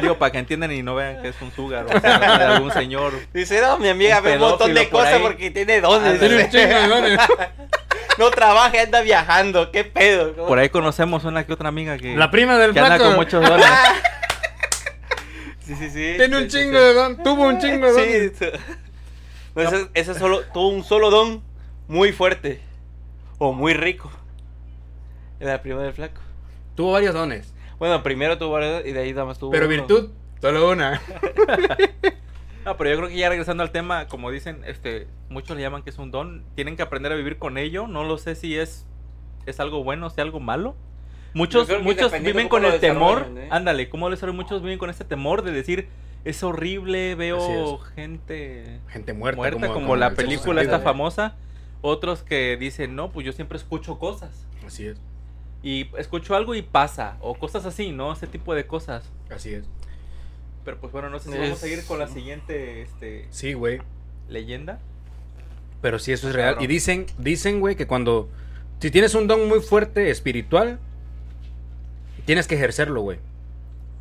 [SPEAKER 2] Digo, para que entiendan y no vean que es un sugar o sea, de algún señor.
[SPEAKER 3] dice, no, mi amiga
[SPEAKER 2] Un
[SPEAKER 3] ve un montón
[SPEAKER 2] pedófilo
[SPEAKER 3] de
[SPEAKER 2] por
[SPEAKER 3] cosas
[SPEAKER 2] ahí.
[SPEAKER 3] porque tiene
[SPEAKER 1] Tiene un
[SPEAKER 3] dones.
[SPEAKER 1] chingo de dones.
[SPEAKER 3] no trabaja, anda viajando, qué pedo. ¿Cómo?
[SPEAKER 2] Por ahí conocemos una que otra amiga que,
[SPEAKER 1] La prima del
[SPEAKER 2] que anda con
[SPEAKER 1] pato
[SPEAKER 2] muchos dólares.
[SPEAKER 3] Sí, sí, sí.
[SPEAKER 1] tiene un
[SPEAKER 2] Sí, sí,
[SPEAKER 1] chingo
[SPEAKER 2] sí.
[SPEAKER 1] de don. Tuvo un chingo de
[SPEAKER 3] Sí,
[SPEAKER 1] dones.
[SPEAKER 3] esto- No, ese, ese solo, tuvo un solo don muy fuerte o muy rico. Era la prima del flaco.
[SPEAKER 1] Tuvo varios dones.
[SPEAKER 3] Bueno, primero tuvo varios y de ahí nada más tuvo.
[SPEAKER 1] Pero
[SPEAKER 3] uno.
[SPEAKER 1] virtud, solo una.
[SPEAKER 2] No, pero yo creo que ya regresando al tema, como dicen, este, muchos le llaman que es un don. Tienen que aprender a vivir con ello. No lo sé si es, es algo bueno, si algo malo.
[SPEAKER 3] Yo
[SPEAKER 2] Muchos,
[SPEAKER 3] creo que
[SPEAKER 2] muchos
[SPEAKER 3] dependiendo
[SPEAKER 2] viven
[SPEAKER 3] cómo
[SPEAKER 2] con
[SPEAKER 3] lo
[SPEAKER 2] el temor.
[SPEAKER 3] desarrollen, ¿eh?
[SPEAKER 2] Ándale, ¿cómo les Muchos viven con este temor de decir, es horrible, veo gente
[SPEAKER 1] Gente
[SPEAKER 2] muerta,
[SPEAKER 1] muerta.
[SPEAKER 2] como,
[SPEAKER 1] el
[SPEAKER 2] la
[SPEAKER 1] sexto
[SPEAKER 2] película
[SPEAKER 1] sentido,
[SPEAKER 2] esta
[SPEAKER 1] güey.
[SPEAKER 2] famosa. Otros que dicen, no, pues yo siempre escucho cosas.
[SPEAKER 1] Así es,
[SPEAKER 2] Y escucho algo y pasa. O cosas así, ¿no? Ese tipo de cosas.
[SPEAKER 1] así es.
[SPEAKER 2] Pero pues bueno, no sé si
[SPEAKER 3] Es-
[SPEAKER 2] vamos a seguir con la siguiente este,
[SPEAKER 1] Sí, güey.
[SPEAKER 2] leyenda.
[SPEAKER 1] Pero sí, eso es real.
[SPEAKER 2] Cabrón.
[SPEAKER 1] Y dicen, dicen, güey, que cuando Si tienes un don muy fuerte espiritual, tienes que ejercerlo, güey.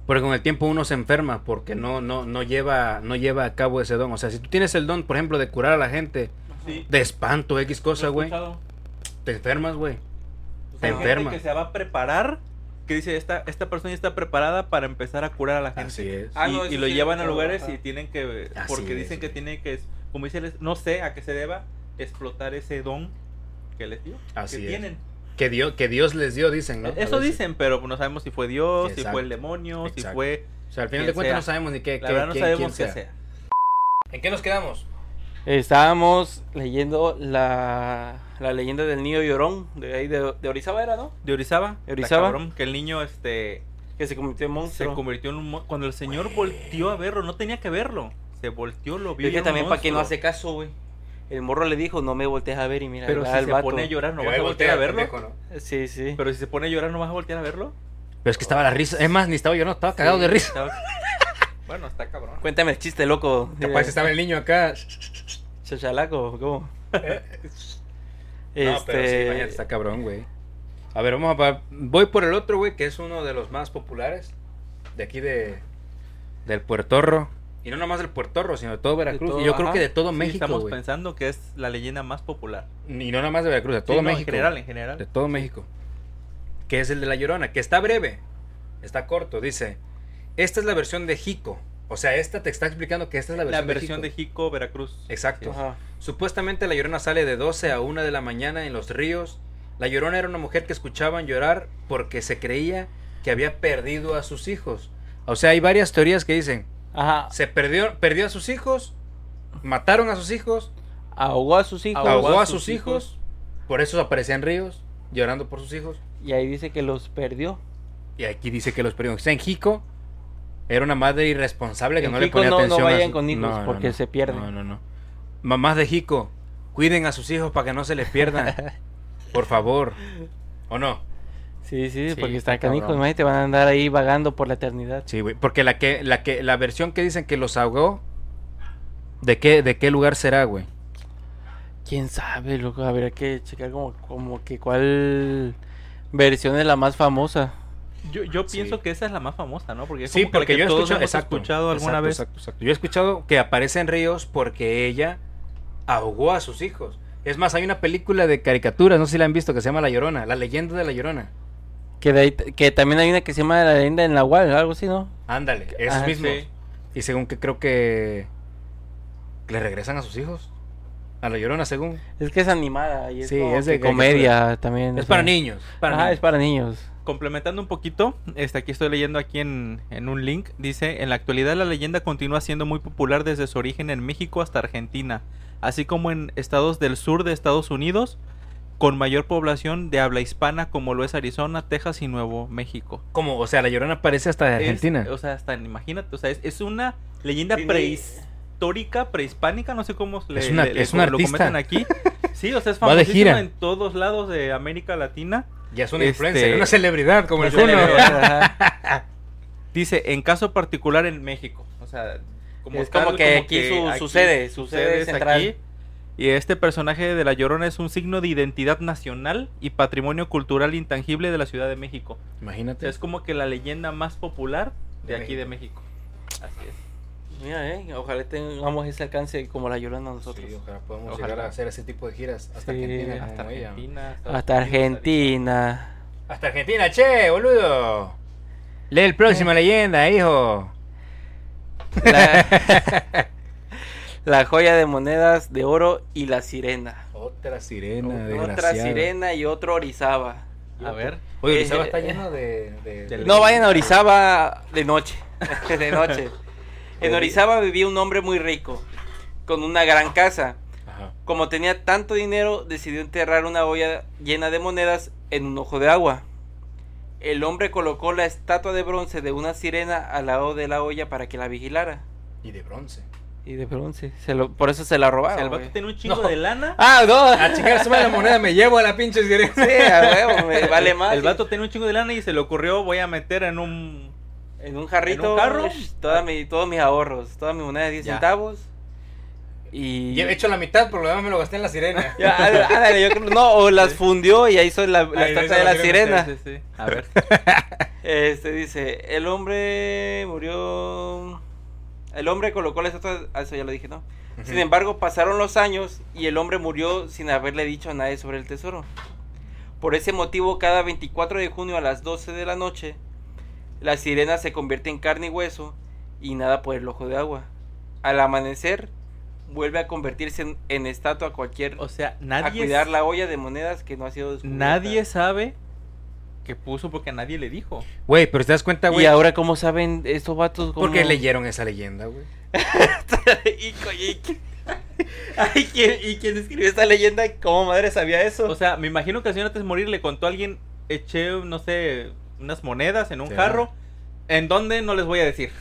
[SPEAKER 1] Porque con el tiempo uno se enferma porque no, no, no, lleva, no lleva a cabo ese don. O sea, si tú tienes el don, por ejemplo, de curar a la gente
[SPEAKER 2] Sí,
[SPEAKER 1] de espanto, X cosa,
[SPEAKER 2] lo he
[SPEAKER 1] güey,
[SPEAKER 2] escuchado.
[SPEAKER 1] te enfermas, güey.
[SPEAKER 2] O
[SPEAKER 1] Te
[SPEAKER 2] sea, hay gente
[SPEAKER 1] enferma.
[SPEAKER 2] que se va a preparar, que dice, esta, esta persona ya está preparada para empezar a curar a la gente.
[SPEAKER 1] Así es.
[SPEAKER 3] Ah,
[SPEAKER 2] y,
[SPEAKER 3] no,
[SPEAKER 2] y
[SPEAKER 3] eso
[SPEAKER 2] lo
[SPEAKER 3] sí,
[SPEAKER 2] llevan a
[SPEAKER 3] claro,
[SPEAKER 2] lugares
[SPEAKER 3] ajá.
[SPEAKER 2] y tienen que
[SPEAKER 1] Así
[SPEAKER 2] porque
[SPEAKER 1] es,
[SPEAKER 2] dicen que
[SPEAKER 1] güey.
[SPEAKER 2] tienen que como dice les- no sé a qué se deba explotar ese don que les dio
[SPEAKER 1] Así
[SPEAKER 2] que
[SPEAKER 1] es.
[SPEAKER 2] tienen E-,
[SPEAKER 1] Que Dios, que Dios les dio, dicen, ¿no? A
[SPEAKER 2] eso
[SPEAKER 1] veces.
[SPEAKER 2] dicen pero no sabemos si fue Dios si fue el
[SPEAKER 1] Exacto,
[SPEAKER 2] demonio si
[SPEAKER 1] exacto.
[SPEAKER 2] fue
[SPEAKER 1] O sea, al final de
[SPEAKER 2] Quien
[SPEAKER 1] cuentas
[SPEAKER 2] sea.
[SPEAKER 1] no sabemos ni qué,
[SPEAKER 2] la
[SPEAKER 1] qué-
[SPEAKER 2] verdad no
[SPEAKER 1] quién-
[SPEAKER 2] sabemos
[SPEAKER 1] quién
[SPEAKER 2] qué sea
[SPEAKER 1] ¿En qué nos quedamos?
[SPEAKER 3] Estábamos leyendo la, la leyenda del niño llorón de ahí de, de Orizaba era, ¿no?
[SPEAKER 2] de Orizaba está
[SPEAKER 3] Orizaba.
[SPEAKER 2] cabrón, que el niño este
[SPEAKER 3] Que se convirtió en
[SPEAKER 2] se
[SPEAKER 3] monstruo.
[SPEAKER 2] convirtió en un mon- cuando el señor volteó a verlo no tenía que verlo se volteó lo
[SPEAKER 3] Yo
[SPEAKER 2] vio y
[SPEAKER 3] que
[SPEAKER 2] era un
[SPEAKER 3] también para que no
[SPEAKER 2] monstruo.
[SPEAKER 3] hace caso, güey. El morro le dijo, no me voltees a ver y mira,
[SPEAKER 2] pero
[SPEAKER 3] ahí
[SPEAKER 2] si
[SPEAKER 3] va el
[SPEAKER 2] se
[SPEAKER 3] vato.
[SPEAKER 2] pone a llorar no vas a voltear a verlo
[SPEAKER 3] Sí, sí.
[SPEAKER 2] pero si se pone a llorar no vas a voltear a verlo
[SPEAKER 1] Pero es que estaba la risa. Es más, ni estaba yo, no, estaba cagado de risa.
[SPEAKER 2] Estaba- bueno está cabrón
[SPEAKER 3] Cuéntame el chiste, loco.
[SPEAKER 1] Capaz estaba el niño acá.
[SPEAKER 3] Chachalaco, ¿cómo? Este,
[SPEAKER 1] No, pero sí,
[SPEAKER 2] Este,
[SPEAKER 1] imagínate, está cabrón, güey. A ver, vamos a... pa- Voy por el otro, güey, que es uno de los más populares de aquí de... Del Puertorro. Y no nomás del Puertorro, sino de todo Veracruz.
[SPEAKER 3] todo,
[SPEAKER 1] y yo creo
[SPEAKER 3] ajá.
[SPEAKER 1] que de todo
[SPEAKER 2] Sí,
[SPEAKER 1] México,
[SPEAKER 2] estamos
[SPEAKER 1] güey.
[SPEAKER 2] pensando que es la leyenda más popular.
[SPEAKER 1] Y no nomás de Veracruz, de todo
[SPEAKER 2] Sí, no,
[SPEAKER 1] México.
[SPEAKER 2] En general,
[SPEAKER 1] güey.
[SPEAKER 2] en general.
[SPEAKER 1] de todo México, que es el de La Llorona, que está breve, está corto, dice, esta es la versión de Jico, o sea, esta te está explicando que esta es la
[SPEAKER 2] La
[SPEAKER 1] versión,
[SPEAKER 2] versión
[SPEAKER 1] de
[SPEAKER 2] de
[SPEAKER 1] Jico.
[SPEAKER 2] Jico, Veracruz.
[SPEAKER 1] Exacto.
[SPEAKER 2] Sí.
[SPEAKER 3] Ajá.
[SPEAKER 1] Supuestamente La Llorona sale de 12 a 1 de la mañana en los ríos. La Llorona era una mujer que escuchaban llorar porque se creía que había perdido a sus hijos. O sea, hay varias teorías que dicen,
[SPEAKER 3] Ajá.
[SPEAKER 1] se perdió, perdió a sus hijos, mataron a sus hijos,
[SPEAKER 3] Ahogó a sus hijos.
[SPEAKER 1] ahogó, a sus hijos, por eso aparecían ríos, llorando por sus hijos.
[SPEAKER 3] Y ahí dice que los perdió.
[SPEAKER 1] Y aquí dice que los perdió. En Jico era una madre irresponsable que
[SPEAKER 3] En
[SPEAKER 1] no le
[SPEAKER 3] Jico
[SPEAKER 1] ponía
[SPEAKER 3] no- no
[SPEAKER 1] atención. a
[SPEAKER 3] vayan
[SPEAKER 1] su-
[SPEAKER 3] con hijos porque se pierden.
[SPEAKER 1] No, no, no. Mamás de Jico, cuiden a sus hijos para que no se les pierdan. Por favor. ¿O no?
[SPEAKER 3] Sí, sí,
[SPEAKER 1] Sí,
[SPEAKER 3] porque
[SPEAKER 1] está
[SPEAKER 3] están canijos.
[SPEAKER 1] cabrón.
[SPEAKER 3] Imagínate, van a andar ahí vagando por la eternidad.
[SPEAKER 1] Sí, güey. Porque la que, la que, la versión que dicen que los ahogó, ¿de qué, de qué lugar será, güey?
[SPEAKER 3] ¿Quién sabe, loco? Habría que checar como, como que cuál versión es la más famosa.
[SPEAKER 2] Yo, yo
[SPEAKER 1] Sí.
[SPEAKER 2] pienso que esa es la más famosa, ¿no? Porque es
[SPEAKER 1] Sí,
[SPEAKER 2] como que la
[SPEAKER 1] porque
[SPEAKER 2] que
[SPEAKER 1] yo he
[SPEAKER 2] todos
[SPEAKER 1] escuchado,
[SPEAKER 2] hemos
[SPEAKER 1] exacto,
[SPEAKER 2] escuchado alguna
[SPEAKER 1] exacto,
[SPEAKER 2] vez.
[SPEAKER 1] exacto, exacto. Yo he escuchado que aparece en ríos porque ella ahogó a sus hijos. Es más, hay una película de caricaturas, no sé si la han visto, que se llama La Llorona, La Leyenda de la Llorona.
[SPEAKER 3] Que, de ahí t- que también hay una que se llama La leyenda en la Nahual, algo así, ¿no?
[SPEAKER 1] Ándale, esos
[SPEAKER 3] Ajá,
[SPEAKER 1] mismos.
[SPEAKER 2] ah, sí.
[SPEAKER 1] Y según que creo que le regresan a sus hijos. A la llorona, según.
[SPEAKER 3] Es que es animada y es,
[SPEAKER 1] Sí,
[SPEAKER 3] como
[SPEAKER 1] es de
[SPEAKER 3] que
[SPEAKER 1] caricatura.
[SPEAKER 3] comedia también. o
[SPEAKER 1] Es
[SPEAKER 3] sea.
[SPEAKER 1] para niños. para
[SPEAKER 3] Ajá,
[SPEAKER 1] niños.
[SPEAKER 3] es para niños.
[SPEAKER 2] Complementando un poquito, este, aquí estoy leyendo aquí en, en un link, dice, en la actualidad la leyenda continúa siendo muy popular desde su origen en México hasta Argentina, así como en estados del sur de Estados Unidos, con mayor población de habla hispana como lo es Arizona, Texas y Nuevo México.
[SPEAKER 1] Como, o sea, la llorona aparece hasta de
[SPEAKER 2] Es-
[SPEAKER 1] Argentina.
[SPEAKER 2] o sea, hasta imagínate, o sea, es, es una leyenda
[SPEAKER 3] Tiene-
[SPEAKER 2] prehistórica, prehispánica, no sé cómo le,
[SPEAKER 1] Es una-
[SPEAKER 2] le- le-
[SPEAKER 1] es una
[SPEAKER 2] lo
[SPEAKER 1] artista.
[SPEAKER 2] comentan aquí. Sí, o sea, es
[SPEAKER 1] Va de
[SPEAKER 2] famosísima
[SPEAKER 1] gira.
[SPEAKER 2] en todos lados de América Latina.
[SPEAKER 1] ya es una
[SPEAKER 2] este-
[SPEAKER 1] influencer, una celebridad como el
[SPEAKER 2] Una
[SPEAKER 1] Juno.
[SPEAKER 2] celebridad.
[SPEAKER 3] Ajá.
[SPEAKER 2] Dice, en caso particular en México. O sea,
[SPEAKER 3] Es como que aquí su- su sede, su sede central.
[SPEAKER 2] Y este personaje de La Llorona es un signo de identidad nacional y patrimonio cultural intangible de la Ciudad de México. O sea,
[SPEAKER 1] Imagínate.
[SPEAKER 2] es como que la leyenda más popular de,
[SPEAKER 1] De
[SPEAKER 2] aquí de México. Así es.
[SPEAKER 3] Mira, eh, ojalá tengamos ese alcance como la llorando nosotros.
[SPEAKER 1] Sí, ojalá podamos
[SPEAKER 2] Ojalá.
[SPEAKER 1] llegar a hacer ese tipo de giras hasta
[SPEAKER 3] Sí,
[SPEAKER 1] Argentina.
[SPEAKER 2] Hasta
[SPEAKER 1] como ella.
[SPEAKER 2] Argentina. Estados
[SPEAKER 3] Hasta
[SPEAKER 2] Unidos,
[SPEAKER 3] Argentina.
[SPEAKER 1] Hasta Argentina, che, boludo. Eh. Lee el próximo leyenda, hijo.
[SPEAKER 3] La... la joya de monedas de oro y la sirena.
[SPEAKER 1] Otra sirena,
[SPEAKER 3] Otra sirena y otro Orizaba.
[SPEAKER 2] A ver.
[SPEAKER 1] Oye,
[SPEAKER 3] Eh,
[SPEAKER 1] Orizaba está
[SPEAKER 3] eh,
[SPEAKER 1] lleno de. de-
[SPEAKER 2] de-
[SPEAKER 3] No vayan a Orizaba de noche. De noche. En Orizaba vivía un hombre muy rico, con una gran casa.
[SPEAKER 1] Ajá.
[SPEAKER 3] Como tenía tanto dinero, decidió enterrar una olla llena de monedas en un ojo de agua. El hombre colocó la estatua de bronce de una sirena al lado de la olla para que la vigilara.
[SPEAKER 1] Y de bronce.
[SPEAKER 3] Y de bronce. Se lo, por eso se la
[SPEAKER 2] O sea, el
[SPEAKER 3] robaron.
[SPEAKER 2] vato
[SPEAKER 3] güey.
[SPEAKER 2] tiene un chingo
[SPEAKER 1] No.
[SPEAKER 2] de lana.
[SPEAKER 3] Ah,
[SPEAKER 1] A
[SPEAKER 3] no.
[SPEAKER 1] chingar su madre la moneda, me llevo a la pinche sirena.
[SPEAKER 3] Sí, a huevo, güey, vale más.
[SPEAKER 2] El vato tiene un chingo de lana y se le ocurrió, voy a meter en un...
[SPEAKER 3] En un jarrito.
[SPEAKER 2] ¿En un jarro?
[SPEAKER 3] ush, toda mi- todos mis ahorros. Todas mis monedas de 10
[SPEAKER 2] Ya.
[SPEAKER 3] centavos. Y.
[SPEAKER 4] Y he hecho la mitad, por lo demás me lo gasté en la sirena.
[SPEAKER 3] Ya, ándale, ándale, yo creo- no, o las fundió y ahí hizo la, la
[SPEAKER 4] Ahí hizo
[SPEAKER 3] estatua de
[SPEAKER 4] la
[SPEAKER 3] la
[SPEAKER 4] sirena.
[SPEAKER 3] sirena.
[SPEAKER 2] Sí, sí.
[SPEAKER 3] A ver. Este dice, el hombre murió... El hombre colocó la estatua... ah, Eso ya lo dije, ¿no? Sin embargo, pasaron los años y el hombre murió sin haberle dicho a nadie sobre el tesoro. Por ese motivo, cada 24 de junio a las 12 de la noche, la sirena se convierte en carne y hueso y nada por el ojo de agua. Al amanecer, vuelve a convertirse en, en estatua cualquier...
[SPEAKER 2] O sea,
[SPEAKER 3] a
[SPEAKER 2] nadie,
[SPEAKER 3] cuidar la olla de monedas que no ha sido descubierta.
[SPEAKER 2] nadie sabe que puso porque a nadie le dijo.
[SPEAKER 1] Güey, pero si te das cuenta,
[SPEAKER 3] ¿Y
[SPEAKER 1] güey.
[SPEAKER 3] ahora cómo saben estos vatos? Cómo...
[SPEAKER 1] Porque leyeron esa leyenda, güey.
[SPEAKER 3] y, co- y qui- Ay, ¿quién, y quién escribió esta leyenda? ¿Cómo madre sabía eso?
[SPEAKER 2] O sea, me imagino que el señor antes de morir le contó a alguien, eché, no sé, unas monedas en un
[SPEAKER 1] Sí.
[SPEAKER 2] jarro. ¿En dónde? No les voy a decir.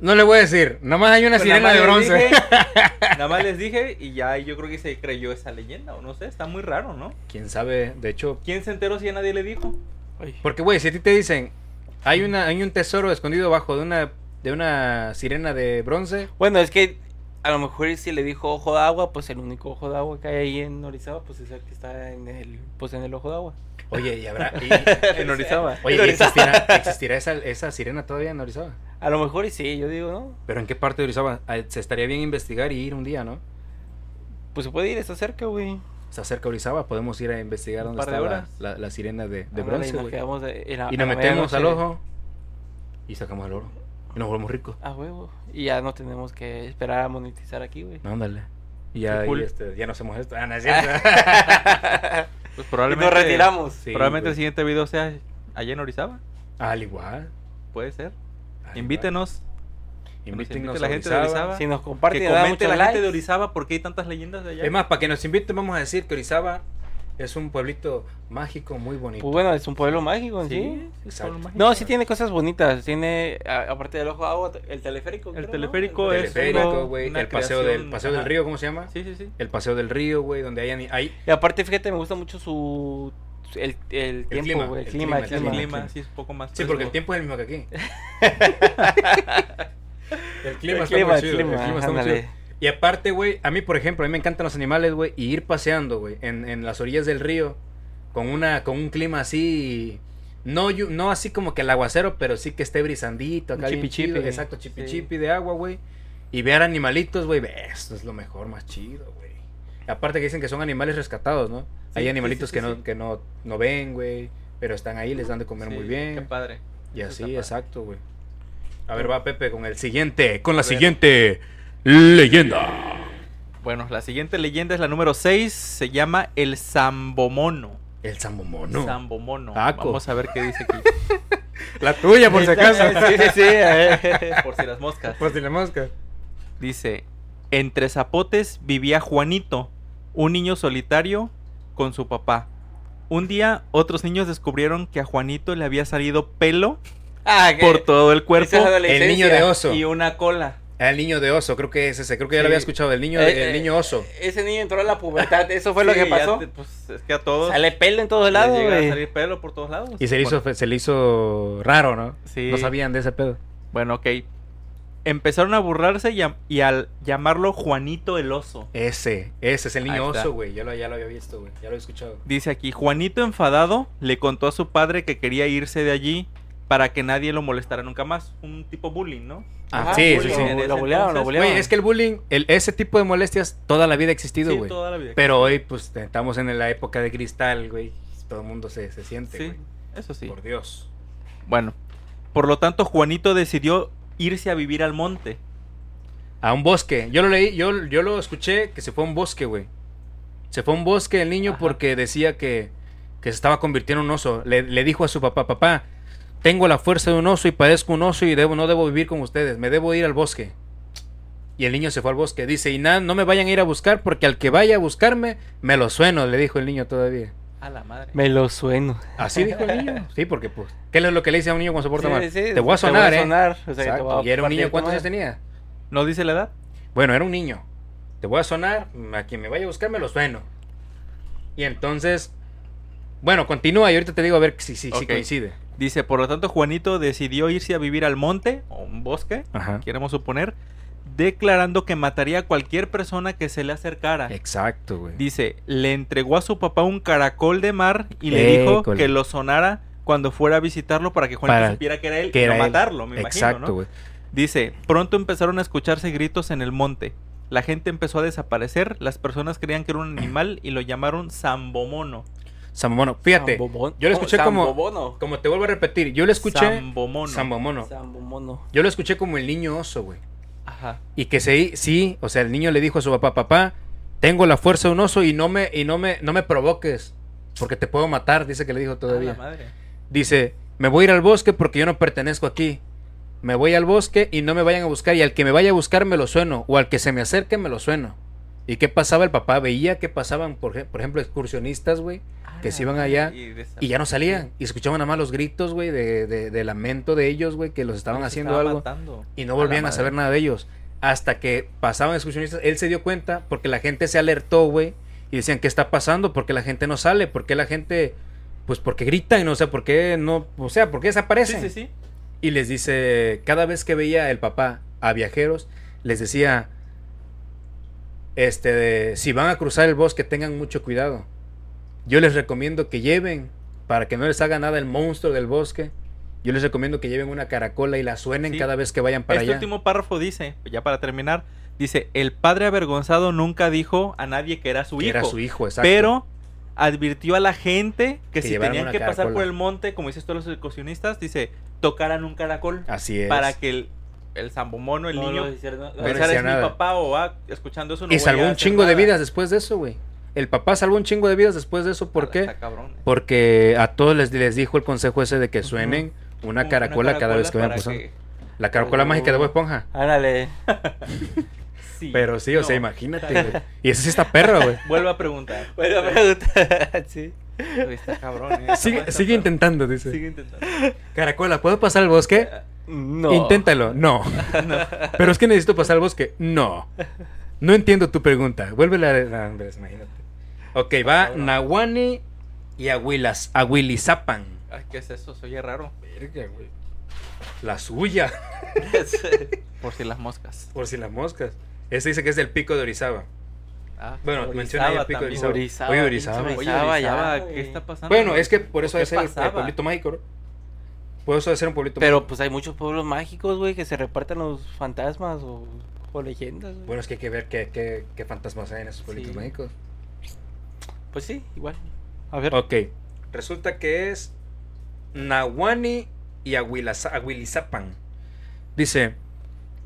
[SPEAKER 1] No le voy a decir, nomás hay una
[SPEAKER 2] Pues
[SPEAKER 1] sirena de
[SPEAKER 2] nada más les
[SPEAKER 1] bronce.
[SPEAKER 2] dije- nada más les dije y ya yo creo que se creyó esa leyenda o no sé, está muy raro, ¿no?
[SPEAKER 1] Quién sabe, de hecho.
[SPEAKER 2] ¿Quién se enteró si a nadie le dijo?
[SPEAKER 3] Ay.
[SPEAKER 1] Porque, güey, si a ti te dicen, hay, una, hay un tesoro escondido bajo de una, de una sirena de bronce.
[SPEAKER 3] Bueno, es que a lo mejor y si le dijo ojo de agua, pues el único ojo de agua que hay ahí en Orizaba, pues es el que está en el, pues en el ojo de agua.
[SPEAKER 1] Oye, y habrá. y-
[SPEAKER 2] En Orizaba.
[SPEAKER 1] oye, ¿y
[SPEAKER 3] En Orizaba.
[SPEAKER 1] existirá, existirá esa, esa sirena todavía en Orizaba?
[SPEAKER 3] A lo mejor y sí, yo digo, ¿no?
[SPEAKER 1] Pero ¿en qué parte de Orizaba? Ah, Se estaría bien investigar y ir un día, ¿no?
[SPEAKER 3] Pues se puede ir, está cerca, güey.
[SPEAKER 1] Se acerca Orizaba, podemos ir a investigar
[SPEAKER 2] Un
[SPEAKER 1] dónde
[SPEAKER 2] par de
[SPEAKER 1] está la,
[SPEAKER 2] horas. Ah,
[SPEAKER 1] la- la sirena de, de
[SPEAKER 3] Ándale,
[SPEAKER 1] bronce,
[SPEAKER 3] y nos
[SPEAKER 1] güey.
[SPEAKER 3] quedamos en la-
[SPEAKER 1] Y nos
[SPEAKER 3] en la
[SPEAKER 1] metemos al
[SPEAKER 3] medianoche.
[SPEAKER 1] ojo y sacamos el oro. Y nos volvemos ricos.
[SPEAKER 3] A huevo. Y ya no tenemos que esperar a monetizar aquí, güey.
[SPEAKER 1] Ándale. Y ya,
[SPEAKER 2] Qué cool.
[SPEAKER 1] y este, ya no hacemos esto. Ah, no es cierto.
[SPEAKER 2] Pues
[SPEAKER 3] Y nos retiramos.
[SPEAKER 1] Sí,
[SPEAKER 2] probablemente el
[SPEAKER 1] güey.
[SPEAKER 2] siguiente video sea allá en Orizaba.
[SPEAKER 1] Al igual.
[SPEAKER 2] Puede ser.
[SPEAKER 1] al
[SPEAKER 2] Invítenos.
[SPEAKER 1] igual.
[SPEAKER 2] nos
[SPEAKER 1] Invítenos
[SPEAKER 2] invite
[SPEAKER 1] la gente de Orizaba.
[SPEAKER 3] Si nos comparten,
[SPEAKER 2] que
[SPEAKER 3] le dan
[SPEAKER 2] comente la
[SPEAKER 3] muchos
[SPEAKER 2] gente de
[SPEAKER 3] likes.
[SPEAKER 2] Orizaba por qué hay tantas leyendas de allá.
[SPEAKER 1] Es más, para que nos inviten, vamos a decir que Orizaba es un pueblito mágico muy bonito.
[SPEAKER 3] Pues bueno, es un pueblo mágico en
[SPEAKER 2] Sí,
[SPEAKER 3] sí.
[SPEAKER 2] sí, es
[SPEAKER 1] Exacto.
[SPEAKER 2] por lo más-
[SPEAKER 3] No, sí tiene cosas bonitas. Tiene, a- aparte del ojo de agua, el teleférico. creo,
[SPEAKER 2] El
[SPEAKER 3] ¿no?
[SPEAKER 2] teleférico
[SPEAKER 1] El
[SPEAKER 2] es
[SPEAKER 1] teleférico,
[SPEAKER 2] uno-
[SPEAKER 1] güey.
[SPEAKER 2] una
[SPEAKER 1] El paseo
[SPEAKER 2] creación,
[SPEAKER 1] del, paseo del
[SPEAKER 2] ajá.
[SPEAKER 1] río, ¿cómo se llama?
[SPEAKER 2] Sí, sí, sí.
[SPEAKER 1] El paseo del río, güey, donde hay, ani- hay
[SPEAKER 3] Y aparte, fíjate, me gusta mucho su. El, el
[SPEAKER 1] clima,
[SPEAKER 3] tiempo, güey. El,
[SPEAKER 1] el
[SPEAKER 3] clima, el
[SPEAKER 1] clima,
[SPEAKER 2] El
[SPEAKER 3] clima.
[SPEAKER 2] clima sí es un poco más.
[SPEAKER 1] Sí, porque el
[SPEAKER 2] fresco.
[SPEAKER 1] tiempo es el mismo que aquí. el clima
[SPEAKER 3] El
[SPEAKER 1] está muy
[SPEAKER 3] clima,
[SPEAKER 1] chido.
[SPEAKER 3] el
[SPEAKER 1] El
[SPEAKER 3] clima,
[SPEAKER 1] clima está muy
[SPEAKER 3] ándale.
[SPEAKER 1] chido. Y aparte, güey, a mí, por ejemplo, a mí me encantan los animales, güey, y ir paseando, güey, en, en las orillas del río, con una con un clima así, no llu- no así como que el aguacero, pero sí que esté brisandito,
[SPEAKER 3] Un
[SPEAKER 1] acá bien
[SPEAKER 3] chipichipi.
[SPEAKER 1] chido, exacto, chipi
[SPEAKER 3] Sí.
[SPEAKER 1] chipi de agua, güey, y ver animalitos, güey, ve, esto es lo mejor, más chido, güey. Aparte que dicen que son animales rescatados, ¿no? Hay
[SPEAKER 2] sí,
[SPEAKER 1] animalitos
[SPEAKER 2] sí, sí,
[SPEAKER 1] que no
[SPEAKER 2] sí.
[SPEAKER 1] que no no ven, güey, pero están ahí, les dan de comer
[SPEAKER 2] Sí,
[SPEAKER 1] muy bien.
[SPEAKER 2] Qué padre.
[SPEAKER 1] Y
[SPEAKER 2] Eso
[SPEAKER 1] así,
[SPEAKER 2] está padre.
[SPEAKER 1] exacto, güey. A ver, va Pepe con el siguiente, con la
[SPEAKER 2] ver.
[SPEAKER 1] siguiente leyenda.
[SPEAKER 2] Bueno, la siguiente leyenda es la número 6. Se llama El Zambomono.
[SPEAKER 1] El Zambomono.
[SPEAKER 2] Zambomono.
[SPEAKER 1] Taco.
[SPEAKER 2] Vamos a ver qué dice aquí.
[SPEAKER 1] La tuya, por si acaso.
[SPEAKER 3] Sí, sí, sí. eh.
[SPEAKER 2] Por si las moscas.
[SPEAKER 1] Por si la mosca.
[SPEAKER 2] Dice: Entre zapotes vivía Juanito, un niño solitario con su papá. Un día, otros niños descubrieron que a Juanito le había salido pelo
[SPEAKER 3] Ah, que-
[SPEAKER 2] por todo el
[SPEAKER 3] esa
[SPEAKER 2] cuerpo
[SPEAKER 3] es adolescencia.
[SPEAKER 1] El niño de oso.
[SPEAKER 2] y una cola.
[SPEAKER 1] El niño de oso, creo que es ese. Creo que ya lo
[SPEAKER 3] Sí.
[SPEAKER 1] había escuchado. El niño,
[SPEAKER 3] Eh,
[SPEAKER 1] el
[SPEAKER 3] eh,
[SPEAKER 1] niño oso.
[SPEAKER 3] Ese niño entró a la pubertad. Eso fue lo
[SPEAKER 2] Sí,
[SPEAKER 3] que
[SPEAKER 2] ya
[SPEAKER 3] pasó.
[SPEAKER 2] te- pues es que a todos
[SPEAKER 3] Sale pelo en todos
[SPEAKER 2] les
[SPEAKER 3] lados,
[SPEAKER 2] llega a
[SPEAKER 3] güey.
[SPEAKER 2] salir pelo por todos lados.
[SPEAKER 1] Y se le hizo, se le hizo raro, ¿no?
[SPEAKER 2] Sí.
[SPEAKER 1] No sabían de ese pedo.
[SPEAKER 2] Bueno, ok. Empezaron a burlarse y, a- y al llamarlo Juanito el Oso.
[SPEAKER 1] Ese, ese es el niño
[SPEAKER 2] Ahí está.
[SPEAKER 1] oso, güey. Ya lo, ya lo había visto, güey. Ya lo había escuchado.
[SPEAKER 2] Dice aquí, Juanito enfadado le contó a su padre que quería irse de allí para que nadie lo molestara nunca más. Un tipo bullying, ¿no?
[SPEAKER 3] Ajá,
[SPEAKER 1] Ah, sí, sí,
[SPEAKER 3] bullying.
[SPEAKER 1] sí.
[SPEAKER 2] En ese
[SPEAKER 3] Lo bolearon, lo
[SPEAKER 2] entonces,
[SPEAKER 3] bolearon.
[SPEAKER 1] Güey, es que el bullying, el, ese tipo de molestias toda la vida ha existido,
[SPEAKER 2] Sí,
[SPEAKER 1] güey.
[SPEAKER 2] toda la vida.
[SPEAKER 1] Pero hoy, pues, te- estamos en la época de cristal, güey. Todo el mundo se, se siente,
[SPEAKER 2] Sí,
[SPEAKER 1] güey.
[SPEAKER 2] eso sí.
[SPEAKER 1] Por Dios.
[SPEAKER 2] Bueno, por lo tanto, Juanito decidió irse a vivir al monte.
[SPEAKER 1] A un bosque. Yo lo leí, yo, yo lo escuché que se fue a un bosque, güey. Se fue a un bosque el niño
[SPEAKER 2] Ajá.
[SPEAKER 1] porque decía que, que se estaba convirtiendo en un oso. Le, le dijo a su papá, papá, tengo la fuerza de un oso y padezco un oso y debo, no debo vivir con ustedes. Me debo ir al bosque. Y el niño se fue al bosque. Dice, y nada, no me vayan a ir a buscar porque al que vaya a buscarme, me lo sueno, le dijo el niño todavía.
[SPEAKER 2] A la madre.
[SPEAKER 3] Me lo sueno.
[SPEAKER 1] Así dijo el niño. Sí, porque pues, ¿qué es lo que le dice a un niño cuando se porta
[SPEAKER 3] Sí,
[SPEAKER 1] mal?
[SPEAKER 3] sí,
[SPEAKER 1] te voy a sonar,
[SPEAKER 3] Te voy a
[SPEAKER 1] ¿eh?
[SPEAKER 3] sonar. O sea, que te
[SPEAKER 1] Exacto.
[SPEAKER 3] voy a
[SPEAKER 1] Y era un niño,
[SPEAKER 3] partir tu
[SPEAKER 1] ¿cuántos
[SPEAKER 3] madre.
[SPEAKER 1] años tenía?
[SPEAKER 2] ¿No dice la edad?
[SPEAKER 1] Bueno, era un niño. Te voy a sonar, a quien me vaya a buscar me lo sueno. Y entonces, bueno, continúa y ahorita te digo a ver si, si, si
[SPEAKER 2] Ok.
[SPEAKER 1] coincide.
[SPEAKER 2] Dice, por lo tanto, Juanito decidió irse a vivir al monte, o un bosque,
[SPEAKER 1] Ajá.
[SPEAKER 2] queremos suponer, declarando que mataría a cualquier persona que se le acercara.
[SPEAKER 1] Exacto, güey.
[SPEAKER 2] Dice, le entregó a su papá un caracol de mar y le dijo
[SPEAKER 1] École.
[SPEAKER 2] que lo sonara cuando fuera a visitarlo para que Juanito
[SPEAKER 1] Para
[SPEAKER 2] supiera que era él
[SPEAKER 1] que
[SPEAKER 2] y
[SPEAKER 1] era
[SPEAKER 2] no
[SPEAKER 1] él.
[SPEAKER 2] matarlo, me imagino,
[SPEAKER 1] Exacto,
[SPEAKER 2] ¿no?
[SPEAKER 1] güey.
[SPEAKER 2] Dice, pronto empezaron a escucharse gritos en el monte. La gente empezó a desaparecer, las personas creían que era un animal y lo llamaron Zambomono.
[SPEAKER 1] Zambomono. Fíjate,
[SPEAKER 3] Sambobono.
[SPEAKER 1] yo lo escuché
[SPEAKER 3] No,
[SPEAKER 1] como-
[SPEAKER 3] Sambobono.
[SPEAKER 1] como te vuelvo a repetir, yo lo escuché.
[SPEAKER 2] Zambomono.
[SPEAKER 1] Zambomono.
[SPEAKER 3] Sambomono.
[SPEAKER 1] Yo lo escuché como el niño oso, güey.
[SPEAKER 2] Ajá.
[SPEAKER 1] Y que se, sí, o sea, el niño le dijo a su papá, papá, tengo la fuerza de un oso y no me, y no me, no me provoques, porque te puedo matar, dice que le dijo
[SPEAKER 2] A la
[SPEAKER 1] todavía.
[SPEAKER 2] madre.
[SPEAKER 1] Dice, me voy a ir al bosque porque yo no pertenezco aquí. Me voy al bosque y no me vayan a buscar, y al que me vaya a buscar me lo sueno, o al que se me acerque me lo sueno. ¿Y qué pasaba el papá? Veía que pasaban, por, ej- por ejemplo, excursionistas, güey, que se iban allá y ya no salían. Y escuchaban nada más los gritos, güey, de, de- de lamento de ellos, güey, que los estaban haciendo algo y no volvían a, saber nada de ellos. Hasta que pasaban excursionistas, él se dio cuenta porque la gente se alertó, güey, y decían, ¿qué está pasando? ¿Por qué la gente no sale? ¿Por qué la gente, pues, porque gritan? O sea, ¿por qué no, o sea, ¿por qué
[SPEAKER 2] Sí,
[SPEAKER 1] desaparecen?
[SPEAKER 2] sí, sí.
[SPEAKER 1] Y les dice, cada vez que veía el papá a viajeros, les decía, este, de, si van a cruzar el bosque, tengan mucho cuidado. Yo les recomiendo que lleven, para que no les haga nada el monstruo del bosque, yo les recomiendo que lleven una caracola y la suenen
[SPEAKER 2] Sí.
[SPEAKER 1] cada vez que vayan para
[SPEAKER 2] este
[SPEAKER 1] allá.
[SPEAKER 2] último párrafo dice, ya para terminar, dice, el padre avergonzado nunca dijo a nadie que era su
[SPEAKER 1] Que
[SPEAKER 2] hijo,
[SPEAKER 1] era su hijo, exacto.
[SPEAKER 2] pero advirtió a la gente que,
[SPEAKER 1] Que
[SPEAKER 2] si
[SPEAKER 1] llevaran
[SPEAKER 2] tenían
[SPEAKER 1] una
[SPEAKER 2] que pasar por
[SPEAKER 1] caracola.
[SPEAKER 2] el monte, como dices tú los excursionistas, dice, tocaran un caracol
[SPEAKER 1] Así es.
[SPEAKER 2] para que el, el zambomono, el
[SPEAKER 3] No
[SPEAKER 2] niño,
[SPEAKER 3] lo hicieron, no,
[SPEAKER 1] lo
[SPEAKER 2] pensara
[SPEAKER 1] decía
[SPEAKER 2] es mi
[SPEAKER 1] nada".
[SPEAKER 2] papá o va escuchando eso. No
[SPEAKER 1] y
[SPEAKER 2] voy a
[SPEAKER 1] salvó un
[SPEAKER 2] hacer
[SPEAKER 1] chingo de
[SPEAKER 2] nada".
[SPEAKER 1] vidas después de eso, güey. El papá salvó un chingo de vidas después de eso, ¿por
[SPEAKER 2] Ah,
[SPEAKER 1] qué?
[SPEAKER 2] está cabrón, eh.
[SPEAKER 1] Porque a todos les, les dijo el consejo ese de que
[SPEAKER 2] Ujú.
[SPEAKER 1] suenen una
[SPEAKER 2] Una
[SPEAKER 1] caracola, cada vez que vayan
[SPEAKER 2] para
[SPEAKER 1] pasando.
[SPEAKER 2] que-
[SPEAKER 1] La caracola
[SPEAKER 3] Oh.
[SPEAKER 1] mágica de Bob Esponja.
[SPEAKER 3] Ándale.
[SPEAKER 2] Sí,
[SPEAKER 1] Pero sí, o sea,
[SPEAKER 2] no.
[SPEAKER 1] imagínate, güey. Y ese sí está perro, güey.
[SPEAKER 2] Vuelvo a preguntar.
[SPEAKER 3] Buena pregunta. sí.
[SPEAKER 2] Uy, Está cabrón, eh. Está
[SPEAKER 1] Sigue,
[SPEAKER 2] mal,
[SPEAKER 1] sigue
[SPEAKER 2] está mal.
[SPEAKER 1] intentando, dice.
[SPEAKER 2] Sigue intentando.
[SPEAKER 1] Caracola, ¿puedo pasar al bosque?
[SPEAKER 3] No.
[SPEAKER 1] Inténtalo. No. Pero es que necesito pasar al bosque. No. No entiendo tu pregunta. Vuelve a... no, hombre, imagínate. Ok, va Nahuani y Aguilas. Aguilizapan.
[SPEAKER 2] Ay, ¿qué es eso? Se oye raro.
[SPEAKER 1] La suya.
[SPEAKER 2] Por si las moscas.
[SPEAKER 1] Por si las moscas. Este dice que es del pico de Orizaba.
[SPEAKER 2] Ah,
[SPEAKER 1] Bueno,
[SPEAKER 2] Orizaba
[SPEAKER 1] menciona ahí el pico de
[SPEAKER 2] también.
[SPEAKER 1] Orizaba.
[SPEAKER 3] Orizaba,
[SPEAKER 1] Oye, Orizaba.
[SPEAKER 3] pinche
[SPEAKER 2] Oye,
[SPEAKER 3] Orizaba, ya,
[SPEAKER 2] Orizaba,
[SPEAKER 3] güey.
[SPEAKER 2] ¿qué está pasando?
[SPEAKER 1] Bueno, es que por eso
[SPEAKER 2] ¿Qué
[SPEAKER 1] debe ser el, el
[SPEAKER 2] pasaba?
[SPEAKER 1] pueblito mágico, ¿no? Por eso debe ser un pueblito
[SPEAKER 3] Pero
[SPEAKER 1] mágico.
[SPEAKER 3] pues hay muchos pueblos mágicos, güey, que se reparten los fantasmas o, o leyendas, güey.
[SPEAKER 1] Bueno, es que hay que ver qué, qué, qué fantasmas hay en esos pueblitos
[SPEAKER 3] Sí.
[SPEAKER 1] mágicos.
[SPEAKER 3] Pues sí, igual. A ver.
[SPEAKER 1] Ok. Resulta que es Nahuani y Aguilaza- Aguilizapan. Dice,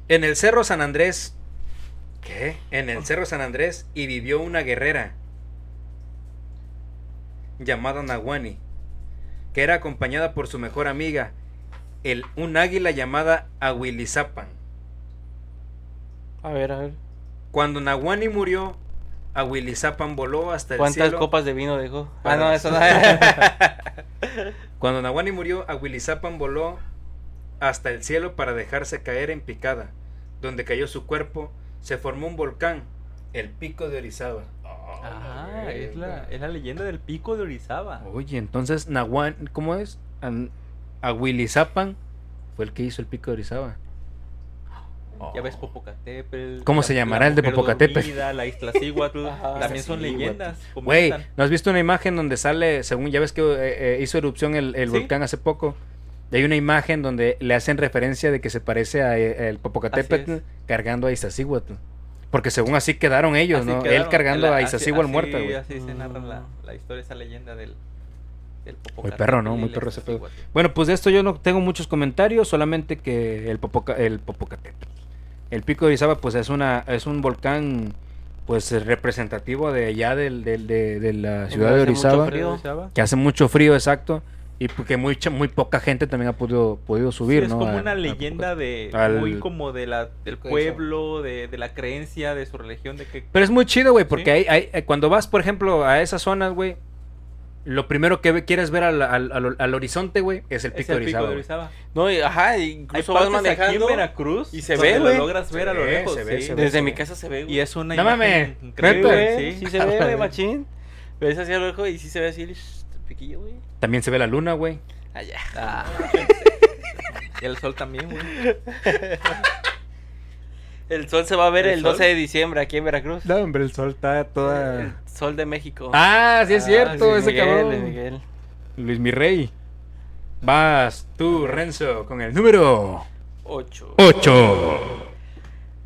[SPEAKER 1] en el Cerro San Andrés... ¿Qué? En el Cerro San Andrés y vivió una guerrera llamada Nahuani, que era acompañada por su mejor amiga, el, un águila llamada Aguilizapan.
[SPEAKER 3] A ver, a ver.
[SPEAKER 1] Cuando Nahuani murió, Aguilizapan voló hasta el
[SPEAKER 3] ¿Cuántas
[SPEAKER 1] cielo.
[SPEAKER 3] copas de vino dejó? Ah,
[SPEAKER 1] Para-
[SPEAKER 3] no, eso no. es.
[SPEAKER 1] Cuando Nahuani murió, Aguilizapan voló hasta el cielo para dejarse caer en picada. Donde cayó su cuerpo, se formó un volcán, el pico de Orizaba.
[SPEAKER 2] Ah, es la, es la leyenda del pico de Orizaba.
[SPEAKER 1] Oye, entonces Nahuan, ¿cómo es? An- Aguilizapan fue el que hizo el pico de Orizaba.
[SPEAKER 2] Ya ves Popocatépetl.
[SPEAKER 1] ¿Cómo
[SPEAKER 2] la-
[SPEAKER 1] se llamará
[SPEAKER 2] la
[SPEAKER 1] el de
[SPEAKER 2] Mujer
[SPEAKER 1] Popocatépetl?
[SPEAKER 2] Dormida, la isla Cíhuatl,
[SPEAKER 3] Ajá.
[SPEAKER 2] también son
[SPEAKER 1] Sí,
[SPEAKER 2] leyendas.
[SPEAKER 1] Güey,
[SPEAKER 2] comentan.
[SPEAKER 1] ¿no has visto una imagen donde sale, según ya ves que eh, eh, hizo erupción el, el
[SPEAKER 2] Sí.
[SPEAKER 1] volcán hace poco? Y hay una imagen donde le hacen referencia de que se parece a eh, el Popocatépetl
[SPEAKER 2] Así es.
[SPEAKER 1] cargando a Iztaccíhuatl. Porque según así quedaron ellos,
[SPEAKER 2] Así
[SPEAKER 1] ¿no? Él
[SPEAKER 2] quedaron,
[SPEAKER 1] cargando
[SPEAKER 2] la-
[SPEAKER 1] a
[SPEAKER 2] así-
[SPEAKER 1] Iztaccíhuatl
[SPEAKER 2] así-
[SPEAKER 1] muerta, güey.
[SPEAKER 2] Así se narra la,
[SPEAKER 3] Mm.
[SPEAKER 2] la historia, esa leyenda del, del
[SPEAKER 1] Muy
[SPEAKER 2] Popocatépetl.
[SPEAKER 1] perro, ¿no?
[SPEAKER 2] y
[SPEAKER 1] Muy
[SPEAKER 2] la
[SPEAKER 1] perro ese pedo.
[SPEAKER 2] Iztaccíhuatl.
[SPEAKER 1] Bueno, pues de esto yo no tengo muchos comentarios, solamente que el, Popoca- el Popocatépetl. El Pico de Orizaba, pues es, una, es un volcán pues representativo de allá del, del- de, de la ciudad de
[SPEAKER 3] hace mucho
[SPEAKER 1] Orizaba.
[SPEAKER 3] frío.
[SPEAKER 1] que hace mucho frío, exacto, y que mucha, muy poca gente también ha podido, podido
[SPEAKER 2] Sí,
[SPEAKER 1] subir,
[SPEAKER 2] es
[SPEAKER 1] ¿no?
[SPEAKER 2] como
[SPEAKER 1] A-
[SPEAKER 2] una
[SPEAKER 1] a-
[SPEAKER 2] leyenda de
[SPEAKER 1] al-
[SPEAKER 2] muy como de la del
[SPEAKER 4] Creencia.
[SPEAKER 2] pueblo, de, de la creencia, de su religión, de que
[SPEAKER 1] Pero es muy chido, güey, porque
[SPEAKER 2] Sí.
[SPEAKER 1] hay- hay- eh, cuando vas, por ejemplo, a esas zonas, güey, lo primero que ve- quieres ver al, al- al- al horizonte, güey, es el
[SPEAKER 2] es
[SPEAKER 1] pico de
[SPEAKER 2] el pico
[SPEAKER 1] Orizaba.
[SPEAKER 2] de
[SPEAKER 1] güey.
[SPEAKER 2] Orizaba.
[SPEAKER 3] No, y- ajá,
[SPEAKER 2] Hay
[SPEAKER 3] incluso vas
[SPEAKER 2] partes aquí en
[SPEAKER 3] manejando.
[SPEAKER 2] Veracruz
[SPEAKER 3] y se
[SPEAKER 2] donde
[SPEAKER 3] ve,
[SPEAKER 2] lo
[SPEAKER 3] güey.
[SPEAKER 2] logras ver
[SPEAKER 1] Se
[SPEAKER 2] a lo
[SPEAKER 1] ve,
[SPEAKER 2] lejos,
[SPEAKER 1] se ve,
[SPEAKER 2] sí.
[SPEAKER 1] se ve.
[SPEAKER 3] Desde mi casa se ve, güey.
[SPEAKER 2] Y es una
[SPEAKER 1] No mames,
[SPEAKER 2] imagen
[SPEAKER 3] Sí,
[SPEAKER 1] neta,
[SPEAKER 2] increíble,
[SPEAKER 3] güey, sí se ve, güey, machín. Ves hacia el ojo y sí se ve así el sh- el piquillo, güey.
[SPEAKER 1] También se ve la luna, güey.
[SPEAKER 3] Allá.
[SPEAKER 2] Ah. Y el sol también, güey.
[SPEAKER 3] El sol se va a ver
[SPEAKER 2] ¿El
[SPEAKER 3] el,
[SPEAKER 2] sol?
[SPEAKER 3] 12 de diciembre aquí en Veracruz.
[SPEAKER 1] No, hombre, el sol está
[SPEAKER 3] El
[SPEAKER 1] toda.
[SPEAKER 3] sol de México.
[SPEAKER 1] Ah, sí es
[SPEAKER 3] Ah,
[SPEAKER 1] cierto,
[SPEAKER 3] Luis
[SPEAKER 1] ese
[SPEAKER 3] Miguel,
[SPEAKER 1] cabrón.
[SPEAKER 3] Luis Miguel.
[SPEAKER 1] Luis Mirrey. Vas tú, Renzo, con el número
[SPEAKER 3] Ocho.
[SPEAKER 1] 8.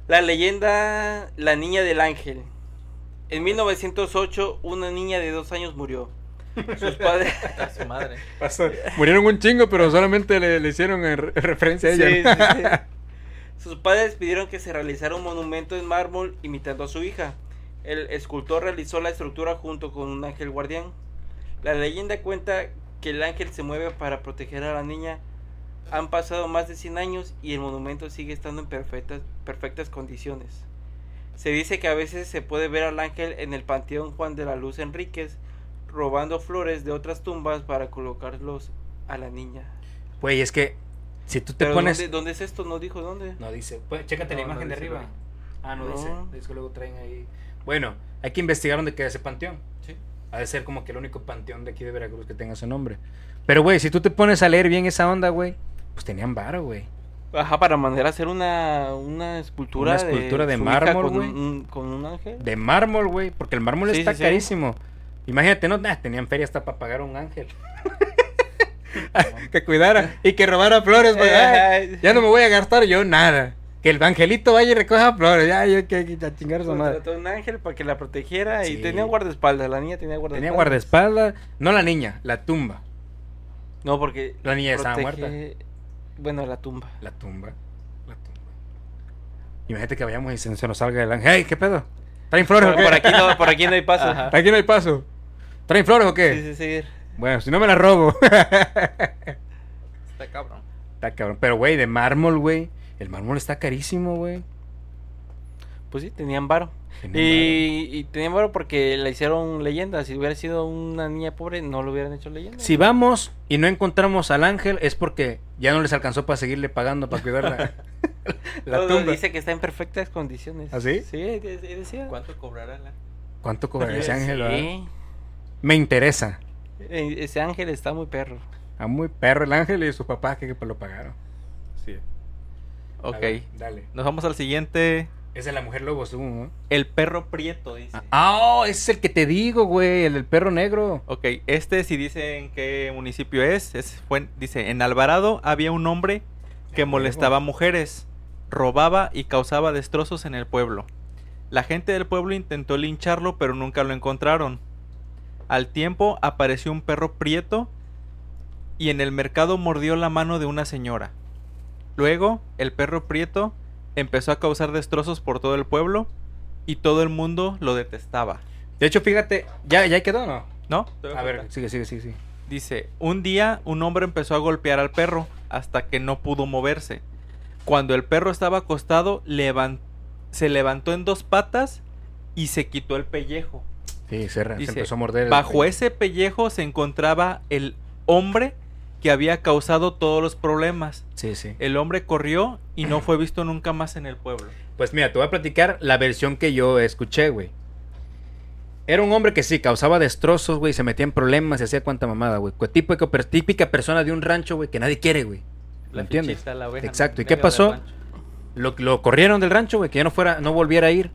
[SPEAKER 3] La leyenda La Niña del Ángel. En 1908, una niña de dos años murió. Sus padres.
[SPEAKER 2] A su madre.
[SPEAKER 1] Murieron un chingo, pero solamente le, le hicieron en re- referencia a
[SPEAKER 3] Sí,
[SPEAKER 1] ella. ¿no?
[SPEAKER 3] sí, sí. Sus padres pidieron que se realizara un monumento en mármol imitando a su hija. El escultor realizó la estructura junto con un ángel guardián. La leyenda cuenta que el ángel se mueve para proteger a la niña. Han pasado más de 100 años y el monumento sigue estando en perfectas, perfectas condiciones. Se dice que a veces se puede ver al ángel en el Panteón Juan de la Luz Enríquez robando flores de otras tumbas para colocarlos a la niña.
[SPEAKER 1] Güey, es que si tú te
[SPEAKER 3] Pero
[SPEAKER 1] pones.
[SPEAKER 3] ¿dónde, dónde es esto? No dijo dónde.
[SPEAKER 4] No dice. Pues, chécate la
[SPEAKER 3] No, no
[SPEAKER 4] imagen de
[SPEAKER 3] dice,
[SPEAKER 4] arriba.
[SPEAKER 3] güey.
[SPEAKER 4] Ah, no,
[SPEAKER 3] No.
[SPEAKER 4] dice. Es que luego traen ahí.
[SPEAKER 1] Bueno, hay que investigar dónde queda ese panteón.
[SPEAKER 4] Sí.
[SPEAKER 1] Ha de ser como que el único panteón de aquí de Veracruz que tenga ese nombre. Pero, güey, si tú te pones a leer bien esa onda, güey, pues tenían varo, güey.
[SPEAKER 3] Ajá, para mandar a hacer una, una escultura.
[SPEAKER 1] Una escultura de
[SPEAKER 3] su hija
[SPEAKER 1] mármol,
[SPEAKER 3] Con,
[SPEAKER 1] güey.
[SPEAKER 3] un- con un ángel.
[SPEAKER 1] De mármol, güey, porque el mármol
[SPEAKER 3] Sí,
[SPEAKER 1] está
[SPEAKER 3] sí, sí.
[SPEAKER 1] carísimo. Imagínate, no, Nah, tenían feria hasta para pagar a un ángel. que cuidara y que robara flores,
[SPEAKER 3] Eh,
[SPEAKER 1] güey. Ah, Ay,
[SPEAKER 3] Ay,
[SPEAKER 1] Eh, Ya no me voy a gastar yo nada. Que el angelito vaya y recoja flores. Ya, yo que que- a chingar a su madre.
[SPEAKER 3] contrató un ángel para que la protegiera
[SPEAKER 1] Sí.
[SPEAKER 3] y tenía guardaespaldas. La niña tenía guardaespaldas.
[SPEAKER 1] Tenía guardaespaldas. No la niña, la tumba.
[SPEAKER 3] No, porque.
[SPEAKER 1] La niña estaba
[SPEAKER 3] protege-
[SPEAKER 1] muerta.
[SPEAKER 3] Bueno, la tumba.
[SPEAKER 1] La tumba. La tumba. Imagínate que vayamos y se, se nos salga el ángel. ¡Hey, qué pedo! ¿Traen flores o
[SPEAKER 3] Por,
[SPEAKER 1] qué?
[SPEAKER 3] por aquí no, por aquí no hay paso.
[SPEAKER 2] Ajá.
[SPEAKER 1] Aquí no hay paso. ¿Traen flores o qué?
[SPEAKER 3] Sí, sí, sí.
[SPEAKER 1] Bueno, si no me la robo.
[SPEAKER 2] Está cabrón.
[SPEAKER 1] Está cabrón. Pero, güey, de mármol, güey. El mármol está carísimo, güey.
[SPEAKER 3] Pues sí, tenían varo.
[SPEAKER 1] Tenían
[SPEAKER 3] Y, y tenían varo porque la hicieron leyenda. Si hubiera sido una niña pobre, no lo hubieran hecho leyenda.
[SPEAKER 1] Si vamos y no encontramos al ángel, es porque ya no les alcanzó para seguirle pagando para cuidarla. la
[SPEAKER 3] Todo
[SPEAKER 1] tumba.
[SPEAKER 3] Dice que está en perfectas condiciones.
[SPEAKER 1] ¿Ah, sí?
[SPEAKER 3] Sí, de- de- decía.
[SPEAKER 2] ¿Cuánto cobrará la?
[SPEAKER 1] ¿Cuánto cobraría ese
[SPEAKER 3] Sí.
[SPEAKER 1] ángel? verdad? Me interesa.
[SPEAKER 3] Eh, Ese ángel está muy perro.
[SPEAKER 1] A muy perro el ángel y sus papás que que lo pagaron. Sí.
[SPEAKER 2] Ok.
[SPEAKER 1] dale.
[SPEAKER 2] Nos vamos al siguiente.
[SPEAKER 1] Esa es la mujer lobo, según, ¿no?
[SPEAKER 2] El perro prieto, dice.
[SPEAKER 1] Ah, oh, ese es el que te digo, güey, el del perro negro.
[SPEAKER 2] Ok, este si dice en qué municipio es, es fue- dice, en Alvarado había un hombre que molestaba a mujeres, robaba y causaba destrozos en el pueblo. La gente del pueblo intentó lincharlo, pero nunca lo encontraron. Al tiempo apareció un perro prieto y en el mercado mordió la mano de una señora. Luego, el perro prieto empezó a causar destrozos por todo el pueblo y todo el mundo lo detestaba.
[SPEAKER 1] De hecho, fíjate, ya, ya quedó, ¿no?
[SPEAKER 2] ¿No?
[SPEAKER 1] A ver, sigue, sigue, sigue, sigue.
[SPEAKER 2] Dice, un día un hombre empezó a golpear al perro hasta que no pudo moverse. Cuando el perro estaba acostado, levan- se levantó en dos patas y se quitó el pellejo.
[SPEAKER 1] Sí, se,
[SPEAKER 2] Dice,
[SPEAKER 1] se empezó a morder. el-
[SPEAKER 2] Bajo este ese pellejo se encontraba el hombre que había causado todos los problemas.
[SPEAKER 1] Sí, sí.
[SPEAKER 2] El hombre corrió y no fue visto nunca más en el pueblo.
[SPEAKER 1] Pues mira, te voy a platicar la versión que yo escuché, güey. Era un hombre que sí, causaba destrozos, güey, se metía en problemas y hacía cuanta mamada, güey. Cu- Típico, per- típica persona de un rancho, güey, que nadie quiere, güey. ¿Lo entiendes?
[SPEAKER 2] fichita, la oveja
[SPEAKER 1] Exacto. ¿Y
[SPEAKER 2] negra
[SPEAKER 1] qué
[SPEAKER 2] del
[SPEAKER 1] pasó?
[SPEAKER 2] rancho.
[SPEAKER 1] Lo, lo corrieron del rancho, güey, que ya no fuera, no volviera a ir.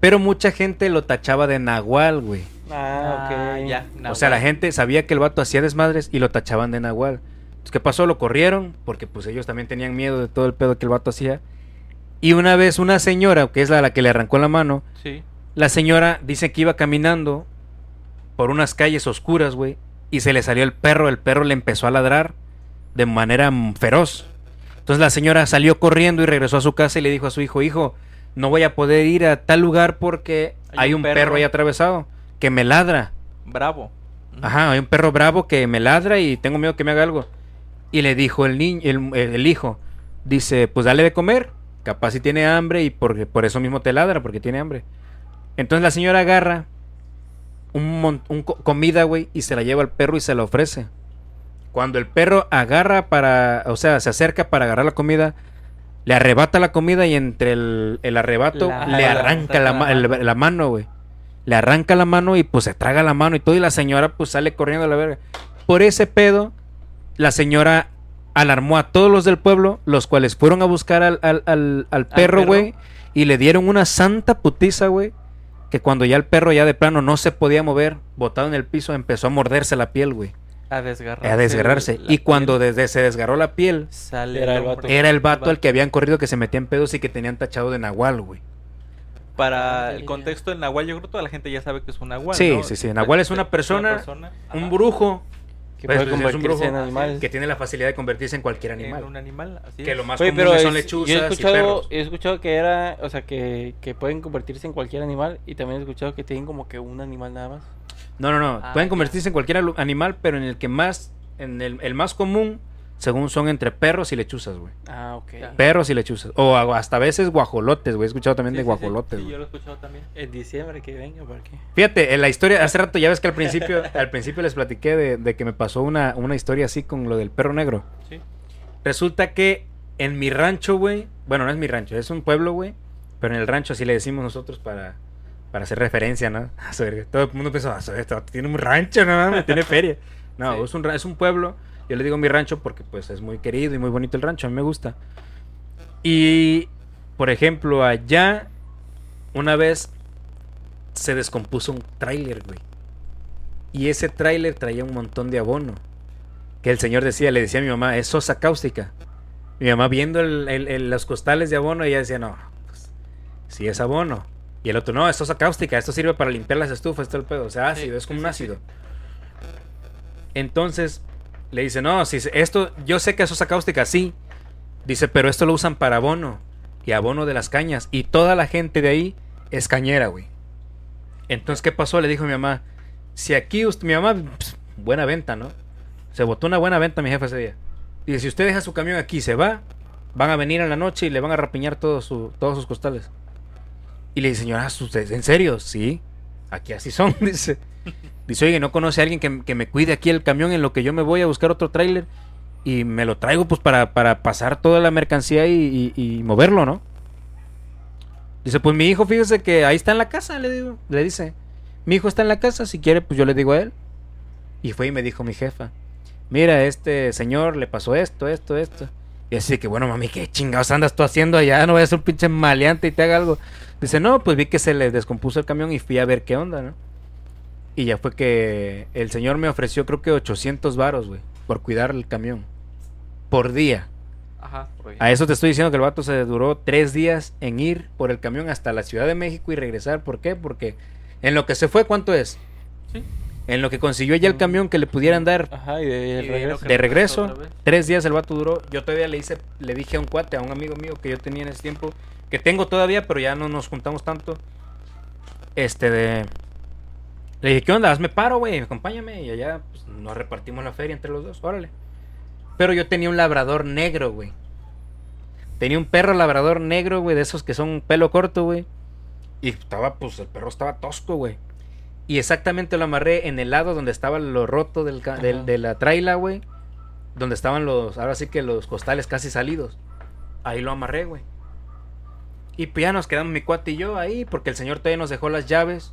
[SPEAKER 1] Pero mucha gente lo tachaba de nahual, güey.
[SPEAKER 3] Ah,
[SPEAKER 2] Ah,
[SPEAKER 3] ok.
[SPEAKER 2] ya,
[SPEAKER 1] o sea, la
[SPEAKER 2] Nahual.
[SPEAKER 1] gente sabía que el vato hacía desmadres y lo tachaban de nahual. Entonces, ¿qué pasó? Lo corrieron porque pues ellos también tenían miedo de todo el pedo que el vato hacía. Y una vez una señora, que es la, la que le arrancó la mano,
[SPEAKER 2] Sí.
[SPEAKER 1] la señora dice que iba caminando por unas calles oscuras, güey, y se le salió el perro, el perro le empezó a ladrar de manera mm, feroz. Entonces la señora salió corriendo y regresó a su casa y le dijo a su hijo, hijo, no voy a poder ir a tal lugar porque hay, un perro. ahí atravesado que me ladra.
[SPEAKER 2] Bravo.
[SPEAKER 1] Ajá, hay un perro bravo que me ladra y tengo miedo que me haga algo. Y le dijo el niño, el, el- el hijo, dice, pues dale de comer, capaz si tiene hambre y por, por eso mismo te ladra, porque tiene hambre. Entonces la señora agarra un, mon- un co- comida, güey, y se la lleva al perro y se la ofrece. Cuando el perro agarra para, o sea, se acerca para agarrar la comida, le arrebata la comida y entre el, el arrebato
[SPEAKER 3] La-
[SPEAKER 1] le arranca la,
[SPEAKER 3] la
[SPEAKER 1] ma- el-
[SPEAKER 3] mano.
[SPEAKER 1] la mano, güey. Le arranca la mano y pues se traga la mano y todo y la señora pues sale corriendo a la verga. Por ese pedo, la señora alarmó a todos los del pueblo, los cuales fueron a buscar al, al- al- al perro,
[SPEAKER 3] perro?
[SPEAKER 1] güey, y le dieron una santa putiza, güey, que cuando ya el perro ya de plano no se podía mover, botado en el piso, empezó a morderse la piel, güey,
[SPEAKER 3] A desgarrarse.
[SPEAKER 1] a desgarrarse.
[SPEAKER 3] la
[SPEAKER 1] Y cuando
[SPEAKER 3] piel,
[SPEAKER 1] desde se desgarró la piel,
[SPEAKER 3] sale
[SPEAKER 5] Era el
[SPEAKER 3] hombre.
[SPEAKER 5] vato.
[SPEAKER 1] era el vato al que habían corrido que se metía en pedos y que tenían tachado de nahual, güey. Ah,
[SPEAKER 2] Para el contexto del Nahual, yo creo que toda la gente ya sabe que es un Nahual.
[SPEAKER 1] Sí,
[SPEAKER 2] ¿no?
[SPEAKER 1] sí, sí, Nahual es una persona- Un brujo
[SPEAKER 3] Que
[SPEAKER 1] Pues, pues,
[SPEAKER 3] puede
[SPEAKER 1] es un
[SPEAKER 3] convertirse en
[SPEAKER 1] brujo.
[SPEAKER 3] animal.
[SPEAKER 1] que tiene la facilidad de convertirse en cualquier
[SPEAKER 2] en
[SPEAKER 1] animal.
[SPEAKER 2] un animal, así
[SPEAKER 6] Que
[SPEAKER 2] es.
[SPEAKER 6] lo más
[SPEAKER 3] Oye,
[SPEAKER 6] común
[SPEAKER 3] pero
[SPEAKER 6] son
[SPEAKER 3] es-
[SPEAKER 6] lechuzas
[SPEAKER 3] yo he
[SPEAKER 6] y
[SPEAKER 3] escuchado,
[SPEAKER 6] perros.
[SPEAKER 3] he escuchado que era, o sea, que, que pueden convertirse en cualquier animal y también he escuchado que tienen como que un animal nada más.
[SPEAKER 1] No, no, no.
[SPEAKER 3] Ah,
[SPEAKER 1] Pueden
[SPEAKER 3] ya.
[SPEAKER 1] convertirse en cualquier alu- animal, pero en el que más, en el, el más común, según son entre perros y lechuzas, güey.
[SPEAKER 3] Ah, ok.
[SPEAKER 1] Perros y lechuzas. O a- hasta a veces guajolotes, güey. He escuchado también
[SPEAKER 2] Sí,
[SPEAKER 1] de
[SPEAKER 2] sí, sí,
[SPEAKER 1] guajolotes,
[SPEAKER 2] sí,
[SPEAKER 1] güey.
[SPEAKER 2] yo lo he escuchado también.
[SPEAKER 3] En diciembre que venga, ¿para qué?
[SPEAKER 1] Fíjate, en la historia, hace rato ya ves que al principio, al principio les platiqué de, de que me pasó una, una historia así con lo del perro negro.
[SPEAKER 2] Sí.
[SPEAKER 1] Resulta que en mi rancho, güey. Bueno, no es mi rancho, es un pueblo, güey. Pero en el rancho así le decimos nosotros para, para hacer referencia, ¿no? A su verga. Todo el mundo pensó, "Ah, su verga, este vato tiene un rancho, no mames, tiene feria. No,
[SPEAKER 2] Sí.
[SPEAKER 1] es, un, ra- es un pueblo. Yo le digo mi rancho porque pues es muy querido y muy bonito el rancho, a mí me gusta. Y, por ejemplo, allá, una vez se descompuso un tráiler, güey. Y ese tráiler traía un montón de abono. Que el señor decía, le decía a mi mamá, es sosa cáustica. Mi mamá viendo el- el- el- los costales de abono, ella decía, no, pues, sí es abono. Y el otro, no, es sosa cáustica, esto sirve para limpiar las estufas, todo el pedo. O sea,
[SPEAKER 2] Sí,
[SPEAKER 1] ácido, es como
[SPEAKER 2] sí,
[SPEAKER 1] un
[SPEAKER 2] sí, sí.
[SPEAKER 1] ácido. Entonces, le dice, no, si se- esto, yo sé que es sosa cáustica, sí. Dice, pero esto lo usan para abono. Y abono de las cañas. Y toda la gente de ahí es cañera, güey. Entonces, ¿qué pasó? Le dijo mi mamá, si aquí usted, mi mamá, ps, buena venta, ¿no? Se botó una buena venta mi jefe ese día. Dice, si usted deja su camión aquí y se va, van a venir en la noche y le van a rapiñar todo su- todos sus costales. Y le dice, señora, ¿usted, ¿en serio? Sí, aquí así son, dice. Dice, oye, ¿no conoce a alguien que, que me cuide aquí el camión en lo que yo me voy a buscar otro tráiler? Y me lo traigo pues para, para pasar toda la mercancía y, y- y moverlo, ¿no? Dice, pues mi hijo, fíjese que ahí está en la casa, le digo, le dice. Mi hijo está en la casa, si quiere, pues yo le digo a él. Y fue y me dijo mi jefa, mira, este señor le pasó esto, esto, esto. Y así que, bueno, mami, ¿qué chingados andas tú haciendo allá? No vayas a ser un pinche maleante y te haga algo. Dice, no, pues vi que se le descompuso el camión y fui a ver qué onda, ¿no? Y ya fue que el señor me ofreció creo que 800 varos, güey, por cuidar el camión. Por día.
[SPEAKER 2] Ajá, por ahí.
[SPEAKER 1] A eso te estoy diciendo que el vato se duró tres días en ir por el camión hasta la Ciudad de México y regresar. ¿Por qué? Porque en lo que se fue, ¿cuánto es?
[SPEAKER 2] Sí. Ah, pues
[SPEAKER 1] En lo que consiguió ya el camión que le pudieran dar
[SPEAKER 3] Ajá, y de, y el
[SPEAKER 2] Y de
[SPEAKER 3] regreso.
[SPEAKER 2] lo que-
[SPEAKER 1] de regreso,
[SPEAKER 2] otra vez.
[SPEAKER 1] tres días el vato duró. Yo todavía le hice, le dije a un cuate, a un amigo mío que yo tenía en ese tiempo, que tengo todavía, pero ya no nos juntamos tanto. Este de. Le dije, ¿qué onda? Hazme paro, güey, acompáñame. Y allá pues, nos repartimos la feria entre los dos, órale. Pero yo tenía un labrador negro, güey. Tenía un perro labrador negro, güey, de esos que son pelo corto, güey. Y estaba, pues, el perro estaba tosco, güey. Y exactamente lo amarré en el lado donde estaba lo roto del, ca- del-
[SPEAKER 3] Ajá.
[SPEAKER 1] de la traila, güey. Donde estaban los, ahora sí que los costales casi salidos. Ahí lo amarré, güey. Y pues ya nos quedamos mi cuate y yo ahí, porque el señor todavía nos dejó las llaves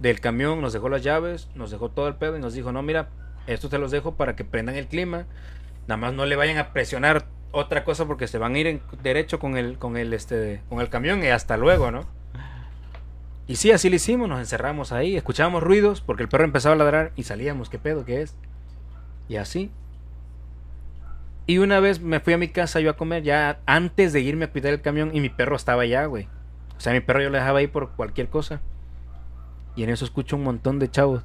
[SPEAKER 1] del camión, nos dejó las llaves, nos dejó todo el pedo y nos dijo, no, mira, estos te los dejo para que prendan el clima. Nada más no le vayan a presionar otra cosa porque se van a ir en derecho con el, con el, este, con el camión y hasta luego, ¿no? Y sí, así lo hicimos, nos encerramos ahí, escuchábamos ruidos porque el perro empezaba a ladrar y salíamos, ¿qué pedo qué es? Y así. Y una vez me fui a mi casa yo a comer, ya antes de irme a cuidar el camión y mi perro estaba allá, güey. O sea, mi perro yo lo dejaba ahí por cualquier cosa. Y en eso escucho un montón de chavos.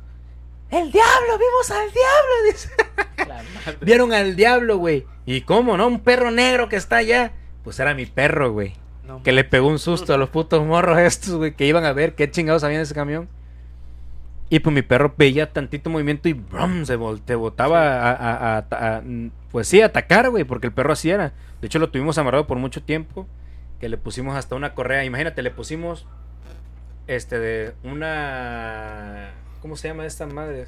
[SPEAKER 1] ¡El diablo! ¡Vimos al diablo! Dice. Vieron al diablo, güey. ¿Y cómo, no? Un perro negro que está allá. Pues era mi perro, güey.
[SPEAKER 2] No,
[SPEAKER 1] Que le pegó un susto a los putos morros estos, güey, que iban a ver qué chingados había en ese camión. Y pues mi perro veía tantito movimiento y brum, se vol- te botaba a, a- a- a- a- mm, Pues sí, a atacar, güey, porque el perro así era. De hecho, lo tuvimos amarrado por mucho tiempo. Que le pusimos hasta una correa. Imagínate, le pusimos. Este, de una. ¿Cómo se llama esta madre?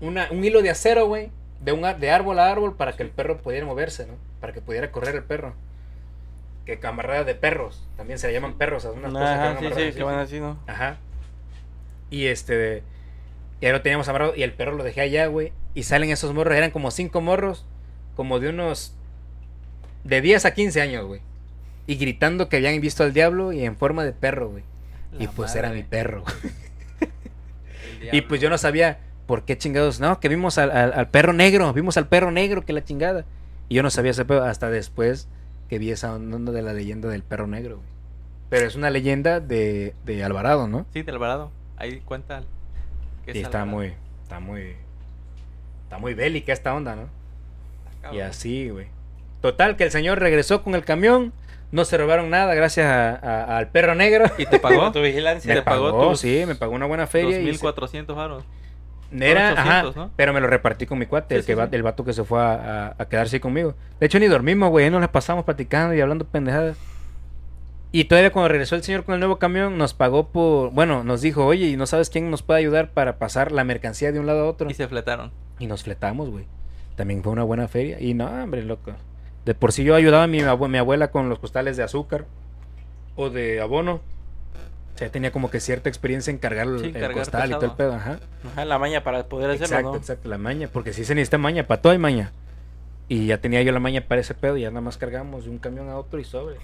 [SPEAKER 1] Una, un hilo de acero, güey. De, un, a- de árbol a árbol para que el perro pudiera moverse, ¿no? Para que pudiera correr el perro. Que camarada de perros. También se le llaman perros a unas
[SPEAKER 3] Ajá,
[SPEAKER 1] cosas que van
[SPEAKER 3] sí,
[SPEAKER 1] amarradas
[SPEAKER 3] sí,
[SPEAKER 1] así.
[SPEAKER 3] que van así, ¿no?
[SPEAKER 1] Ajá. Y este. Y ahí lo teníamos amarrado y el perro lo dejé allá, güey. Y salen esos morros, eran como cinco morros, como de unos. de 10 a 15 años, güey. Y gritando que habían visto al diablo y en forma de perro, güey. Y
[SPEAKER 3] La
[SPEAKER 1] pues era
[SPEAKER 3] madre.
[SPEAKER 1] mi perro. güey.
[SPEAKER 2] El
[SPEAKER 1] Y
[SPEAKER 2] diablo.
[SPEAKER 1] pues yo no sabía por qué chingados. No, que vimos al, al- al perro negro, vimos al perro negro, que la chingada. Y yo no sabía ese pedo hasta después que vi esa onda de la leyenda del perro negro, güey. Pero es una leyenda de, de Alvarado, ¿no?
[SPEAKER 2] Sí, del varado. Ahí cuenta. que es
[SPEAKER 1] Y está
[SPEAKER 2] Alvarado.
[SPEAKER 1] muy, está muy, está muy bélica esta onda, ¿no?
[SPEAKER 2] Cabrón.
[SPEAKER 1] Y así, güey. Total, que el señor regresó con el camión, no se robaron nada gracias a- a- al perro negro.
[SPEAKER 2] ¿Y te pagó?
[SPEAKER 3] tu vigilancia.
[SPEAKER 1] Me
[SPEAKER 2] te pagó tus-
[SPEAKER 1] sí, me pagó una buena feria. y se-
[SPEAKER 2] 2400 varos.
[SPEAKER 1] Era,
[SPEAKER 2] Fueron
[SPEAKER 1] ajá,
[SPEAKER 2] 800, ¿no?
[SPEAKER 1] pero me lo repartí con mi cuate,
[SPEAKER 2] Sí,
[SPEAKER 1] el, que
[SPEAKER 2] sí,
[SPEAKER 1] va-
[SPEAKER 2] sí.
[SPEAKER 1] el vato que se fue a, a- a quedarse ahí conmigo. De hecho, ni dormimos, güey, ahí nos la pasamos platicando y hablando pendejadas. Y todavía cuando regresó el señor con el nuevo camión, nos pagó por... Bueno, nos dijo, oye, ¿y no sabes quién nos puede ayudar para pasar la mercancía de un lado a otro?
[SPEAKER 2] Y se fletaron.
[SPEAKER 1] Y nos fletamos, güey. También fue una buena feria. Y no, hombre, loco. De por sí yo ayudaba a mi, abue- mi abuela con los costales de azúcar o de abono. O sea, tenía como que cierta experiencia en cargar el,
[SPEAKER 2] Sí,
[SPEAKER 1] el
[SPEAKER 2] cargar
[SPEAKER 1] costal y todo el
[SPEAKER 2] pesado.
[SPEAKER 1] pedo. Ajá.
[SPEAKER 3] Ajá, la maña para poder hacerlo,
[SPEAKER 1] Exacto,
[SPEAKER 3] ¿no?
[SPEAKER 1] exacto. La maña. Porque sí se necesita maña. Para todo hay maña. Y ya tenía yo la maña para ese pedo. Y ya nada más cargamos de un camión a otro y sobre.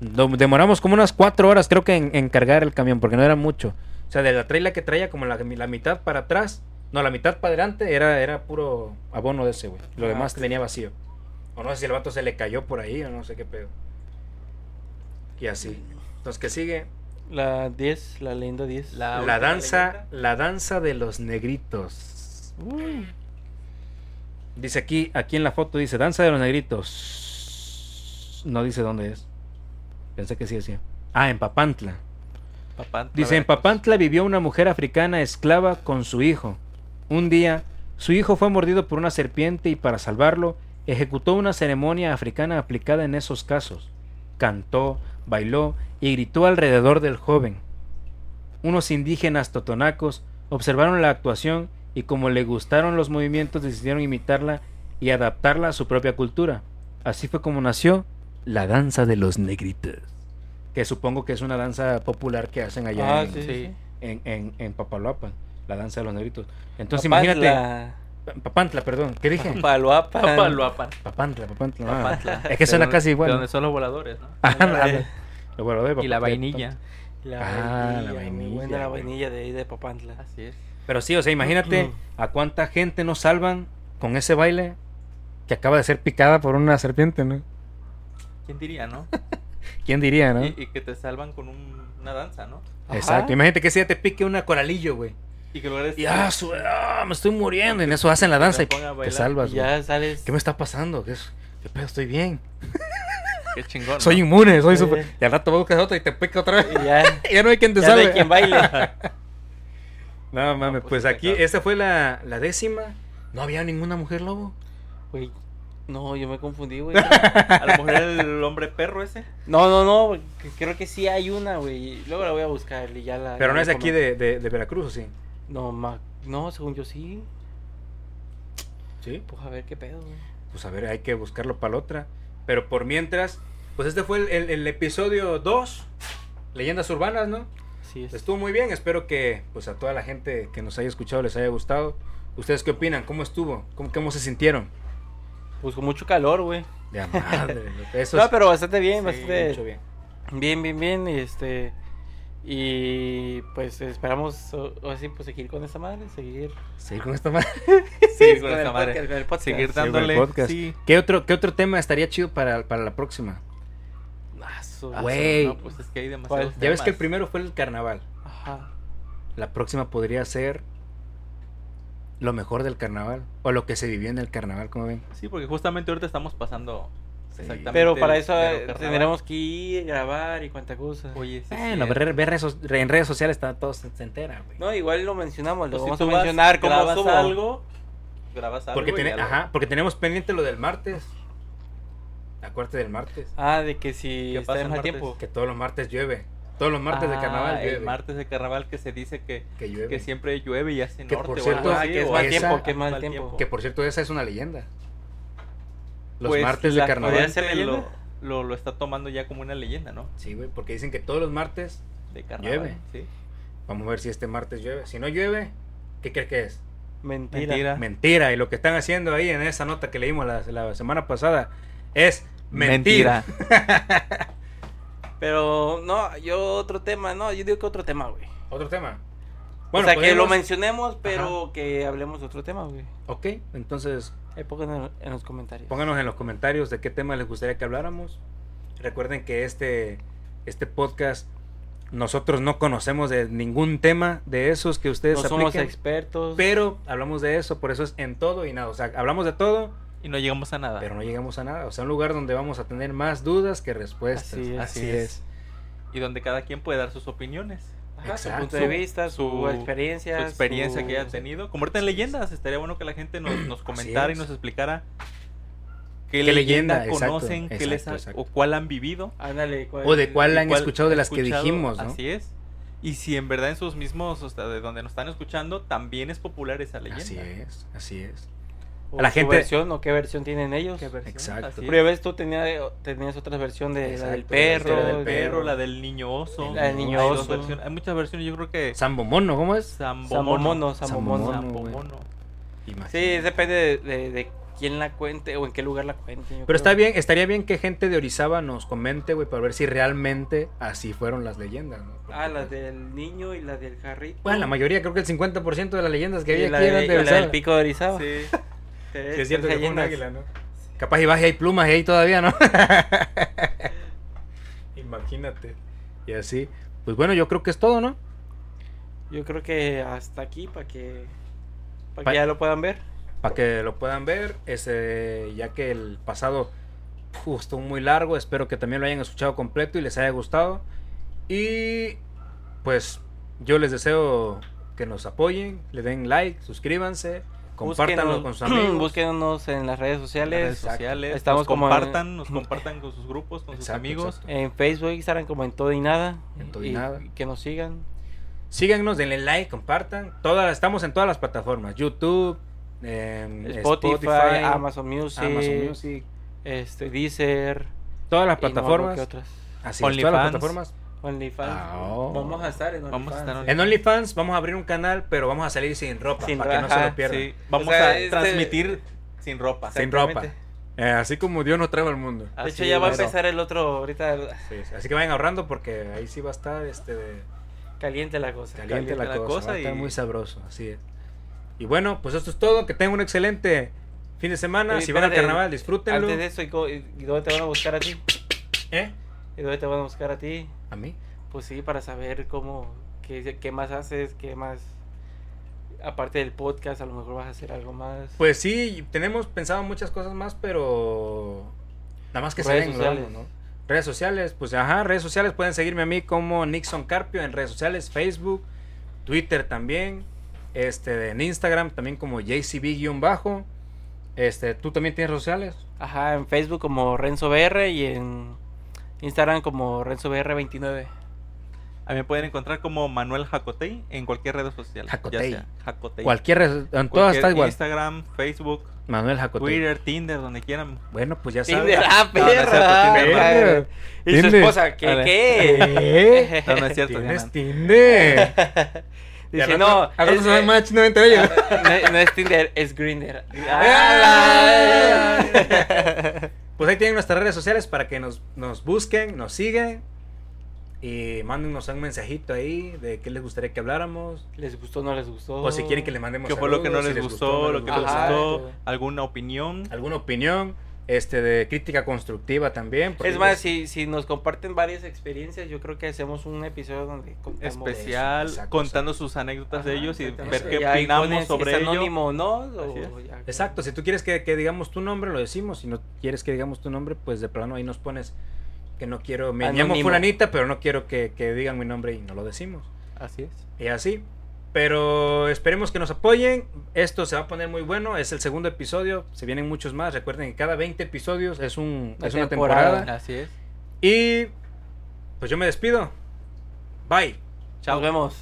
[SPEAKER 1] Lo- Demoramos como unas cuatro horas, creo que, en, en cargar el camión. Porque no era mucho. O sea, de la traila que traía, como la, la mitad para atrás. No, la mitad para adelante era, era puro abono de ese, güey. Lo
[SPEAKER 3] Ah,
[SPEAKER 1] demás
[SPEAKER 3] ok.
[SPEAKER 1] venía vacío. O no sé si el vato se le cayó por ahí o no sé qué pedo. Y así. Entonces, ¿qué sigue?
[SPEAKER 3] La 10, la leyenda Ah, 10.
[SPEAKER 2] Ah, La-
[SPEAKER 1] La danza, la danza de los negritos. Dice aquí, aquí en la foto dice danza de los negritos. No dice dónde es. Pensé que sí decía. Ah, en Papantla.
[SPEAKER 2] Papantla,
[SPEAKER 1] Dice, en
[SPEAKER 2] Veracruz.
[SPEAKER 1] Papantla vivió una mujer africana esclava con su hijo. Un día, su hijo fue mordido por una serpiente y para salvarlo, ejecutó una ceremonia africana aplicada en esos casos. Cantó, bailó y gritó alrededor del joven. Unos indígenas totonacos observaron la actuación y como le gustaron los movimientos decidieron imitarla y adaptarla a su propia cultura. Así fue como nació la danza de los negritos. Que supongo que es una danza popular que hacen allá
[SPEAKER 3] Ah,
[SPEAKER 1] en,
[SPEAKER 3] sí, sí.
[SPEAKER 2] sí.
[SPEAKER 1] en, en, en Papaloapan, la danza de los negritos. Entonces imagínate,
[SPEAKER 3] Papantla.
[SPEAKER 1] Pa- Papantla, perdón, ¿qué dije?
[SPEAKER 3] Papaloapan.
[SPEAKER 2] Papaloapan.
[SPEAKER 1] Papantla, Papantla. ah.
[SPEAKER 2] Papantla.
[SPEAKER 1] Es que suena
[SPEAKER 2] De donde-
[SPEAKER 1] casi igual,
[SPEAKER 2] de
[SPEAKER 1] ¿no?
[SPEAKER 2] donde son los voladores, ¿no?
[SPEAKER 1] Ah, ándale. Lo guardé,
[SPEAKER 2] Y la
[SPEAKER 1] Papantla,
[SPEAKER 2] vainilla.
[SPEAKER 1] Papantla.
[SPEAKER 3] La
[SPEAKER 1] Ah,
[SPEAKER 3] vainilla,
[SPEAKER 1] la
[SPEAKER 3] muy
[SPEAKER 1] vainilla,
[SPEAKER 3] buena la
[SPEAKER 1] güey.
[SPEAKER 3] vainilla de ahí de Papantla.
[SPEAKER 2] Así es.
[SPEAKER 1] Pero sí, o sea, imagínate a cuánta gente nos salvan con ese baile que acaba de ser picada por una serpiente, ¿no?
[SPEAKER 2] ¿Quién diría, no?
[SPEAKER 1] ¿Quién diría, no?
[SPEAKER 2] Y, y que te salvan con un- una danza, ¿no?
[SPEAKER 1] Exacto.
[SPEAKER 3] Ajá.
[SPEAKER 1] Imagínate que si ya te pique una coralillo, güey.
[SPEAKER 2] Y que luego eres-
[SPEAKER 1] Y ah, su- ah, me estoy muriendo. Y en eso hacen la danza y
[SPEAKER 2] Te pongan a
[SPEAKER 1] te
[SPEAKER 2] bailar
[SPEAKER 1] salvas,
[SPEAKER 3] Y
[SPEAKER 1] güey.
[SPEAKER 3] ya sales.
[SPEAKER 1] ¿Qué me está pasando? ¿Qué, es- qué pedo? Estoy bien.
[SPEAKER 2] Qué chingón. ¿no?
[SPEAKER 1] Soy inmune, soy
[SPEAKER 3] Sí.
[SPEAKER 1] super. Y al rato buscas otra y te pica otra vez.
[SPEAKER 3] y ya.
[SPEAKER 1] ya no hay quien te
[SPEAKER 3] ya no hay
[SPEAKER 1] salve.
[SPEAKER 3] quien baile.
[SPEAKER 1] No mames,
[SPEAKER 2] pues,
[SPEAKER 1] pues
[SPEAKER 2] sí,
[SPEAKER 1] aquí,
[SPEAKER 2] pecado.
[SPEAKER 1] esta fue la, la décima. No había ninguna mujer lobo.
[SPEAKER 3] Güey, no, yo me confundí, güey.
[SPEAKER 2] A lo mejor era el hombre perro ese.
[SPEAKER 3] No, no, no. güey, que- Creo que sí hay una, güey. Luego la voy a buscar y ya la.
[SPEAKER 1] Pero
[SPEAKER 3] ya
[SPEAKER 1] no
[SPEAKER 3] la
[SPEAKER 1] es de aquí
[SPEAKER 3] comento.
[SPEAKER 1] de, de, de Veracruz, ¿o sí?
[SPEAKER 3] No, ma- no, según yo sí.
[SPEAKER 1] Sí.
[SPEAKER 3] Pues a ver qué pedo, güey.
[SPEAKER 1] Pues a ver, hay que buscarlo para la otra. Pero por mientras, pues este fue el, el- el episodio 2, Leyendas Urbanas, ¿no?
[SPEAKER 3] Sí, es.
[SPEAKER 1] Estuvo muy bien, espero que pues a toda la gente que nos haya escuchado les haya gustado. ¿Ustedes qué opinan? ¿Cómo estuvo? ¿Cómo, cómo se sintieron?
[SPEAKER 3] Pues con mucho calor, güey.
[SPEAKER 1] De madre, loco, eso
[SPEAKER 3] No,
[SPEAKER 1] es-
[SPEAKER 3] pero bastante bien,
[SPEAKER 1] sí,
[SPEAKER 3] bastante.
[SPEAKER 1] mucho bien.
[SPEAKER 3] Bien, bien, bien, y este y pues esperamos o- o así pues seguir con esta madre, seguir
[SPEAKER 1] Seguir con esta madre.
[SPEAKER 2] Sí,
[SPEAKER 3] con
[SPEAKER 2] con
[SPEAKER 3] el
[SPEAKER 2] esa madre.
[SPEAKER 3] podcast, con el podcast.
[SPEAKER 2] Seguir
[SPEAKER 1] con el
[SPEAKER 2] dándole.
[SPEAKER 1] podcast.
[SPEAKER 2] Sí.
[SPEAKER 1] ¿Qué otro, ¿Qué otro tema estaría chido para, para la próxima?
[SPEAKER 3] Ah, su-
[SPEAKER 2] Ah,
[SPEAKER 1] Güey.
[SPEAKER 2] No, pues es que hay demasiados
[SPEAKER 3] ¿Cuál?
[SPEAKER 1] Ya ves que el
[SPEAKER 2] temas.
[SPEAKER 1] primero fue el carnaval.
[SPEAKER 3] Ajá.
[SPEAKER 1] La próxima podría ser lo mejor del carnaval o lo que se vivió en el carnaval, como ven.
[SPEAKER 2] Sí, porque justamente ahorita estamos pasando. Exactamente.
[SPEAKER 3] Pero para
[SPEAKER 2] el
[SPEAKER 3] eso
[SPEAKER 2] mero
[SPEAKER 3] eh,
[SPEAKER 2] carnaval.
[SPEAKER 3] tendremos que ir, grabar y cuánta cosa.
[SPEAKER 2] Oye, sí. es
[SPEAKER 1] Bueno,
[SPEAKER 2] cierto.
[SPEAKER 1] ver, ver redes- en redes sociales está, todo se, se entera, güey.
[SPEAKER 3] No, igual lo mencionamos, lo
[SPEAKER 2] Pues si
[SPEAKER 3] vamos
[SPEAKER 2] tú
[SPEAKER 3] a
[SPEAKER 2] vas,
[SPEAKER 3] mencionar como
[SPEAKER 2] grabas
[SPEAKER 3] subo.
[SPEAKER 2] algo, grabas algo.
[SPEAKER 1] porque,
[SPEAKER 2] y
[SPEAKER 1] tiene-
[SPEAKER 2] ya lo-
[SPEAKER 1] ajá, porque tenemos pendiente lo del martes. La cuarta del martes.
[SPEAKER 3] Ah, de que si
[SPEAKER 2] ¿Qué
[SPEAKER 3] está
[SPEAKER 2] pasa el
[SPEAKER 3] en mal
[SPEAKER 2] martes?
[SPEAKER 3] tiempo.
[SPEAKER 1] Que todos los martes llueve. Todos los martes de
[SPEAKER 2] Ah,
[SPEAKER 1] carnaval llueve.
[SPEAKER 2] El martes de carnaval que se dice que,
[SPEAKER 1] que llueve.
[SPEAKER 2] que siempre llueve y hace
[SPEAKER 1] Que
[SPEAKER 2] norte.
[SPEAKER 1] por
[SPEAKER 2] o
[SPEAKER 1] cierto,
[SPEAKER 2] algo
[SPEAKER 3] ah,
[SPEAKER 2] así,
[SPEAKER 3] que es
[SPEAKER 2] o
[SPEAKER 3] mal
[SPEAKER 2] hace-
[SPEAKER 1] tiempo,
[SPEAKER 3] que es mal tiempo.
[SPEAKER 1] Que, por cierto, esa es una leyenda. Los
[SPEAKER 2] Pues,
[SPEAKER 1] martes de
[SPEAKER 3] la-
[SPEAKER 1] carnaval.
[SPEAKER 2] Podría
[SPEAKER 3] ¿Podría
[SPEAKER 2] ser
[SPEAKER 3] ser
[SPEAKER 2] que lo,
[SPEAKER 3] leyenda?
[SPEAKER 2] lo, lo está tomando ya como una leyenda, ¿no?
[SPEAKER 1] Sí, güey, porque dicen que todos los martes
[SPEAKER 2] De carnaval.
[SPEAKER 1] Llueve.
[SPEAKER 2] Sí.
[SPEAKER 1] Vamos a ver si este martes llueve. Si no llueve, ¿Qué crees que es?
[SPEAKER 3] Mentira.
[SPEAKER 2] Ah.
[SPEAKER 1] Mentira. Y lo que están haciendo ahí en esa nota que leímos la, la semana pasada es mentira.
[SPEAKER 3] Mentira. Pero no, yo otro tema, no, yo digo que otro tema, güey.
[SPEAKER 1] Otro tema.
[SPEAKER 3] o sea, que lo
[SPEAKER 1] podemos-
[SPEAKER 3] mencionemos, pero que hablemos de otro tema, güey.
[SPEAKER 1] Ok, entonces
[SPEAKER 3] Ahí pónganlo en los comentarios.
[SPEAKER 1] Pónganos en los comentarios de qué tema les gustaría que habláramos. Recuerden que este, este podcast nosotros no conocemos de ningún tema de esos que ustedes
[SPEAKER 3] No somos
[SPEAKER 1] apliquen,
[SPEAKER 3] expertos.
[SPEAKER 1] pero hablamos de eso, por eso es en todo y nada. O sea, hablamos de todo,
[SPEAKER 2] Y no llegamos a
[SPEAKER 3] Ah.
[SPEAKER 2] nada.
[SPEAKER 1] pero no llegamos a nada. O sea, un lugar donde vamos a tener más dudas que respuestas.
[SPEAKER 3] Así es, así es.
[SPEAKER 2] Y donde cada quien puede dar sus opiniones.
[SPEAKER 3] Ajá, su
[SPEAKER 1] Exacto.
[SPEAKER 3] punto de vista, su,
[SPEAKER 2] Su-
[SPEAKER 3] experiencia.
[SPEAKER 2] su experiencia que haya
[SPEAKER 3] su-
[SPEAKER 2] tenido. Como ahorita en leyendas, estaría bueno que la gente nos, nos comentara y
[SPEAKER 1] es.
[SPEAKER 2] nos explicara qué,
[SPEAKER 1] ¿Qué
[SPEAKER 2] leyenda,
[SPEAKER 1] leyenda? Exacto,
[SPEAKER 2] conocen, qué les ha-
[SPEAKER 1] exacto, exacto.
[SPEAKER 2] o cuál han vivido.
[SPEAKER 3] Ándale, ¿cuál-
[SPEAKER 1] O de cuál
[SPEAKER 2] y
[SPEAKER 1] han escuchado de las que dijimos, ¿no?
[SPEAKER 2] Así es. Y si en verdad en sus mismos, o sea, de donde nos están escuchando, también es popular esa leyenda.
[SPEAKER 1] Así es, así es.
[SPEAKER 3] o
[SPEAKER 1] a la
[SPEAKER 3] su
[SPEAKER 1] gente-
[SPEAKER 3] versión o qué versión tienen ellos?
[SPEAKER 1] Exacto.
[SPEAKER 2] Así es.
[SPEAKER 3] Porque ves, tú tenía- tenías otra versión de la del
[SPEAKER 1] Exacto,
[SPEAKER 3] perro.
[SPEAKER 2] La del
[SPEAKER 1] de-
[SPEAKER 2] perro, la del niño oso.
[SPEAKER 3] La del niño
[SPEAKER 2] Hay dos
[SPEAKER 3] oso.
[SPEAKER 2] versiones- Hay muchas versiones, yo creo que
[SPEAKER 1] Sambo Mono, ¿cómo es?
[SPEAKER 2] Zambomono.
[SPEAKER 3] Sambomono, Sambomono.
[SPEAKER 1] Sambomono. güey.
[SPEAKER 2] Zambomono.
[SPEAKER 3] Sí,
[SPEAKER 1] Imagínate.
[SPEAKER 3] depende de, de- de quién la cuente o en qué lugar la cuente. yo
[SPEAKER 1] Pero
[SPEAKER 3] creo.
[SPEAKER 1] está bien, estaría bien que gente de Orizaba nos comente, güey, para ver si realmente así fueron las leyendas, ¿no? Porque,
[SPEAKER 3] Ah, la
[SPEAKER 1] pues,
[SPEAKER 3] del niño y la del jarrito.
[SPEAKER 1] Bueno, la mayoría, creo que el 50% de las leyendas que
[SPEAKER 3] Y
[SPEAKER 1] había
[SPEAKER 3] la,
[SPEAKER 1] aquí eran de
[SPEAKER 3] de- y la
[SPEAKER 1] Orizaba.
[SPEAKER 3] del pico de Orizaba.
[SPEAKER 2] Sí.
[SPEAKER 3] Tres-
[SPEAKER 1] Sí, es cierto
[SPEAKER 3] tres
[SPEAKER 1] que fue un
[SPEAKER 3] leyendas.
[SPEAKER 1] águila, ¿no? Capaz y baje, hay plumas y ahí todavía, ¿no? Imagínate. Y así. Pues bueno, yo creo que es todo, ¿no?
[SPEAKER 3] Yo creo que hasta aquí para que, pa' que
[SPEAKER 1] Pa-
[SPEAKER 3] ya lo puedan ver.
[SPEAKER 1] Para que lo puedan ver, ese, ya que el pasado uf, estuvo muy largo, espero que también lo hayan escuchado completo y les haya gustado. Y pues yo les deseo que nos apoyen, le den like, suscríbanse, compártanlo con sus amigos.
[SPEAKER 3] búsquenos en las redes sociales.
[SPEAKER 2] redes sociales.
[SPEAKER 3] Estamos
[SPEAKER 2] nos
[SPEAKER 3] como en-
[SPEAKER 2] compartan, nos compartan con sus grupos, con sus
[SPEAKER 1] Exacto,
[SPEAKER 2] amigos.
[SPEAKER 1] exacto.
[SPEAKER 3] En Facebook, Instagram, como en todo y nada.
[SPEAKER 1] En Todo y Nada.
[SPEAKER 3] Que nos sigan.
[SPEAKER 1] Síganos, denle like, compartan. Todas, estamos en todas las plataformas, YouTube, em,
[SPEAKER 3] Spotify, Amazon Music,
[SPEAKER 1] Amazon Music,
[SPEAKER 3] Este, Deezer.
[SPEAKER 1] todas las
[SPEAKER 3] y no me acuerdo
[SPEAKER 1] plataformas.
[SPEAKER 3] qué otras.
[SPEAKER 1] Así es, todas las
[SPEAKER 2] OnlyFans.
[SPEAKER 1] plataformas.
[SPEAKER 3] OnlyFans.
[SPEAKER 1] Ah, oh.
[SPEAKER 3] Vamos a estar en OnlyFans.
[SPEAKER 2] Vamos a estar en
[SPEAKER 1] En OnlyFans vamos a abrir un canal, pero vamos a salir sin ropa
[SPEAKER 3] Sin
[SPEAKER 1] para que no
[SPEAKER 3] ropa,
[SPEAKER 1] se lo pierdan.
[SPEAKER 2] Sí, Vamos
[SPEAKER 3] O sea,
[SPEAKER 2] a
[SPEAKER 3] este-
[SPEAKER 2] transmitir sin ropa.
[SPEAKER 1] Sin ropa.
[SPEAKER 3] Exactamente.
[SPEAKER 1] Eh, así como Dios nos trajo al mundo.
[SPEAKER 3] De hecho,
[SPEAKER 2] Así
[SPEAKER 3] ya va a
[SPEAKER 2] es.
[SPEAKER 3] empezar el otro ahorita
[SPEAKER 1] Sí, sí. Así que vayan ahorrando porque ahí sí va a estar este, caliente,
[SPEAKER 3] caliente la cosa.
[SPEAKER 1] la,
[SPEAKER 2] la
[SPEAKER 1] cosa.
[SPEAKER 2] cosa
[SPEAKER 1] va a estar
[SPEAKER 2] y-
[SPEAKER 1] muy sabroso, así es. Y bueno, pues esto es todo. Que tengan un excelente fin de semana.
[SPEAKER 3] Oye,
[SPEAKER 1] si van al
[SPEAKER 3] espérate,
[SPEAKER 1] carnaval, disfrútenlo.
[SPEAKER 3] Antes de eso, ¿y, co- y- y dónde te van a buscar a ti?
[SPEAKER 1] ¿Eh?
[SPEAKER 3] ¿Y dónde te van a buscar a ti?
[SPEAKER 1] ¿A mí?
[SPEAKER 3] Pues sí, para saber cómo, qué, qué más haces, qué más, aparte del podcast, a lo mejor vas a hacer algo más.
[SPEAKER 1] Pues sí, tenemos pensado muchas cosas más, pero nada más que
[SPEAKER 3] Redes
[SPEAKER 1] se den, lo
[SPEAKER 3] sociales.
[SPEAKER 1] damos, ¿no? Redes sociales, pues ajá, redes sociales pueden seguirme a mí como Nixon Carpio en redes sociales, Facebook, Twitter también, este, en Instagram también como JCB-bajo. Este, ¿tú también tienes redes sociales?
[SPEAKER 3] Ajá, en Facebook como Renzo BR y en Instagram como Renzo BR29.
[SPEAKER 2] A mí me pueden encontrar como Manuel Jacotey en cualquier red social. ya
[SPEAKER 1] Jacotey.
[SPEAKER 2] sea Jacotey.
[SPEAKER 1] Cualquier, red- en todas
[SPEAKER 2] Cualquier
[SPEAKER 1] está igual.
[SPEAKER 2] Instagram, Facebook,
[SPEAKER 1] Manuel Jacote.
[SPEAKER 2] Twitter, Tinder, donde quieran.
[SPEAKER 1] Bueno, pues ya
[SPEAKER 3] Tinder,
[SPEAKER 1] sabes.
[SPEAKER 3] ah,
[SPEAKER 2] No, no es cierto,
[SPEAKER 3] perra.
[SPEAKER 2] Tinder,
[SPEAKER 1] Tinder.
[SPEAKER 3] Y su
[SPEAKER 1] Tinder.
[SPEAKER 3] esposa, ¿qué?
[SPEAKER 2] Dale.
[SPEAKER 1] ¿Eh?
[SPEAKER 2] No, no es cierto,
[SPEAKER 1] ¿Tienes
[SPEAKER 2] Diana.
[SPEAKER 1] Tinder?
[SPEAKER 3] ¿Qué?
[SPEAKER 1] Y al
[SPEAKER 3] Dice,
[SPEAKER 1] rato-
[SPEAKER 3] no,
[SPEAKER 1] al rato
[SPEAKER 3] es-
[SPEAKER 1] se dan
[SPEAKER 3] eh,
[SPEAKER 1] match, no me enteré yo.
[SPEAKER 3] no, no es Tinder, es Grinder.
[SPEAKER 1] Pues ahí tienen nuestras redes sociales para que nos, nos busquen, nos sigan y mándennos un mensajito ahí de qué les gustaría que habláramos.
[SPEAKER 3] ¿Les gustó no les gustó?
[SPEAKER 1] O si quieren que le mandemos
[SPEAKER 2] ¿Qué fue lo que no
[SPEAKER 1] saludos,
[SPEAKER 2] les
[SPEAKER 1] si
[SPEAKER 2] gustó?
[SPEAKER 1] no
[SPEAKER 2] ¿Lo
[SPEAKER 1] les
[SPEAKER 2] que les
[SPEAKER 3] Ajá.
[SPEAKER 2] gustó? ¿Alguna opinión?
[SPEAKER 1] ¿Alguna opinión? Este, de crítica constructiva también. porque
[SPEAKER 3] Es más,
[SPEAKER 1] pues,
[SPEAKER 3] si, si nos comparten varias experiencias, yo creo que hacemos un episodio donde contamos.
[SPEAKER 2] Especial,
[SPEAKER 1] exacto,
[SPEAKER 2] contando sus anécdotas de
[SPEAKER 3] Ajá,
[SPEAKER 2] ellos y
[SPEAKER 3] exactamente.
[SPEAKER 2] ver qué
[SPEAKER 3] Ya ahí pones
[SPEAKER 2] opinamos
[SPEAKER 3] si
[SPEAKER 2] sobre
[SPEAKER 3] es
[SPEAKER 2] ello.
[SPEAKER 3] anónimo o no.
[SPEAKER 2] Así
[SPEAKER 3] O
[SPEAKER 2] es.
[SPEAKER 3] ya-
[SPEAKER 1] Exacto, si tú quieres que, que digamos tu nombre, lo decimos. Si no quieres que digamos tu nombre, pues de plano ahí nos pones que no quiero. Me llamo
[SPEAKER 3] Anónimo.
[SPEAKER 1] Fulanita, pero no quiero que, que digan mi nombre y no lo decimos.
[SPEAKER 2] Así es.
[SPEAKER 1] y así. Pero esperemos que nos apoyen. Esto se va a poner muy bueno. Es el segundo episodio. Se vienen muchos más. Recuerden que cada 20 episodios es, un,
[SPEAKER 3] Una
[SPEAKER 1] es una
[SPEAKER 3] temporada.
[SPEAKER 1] temporada.
[SPEAKER 2] Así es.
[SPEAKER 1] Y pues yo me despido. Bye.
[SPEAKER 2] Chao.
[SPEAKER 3] Nos vemos.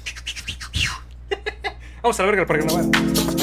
[SPEAKER 1] Vamos a la verga el parque naval.